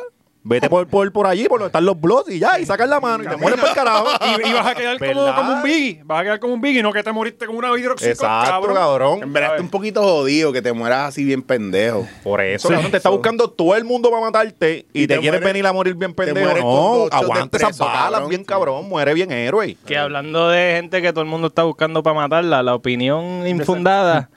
Speaker 4: Vete por, por, por allí, por donde están los blogs y ya. Y sacas la mano y te mueres por el carajo.
Speaker 5: Y, y vas a quedar como,
Speaker 4: ¿Verdad?
Speaker 5: como un biggie. Vas a quedar como un biggie, no que te moriste con una pues, hidroxicol,
Speaker 4: Exacto, cabrón.
Speaker 3: En verdad, está un poquito jodido que te mueras así bien pendejo.
Speaker 4: Por eso, cabrón, te está buscando todo el mundo para matarte y,
Speaker 3: Y
Speaker 4: te,
Speaker 3: te
Speaker 4: quieres
Speaker 3: mueres-
Speaker 4: venir a morir bien pendejo.
Speaker 3: mueres con
Speaker 4: No,
Speaker 3: dos shots de
Speaker 4: aguanta esas
Speaker 3: preso,
Speaker 4: balas
Speaker 3: cabrón.
Speaker 4: bien cabrón, muere bien héroe.
Speaker 2: que hablando de gente que todo el mundo está buscando para matarla, la opinión infundada.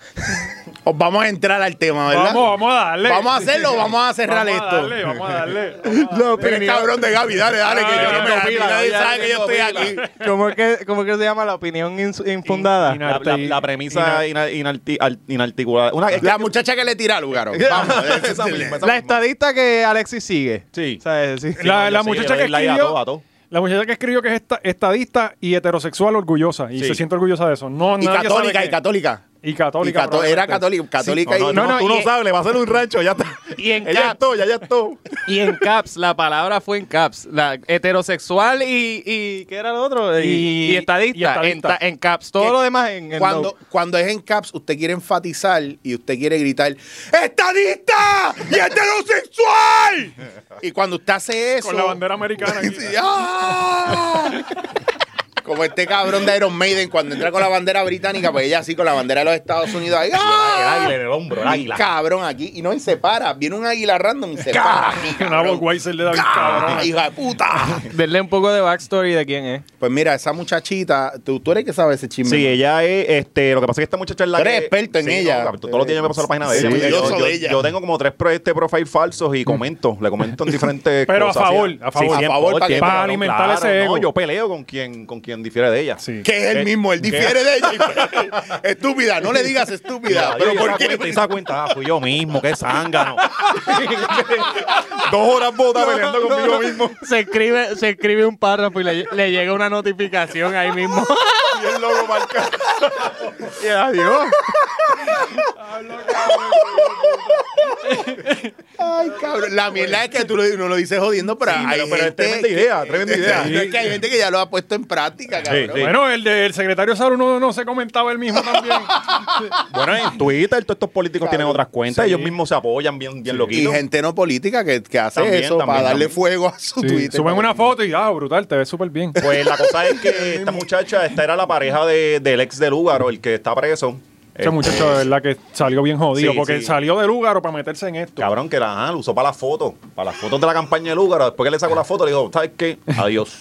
Speaker 3: Os vamos a entrar al tema, ¿verdad?
Speaker 5: Vamos, vamos a darle.
Speaker 3: Vamos a hacerlo, vamos a cerrar
Speaker 5: Vamos
Speaker 3: esto.
Speaker 5: a darle, vamos a darle.
Speaker 3: No, pero el cabrón de Gaby, dale, dale, que
Speaker 5: Ah,
Speaker 3: yo no me
Speaker 5: tengo
Speaker 3: la
Speaker 5: pila,
Speaker 3: nadie
Speaker 2: ya
Speaker 3: sabe que yo
Speaker 2: tengo
Speaker 3: estoy
Speaker 2: pila.
Speaker 3: aquí.
Speaker 2: ¿Cómo es que, cómo es que se llama la opinión ins- infundada?
Speaker 5: In-
Speaker 4: La, la- la premisa ina- inarti- al- inarticulada. Una, es que-
Speaker 3: La muchacha que le tira a Lugaro. Vamos,
Speaker 4: Esa misma, esa
Speaker 2: la
Speaker 4: misma.
Speaker 2: estadista que Alexis sigue.
Speaker 4: eh, Sí.
Speaker 2: ¿Sabes? Sí.
Speaker 5: La,
Speaker 4: yo
Speaker 5: la
Speaker 4: sé, yo
Speaker 5: muchacha que
Speaker 4: le doy like a
Speaker 5: escribió,
Speaker 4: todo, a todo.
Speaker 5: la muchacha que escribió que es esta- estadista y heterosexual orgullosa y
Speaker 4: Sí.
Speaker 5: se siente orgullosa de eso. No,
Speaker 3: y
Speaker 5: nadie sabe
Speaker 3: católica,
Speaker 5: que-
Speaker 3: y católica.
Speaker 5: y católica.
Speaker 3: Y cató- era
Speaker 5: probablemente.
Speaker 3: católica, católica
Speaker 4: No,
Speaker 3: y...
Speaker 4: no,
Speaker 2: No, no,
Speaker 4: tú
Speaker 2: y-
Speaker 4: no sabes, le va a hacer un rancho, ya está.
Speaker 2: Y en
Speaker 4: Ella
Speaker 2: cap-
Speaker 4: es todo, ya, ya es todo.
Speaker 2: Y en caps, la palabra fue en caps. La heterosexual y, y ¿qué era lo otro? Y,
Speaker 5: Y-
Speaker 2: y estadista.
Speaker 5: y estadista.
Speaker 2: En, ta- en caps. Todo
Speaker 3: Que-
Speaker 2: lo demás en, en
Speaker 3: Cuando,
Speaker 2: no.
Speaker 3: cuando es en caps, usted quiere enfatizar y usted quiere gritar ¡Estadista! ¡Y este heterosexual! y cuando usted hace eso...
Speaker 5: Con la bandera americana. aquí.
Speaker 3: Sí, ¡ah! Como este cabrón de Iron Maiden cuando entra con la bandera británica, pues ella así con la bandera de los Estados Unidos. ahí, ¡ah!
Speaker 4: águila en el hombro, el águila.
Speaker 3: Cabrón aquí. Y no, y se para. Viene un águila random y se para. aquí,
Speaker 5: Una
Speaker 3: cabrón.
Speaker 5: Budweiser de David,
Speaker 3: ¡Ah!
Speaker 5: cabrón.
Speaker 3: ¡Hija de puta!
Speaker 2: Denle un poco de backstory de quién es.
Speaker 3: Pues mira, esa muchachita, tú, tú eres que sabe ese chisme.
Speaker 4: Sí, ella es, este, lo que pasa es que esta muchacha es la
Speaker 3: Tú eres
Speaker 4: que...
Speaker 3: experto en
Speaker 4: Sí,
Speaker 3: ella.
Speaker 4: no, todos los días yo me paso la página de
Speaker 3: Sí,
Speaker 4: ella. porque
Speaker 3: yo soy de ella. Mm.
Speaker 4: yo tengo como tres pro- este profile falsos y comento, le comento en diferentes
Speaker 5: Pero a
Speaker 4: cosas.
Speaker 5: favor,
Speaker 4: Sí,
Speaker 5: a favor.
Speaker 4: siempre,
Speaker 3: A favor,
Speaker 4: todo el
Speaker 3: para que-
Speaker 4: tiempo,
Speaker 5: para
Speaker 4: cabrón,
Speaker 5: alimentar ese ego.
Speaker 4: No, yo peleo con quien, con quien difiere de ella.
Speaker 5: Sí.
Speaker 3: Que es el mismo, él difiere de ella. y- estúpida, no le digas estúpida.
Speaker 4: Ya,
Speaker 3: pero
Speaker 4: yo- yo
Speaker 3: ¿por
Speaker 4: se da
Speaker 3: qué?
Speaker 4: cuenta, y se da cuenta, ah, fui yo mismo, qué zángano. Dos horas bota peleando conmigo mismo.
Speaker 2: Se escribe, se escribe un párrafo y le, le llega una notificación ahí mismo.
Speaker 4: Y el logo marcado.
Speaker 2: y adiós.
Speaker 3: Ay, cabrón. La mierda es que tú lo, no lo dices jodiendo, pero hay
Speaker 4: pero este es
Speaker 3: gente
Speaker 4: tremenda
Speaker 3: que-
Speaker 4: idea, tremenda idea.
Speaker 3: No, es que hay gente que ya lo ha puesto en práctica, cabrón.
Speaker 4: sí.
Speaker 5: Bueno, el del secretario de salud no, no se comentaba él mismo también.
Speaker 4: Bueno, en Twitter todos estos políticos tienen otras cuentas, ellos mismos se apoyan bien, bien
Speaker 3: Y
Speaker 4: loquitos.
Speaker 3: gente no política que, que hace
Speaker 4: También,
Speaker 3: eso
Speaker 4: también,
Speaker 3: para darle
Speaker 4: también.
Speaker 3: fuego a su
Speaker 5: Sí,
Speaker 3: Twitter.
Speaker 5: Suben una foto y ah, brutal, te ves súper bien.
Speaker 3: Eh,
Speaker 4: Pues la cosa es que esta muchacha, esta era la pareja de- del ex de Lugaro, el que está preso.
Speaker 5: Ese
Speaker 4: Este,
Speaker 5: muchacho de verdad que salió bien jodido
Speaker 4: Sí,
Speaker 5: porque
Speaker 4: sí.
Speaker 5: salió de lugar para meterse en esto.
Speaker 4: Cabrón, que la, ajá, lo usó para las fotos, para las fotos de la campaña de Lugaro. Después que le sacó la foto, le dijo, ¿sabes qué? Adiós.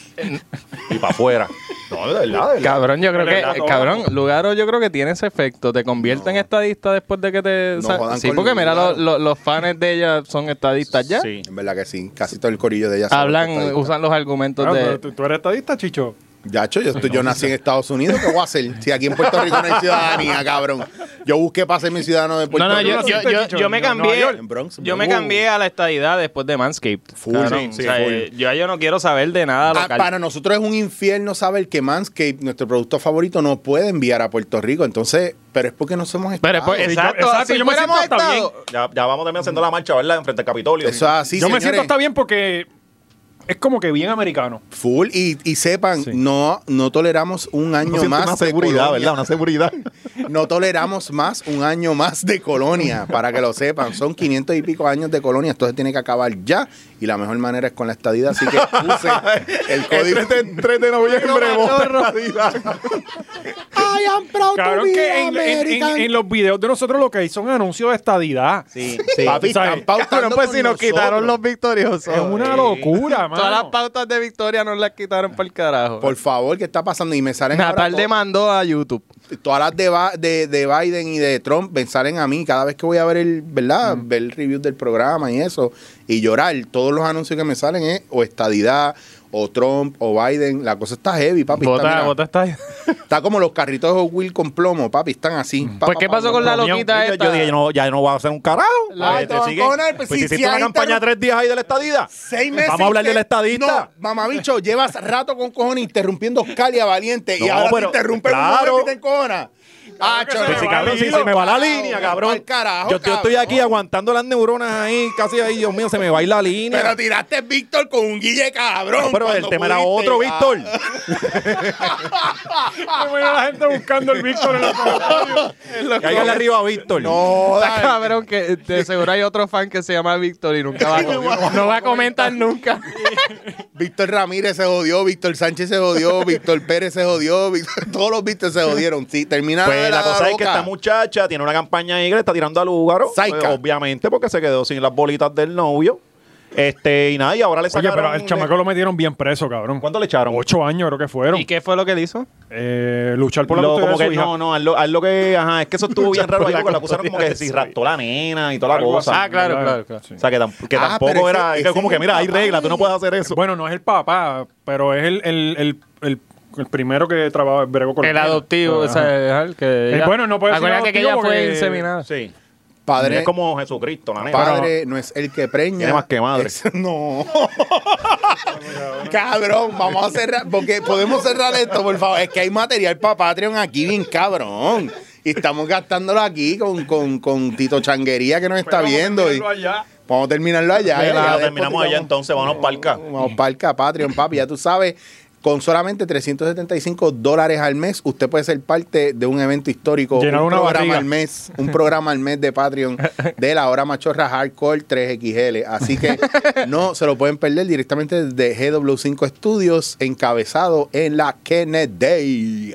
Speaker 4: y para afuera. No, de verdad, de verdad.
Speaker 2: Cabrón, yo creo
Speaker 5: Pero verdad,
Speaker 2: que, eh,
Speaker 5: no.
Speaker 2: cabrón, Lugaro yo creo que tiene ese efecto. Te convierte en estadista después de que te...
Speaker 3: No
Speaker 2: sa-
Speaker 3: jodan
Speaker 2: sí,
Speaker 3: con
Speaker 2: porque mira,
Speaker 3: Lugaro.
Speaker 2: lo- lo- los fans de ella son estadistas ya.
Speaker 4: Sí.
Speaker 3: En verdad que sí. Casi todo el corillo de ella. sabe que está
Speaker 2: Hablan,
Speaker 3: ahí.
Speaker 2: usan los argumentos
Speaker 5: Claro,
Speaker 2: de...
Speaker 5: pero ¿tú, tú eres estadista, Chicho?
Speaker 3: Yacho, yo, estoy, yo nací en Estados Unidos. ¿Qué voy a hacer? Si aquí en Puerto Rico no hay ciudadanía, cabrón. Yo busqué para ser mi ciudadano de Puerto
Speaker 2: No, no,
Speaker 3: Rico.
Speaker 2: yo, yo, yo, yo me
Speaker 5: En Nueva
Speaker 2: cambié.
Speaker 5: York.
Speaker 3: En Bronx,
Speaker 2: yo me
Speaker 3: Bronx.
Speaker 2: cambié a la estadidad después de Manscaped.
Speaker 3: Full,
Speaker 2: cabrón.
Speaker 3: sí,
Speaker 2: O sea,
Speaker 3: full.
Speaker 2: eh, yo, yo no quiero saber de nada
Speaker 3: Ah,
Speaker 2: local.
Speaker 3: para nosotros es un infierno saber que Manscaped, nuestro producto favorito, no puede enviar a Puerto Rico. Entonces, pero es porque no somos
Speaker 2: Pero es por-
Speaker 5: yo-
Speaker 2: exacto,
Speaker 5: exacto,
Speaker 2: si
Speaker 5: yo me siento
Speaker 2: fuéramos
Speaker 5: hasta
Speaker 2: estado-
Speaker 4: Ya, ya vamos también haciendo la marcha, ¿verdad? Enfrente al Capitolio.
Speaker 3: Eso es así,
Speaker 5: Yo me
Speaker 3: señores.
Speaker 5: siento hasta bien porque es como que bien americano.
Speaker 3: Full. Y, y sepan,
Speaker 5: Sí.
Speaker 3: no, no toleramos un año
Speaker 1: siento
Speaker 3: más.
Speaker 1: una
Speaker 3: de
Speaker 1: seguridad,
Speaker 3: colonia.
Speaker 1: ¿verdad? Una seguridad.
Speaker 3: No toleramos más un año más de colonia, para que lo sepan. Son 500 y pico años de colonia, esto se tiene que acabar ya. Y la mejor manera es con la estadida, así que puse el
Speaker 1: El
Speaker 3: código.
Speaker 1: 3 de, 3 de noviembre, vota estadidad.
Speaker 3: I am proud
Speaker 5: Cabrón, que en, en- en- en los videos de nosotros lo que hay son anuncios de estadidad.
Speaker 2: Sí.
Speaker 3: Papi,
Speaker 5: ¿sabes?
Speaker 3: están pautando
Speaker 2: Cabrón, pues
Speaker 3: con
Speaker 2: si nos
Speaker 3: nosotros.
Speaker 2: quitaron los victoriosos.
Speaker 5: Es una locura, mano.
Speaker 2: Todas las pautas de victoria nos las quitaron para el carajo.
Speaker 3: Por favor, ¿qué está pasando? Y me salen ahora
Speaker 2: Natal
Speaker 3: to-
Speaker 2: demandó a YouTube.
Speaker 3: todas las de, Ba- de, de Biden y de Trump me salen a mí cada vez que voy a ver el, ¿verdad? Ver el review del programa y eso. Y llorar. Todos los anuncios que me salen es o estadidad, o Trump, o Biden. La cosa está heavy, papi. está,
Speaker 2: Vota,
Speaker 3: mira,
Speaker 2: vota esta.
Speaker 3: está como los carritos de Hot Wheels con plomo, papi. Están así. Pa,
Speaker 2: Pues
Speaker 3: pa,
Speaker 2: qué
Speaker 3: pa,
Speaker 2: pasó
Speaker 3: pa,
Speaker 2: con
Speaker 3: pa.
Speaker 2: la
Speaker 5: Romeo,
Speaker 2: loquita
Speaker 4: Yo dije, yo
Speaker 2: esta.
Speaker 4: no, ya no va a ser un carajo.
Speaker 3: La-
Speaker 4: Ay,
Speaker 3: te
Speaker 4: te
Speaker 3: van a
Speaker 4: siguen.
Speaker 3: cobrar, pues,
Speaker 4: Pues
Speaker 3: si-
Speaker 4: hiciste
Speaker 3: si
Speaker 4: una
Speaker 3: hay
Speaker 4: campaña
Speaker 3: interno-
Speaker 4: tres días ahí de la estadida.
Speaker 3: Seis meses.
Speaker 4: Vamos a hablar
Speaker 3: que-
Speaker 4: del estadista.
Speaker 3: No, mamabicho, llevas rato con cojones interrumpiendo Calia Valiente. y
Speaker 4: No,
Speaker 3: ahora
Speaker 4: pero-
Speaker 3: te interrumpe
Speaker 4: claro.
Speaker 3: un momento y te encojona. Ah,
Speaker 5: que se
Speaker 3: chorro,
Speaker 4: Pues sí,
Speaker 5: va
Speaker 4: cabrón,
Speaker 5: el
Speaker 4: si
Speaker 5: hilo.
Speaker 4: se me va la
Speaker 3: Cabrón,
Speaker 4: línea, cabrón.
Speaker 3: pa'l carajo,
Speaker 4: yo, yo estoy
Speaker 3: cabrón.
Speaker 4: aquí aguantando las neuronas ahí, casi ahí, Dios mío, se me va a ir la línea.
Speaker 3: Pero tiraste Víctor con un guille cabrón.
Speaker 4: No, pero el
Speaker 3: cuando
Speaker 4: tema era
Speaker 3: pudiste.
Speaker 4: otro,
Speaker 3: Ah.
Speaker 4: Víctor.
Speaker 5: Mira la gente buscando el Víctor en los comentarios.
Speaker 4: Cáigale arriba a Víctor.
Speaker 3: Ah, No,
Speaker 2: Está
Speaker 3: dale.
Speaker 2: cabrón que de seguro hay otro fan que se llama Víctor y nunca va a, no va a comentar nunca.
Speaker 3: Víctor Ramírez se jodió, Víctor Sánchez se jodió, Víctor Pérez se jodió, Víctor- todos los Víctor se jodieron. Sí, terminaron.
Speaker 4: Pues la cosa es que esta muchacha tiene una campaña ahí que le está tirando al lugar, pues,
Speaker 3: Saica.
Speaker 4: obviamente, porque se quedó sin las bolitas del novio. Este, y nada, y ahora le
Speaker 5: Oye,
Speaker 4: sacaron...
Speaker 5: pero al
Speaker 4: le-
Speaker 5: chamaco lo metieron bien preso, cabrón.
Speaker 4: ¿Cuánto le echaron?
Speaker 5: Ocho años creo que fueron.
Speaker 2: ¿Y qué fue lo que le hizo?
Speaker 5: Eh, luchar por la
Speaker 4: Lo-
Speaker 5: custodia
Speaker 4: como
Speaker 5: de su
Speaker 4: que,
Speaker 5: hija.
Speaker 4: no, no, haz lo, haz lo que... Ajá, es que eso estuvo bien
Speaker 5: Luchar por
Speaker 4: raro ahí
Speaker 5: la
Speaker 4: porque la acusaron como
Speaker 5: custodia
Speaker 4: que
Speaker 5: de
Speaker 4: si
Speaker 5: su
Speaker 4: raptó la nena y toda la
Speaker 5: Algo
Speaker 4: cosa.
Speaker 5: así,
Speaker 2: Ah, claro,
Speaker 5: ¿verdad?
Speaker 2: claro, claro.
Speaker 5: Sí.
Speaker 4: O sea, que, tam- que
Speaker 3: Ah, pero
Speaker 4: tampoco
Speaker 3: ese-
Speaker 4: era... es que
Speaker 3: ese
Speaker 4: como que, mira, hay reglas, tú no puedes hacer eso.
Speaker 5: Bueno, no es el papá, pero es el, el, el, el, el primero que trabaja el brego con
Speaker 2: El
Speaker 5: la nena.
Speaker 2: adoptivo, o
Speaker 5: Ajá.
Speaker 2: sea, el que
Speaker 5: Eh,
Speaker 2: ella-
Speaker 5: bueno, no puede decir
Speaker 2: Acuérdate que ella
Speaker 5: adoptivo
Speaker 2: fue
Speaker 5: porque-
Speaker 2: inseminada.
Speaker 4: sí.
Speaker 3: Padre,
Speaker 4: Es como Jesucristo, la nena.
Speaker 3: padre no es el que preña.
Speaker 4: Tiene más que madre.
Speaker 3: Es- no. cabrón, vamos a cerrar. Porque podemos cerrar esto, por favor. Es que hay material para Patreon aquí, bien cabrón. Y estamos gastándolo aquí con, con, con Tito Changuería que nos está
Speaker 5: Pues Vamos a
Speaker 3: viendo. y-
Speaker 5: tenerlo allá.
Speaker 3: Vamos a terminarlo allá.
Speaker 4: Mira,
Speaker 3: eh, ya
Speaker 4: lo
Speaker 3: después
Speaker 4: terminamos allá
Speaker 3: digamos-
Speaker 4: entonces, vámonos parca.
Speaker 3: Vamos parca, Patreon, papi, ya tú sabes. Con solamente 375 dólares al mes, usted puede ser parte de un evento histórico.
Speaker 5: Llenar
Speaker 3: un
Speaker 5: una
Speaker 3: programa
Speaker 5: barriga.
Speaker 3: al mes, un programa al mes de Patreon de la hora machorra Hardcore 3XL. Así que no se lo pueden perder directamente de GW5 Studios, encabezado en la Kennedy.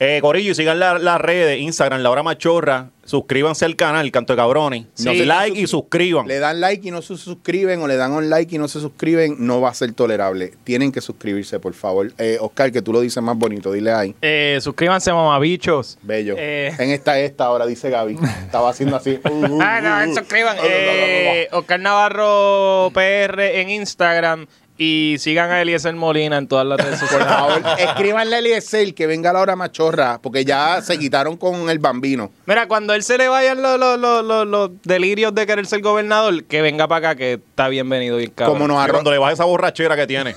Speaker 4: Eh, Corillo, y sigan la- las redes, Instagram, La Hora Machorra. Suscríbanse al canal, Canto de Cabrones.
Speaker 3: Sí.
Speaker 4: Nos like y suscriban.
Speaker 3: Le dan like y no se suscriben, o le dan un like y no se suscriben, no va a ser tolerable. Tienen que suscribirse, por favor. Eh, Oscar, que tú lo dices más bonito, dile ahí.
Speaker 2: Eh, suscríbanse, mamabichos.
Speaker 3: Bello.
Speaker 2: Eh.
Speaker 3: En esta, esta hora, dice Gaby. Estaba haciendo así. Uh, uh,
Speaker 2: Ah,
Speaker 3: uh,
Speaker 2: no,
Speaker 3: uh.
Speaker 2: suscriban.
Speaker 3: Uh, uh, uh, uh.
Speaker 2: Eh, Oscar Navarro PR en Instagram y sigan a Eliezer Molina en todas las redes
Speaker 3: Uh, Por
Speaker 2: sociales.
Speaker 3: favor, escríbanle a Eliezer que venga la hora machorra, porque ya se quitaron con el bambino.
Speaker 2: Mira, cuando él se le vayan los, los, los, los- los delirios de querer ser gobernador, que venga para acá, que está bienvenido bien cabrón.
Speaker 3: Como nos
Speaker 4: Y
Speaker 3: arro-
Speaker 4: cuando le baje esa borrachera que tiene.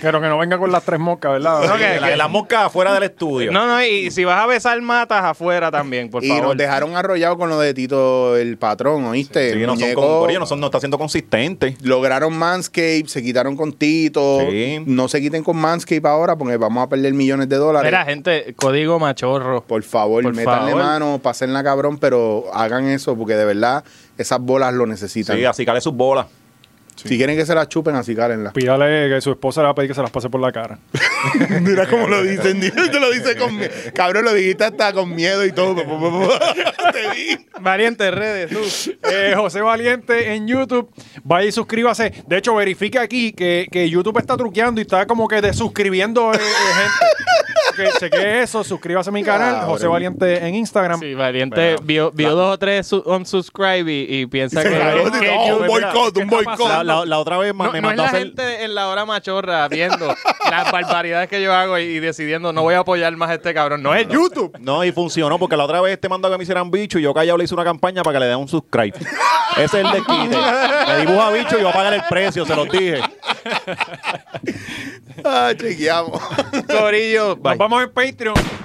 Speaker 5: Pero que no venga con las tres moscas, ¿verdad?
Speaker 2: No, que-
Speaker 4: la, la mosca afuera del estudio.
Speaker 2: No, no, y si vas a besar matas afuera también, por
Speaker 3: Y
Speaker 2: favor.
Speaker 3: nos dejaron arrollados con lo de Tito el patrón, ¿oíste?
Speaker 4: Sí, no son
Speaker 3: Muñeco-
Speaker 4: con- Corillo, no, son, no está siendo consistente.
Speaker 3: Lograron Manscape, se quitaron con Tito.
Speaker 4: Sí.
Speaker 3: No se quiten con Manscape ahora porque vamos a perder millones de dólares.
Speaker 2: Mira, gente, código machorro.
Speaker 3: Por favor,
Speaker 2: Por
Speaker 3: métanle
Speaker 2: favor.
Speaker 3: mano, pásenla cabrón, pero hagan eso porque de verdad esas bolas lo necesitan.
Speaker 4: Sí, así cale sus bolas.
Speaker 3: Si quieren que se las chupen, así cálenla.
Speaker 5: Pídale que su esposa le va a pedir que se las pase por la cara.
Speaker 3: Mira cómo lo dicen. Te lo dice con miedo. Cabrón, lo dijiste hasta con miedo y todo. Te vi.
Speaker 2: Valiente redes, tú.
Speaker 5: Eh, José Valiente en YouTube. Vaya y suscríbase. De hecho, verifique aquí que, que YouTube está truqueando y está como que desuscribiendo eh, eh, gente. que cheque eso, suscríbase a mi canal,
Speaker 3: Cabrón.
Speaker 5: José Valiente en Instagram.
Speaker 2: Sí, Valiente vio, vio dos o tres su- unsubscribe y, y piensa que,
Speaker 3: Cabrón,
Speaker 2: que
Speaker 3: no, un
Speaker 2: YouTube-
Speaker 3: boicot, un
Speaker 4: La,
Speaker 3: boicot.
Speaker 4: la- la otra vez ma-
Speaker 2: No,
Speaker 4: me
Speaker 2: no es
Speaker 4: mandó a
Speaker 2: la
Speaker 4: hacer.
Speaker 2: gente en la hora machorra viendo las barbaridades que yo hago y, y decidiendo no voy a apoyar más a este cabrón. No es YouTube.
Speaker 4: No, y funcionó porque la otra vez te mandó que me hicieran bicho y yo callado le hice una campaña para que le den un subscribe. Ese es el desquite. Me dibuja bicho y va a pagar el precio, se los dije.
Speaker 3: Ah, chequeamos.
Speaker 2: Corillo. bye.
Speaker 5: Nos vamos en Patreon.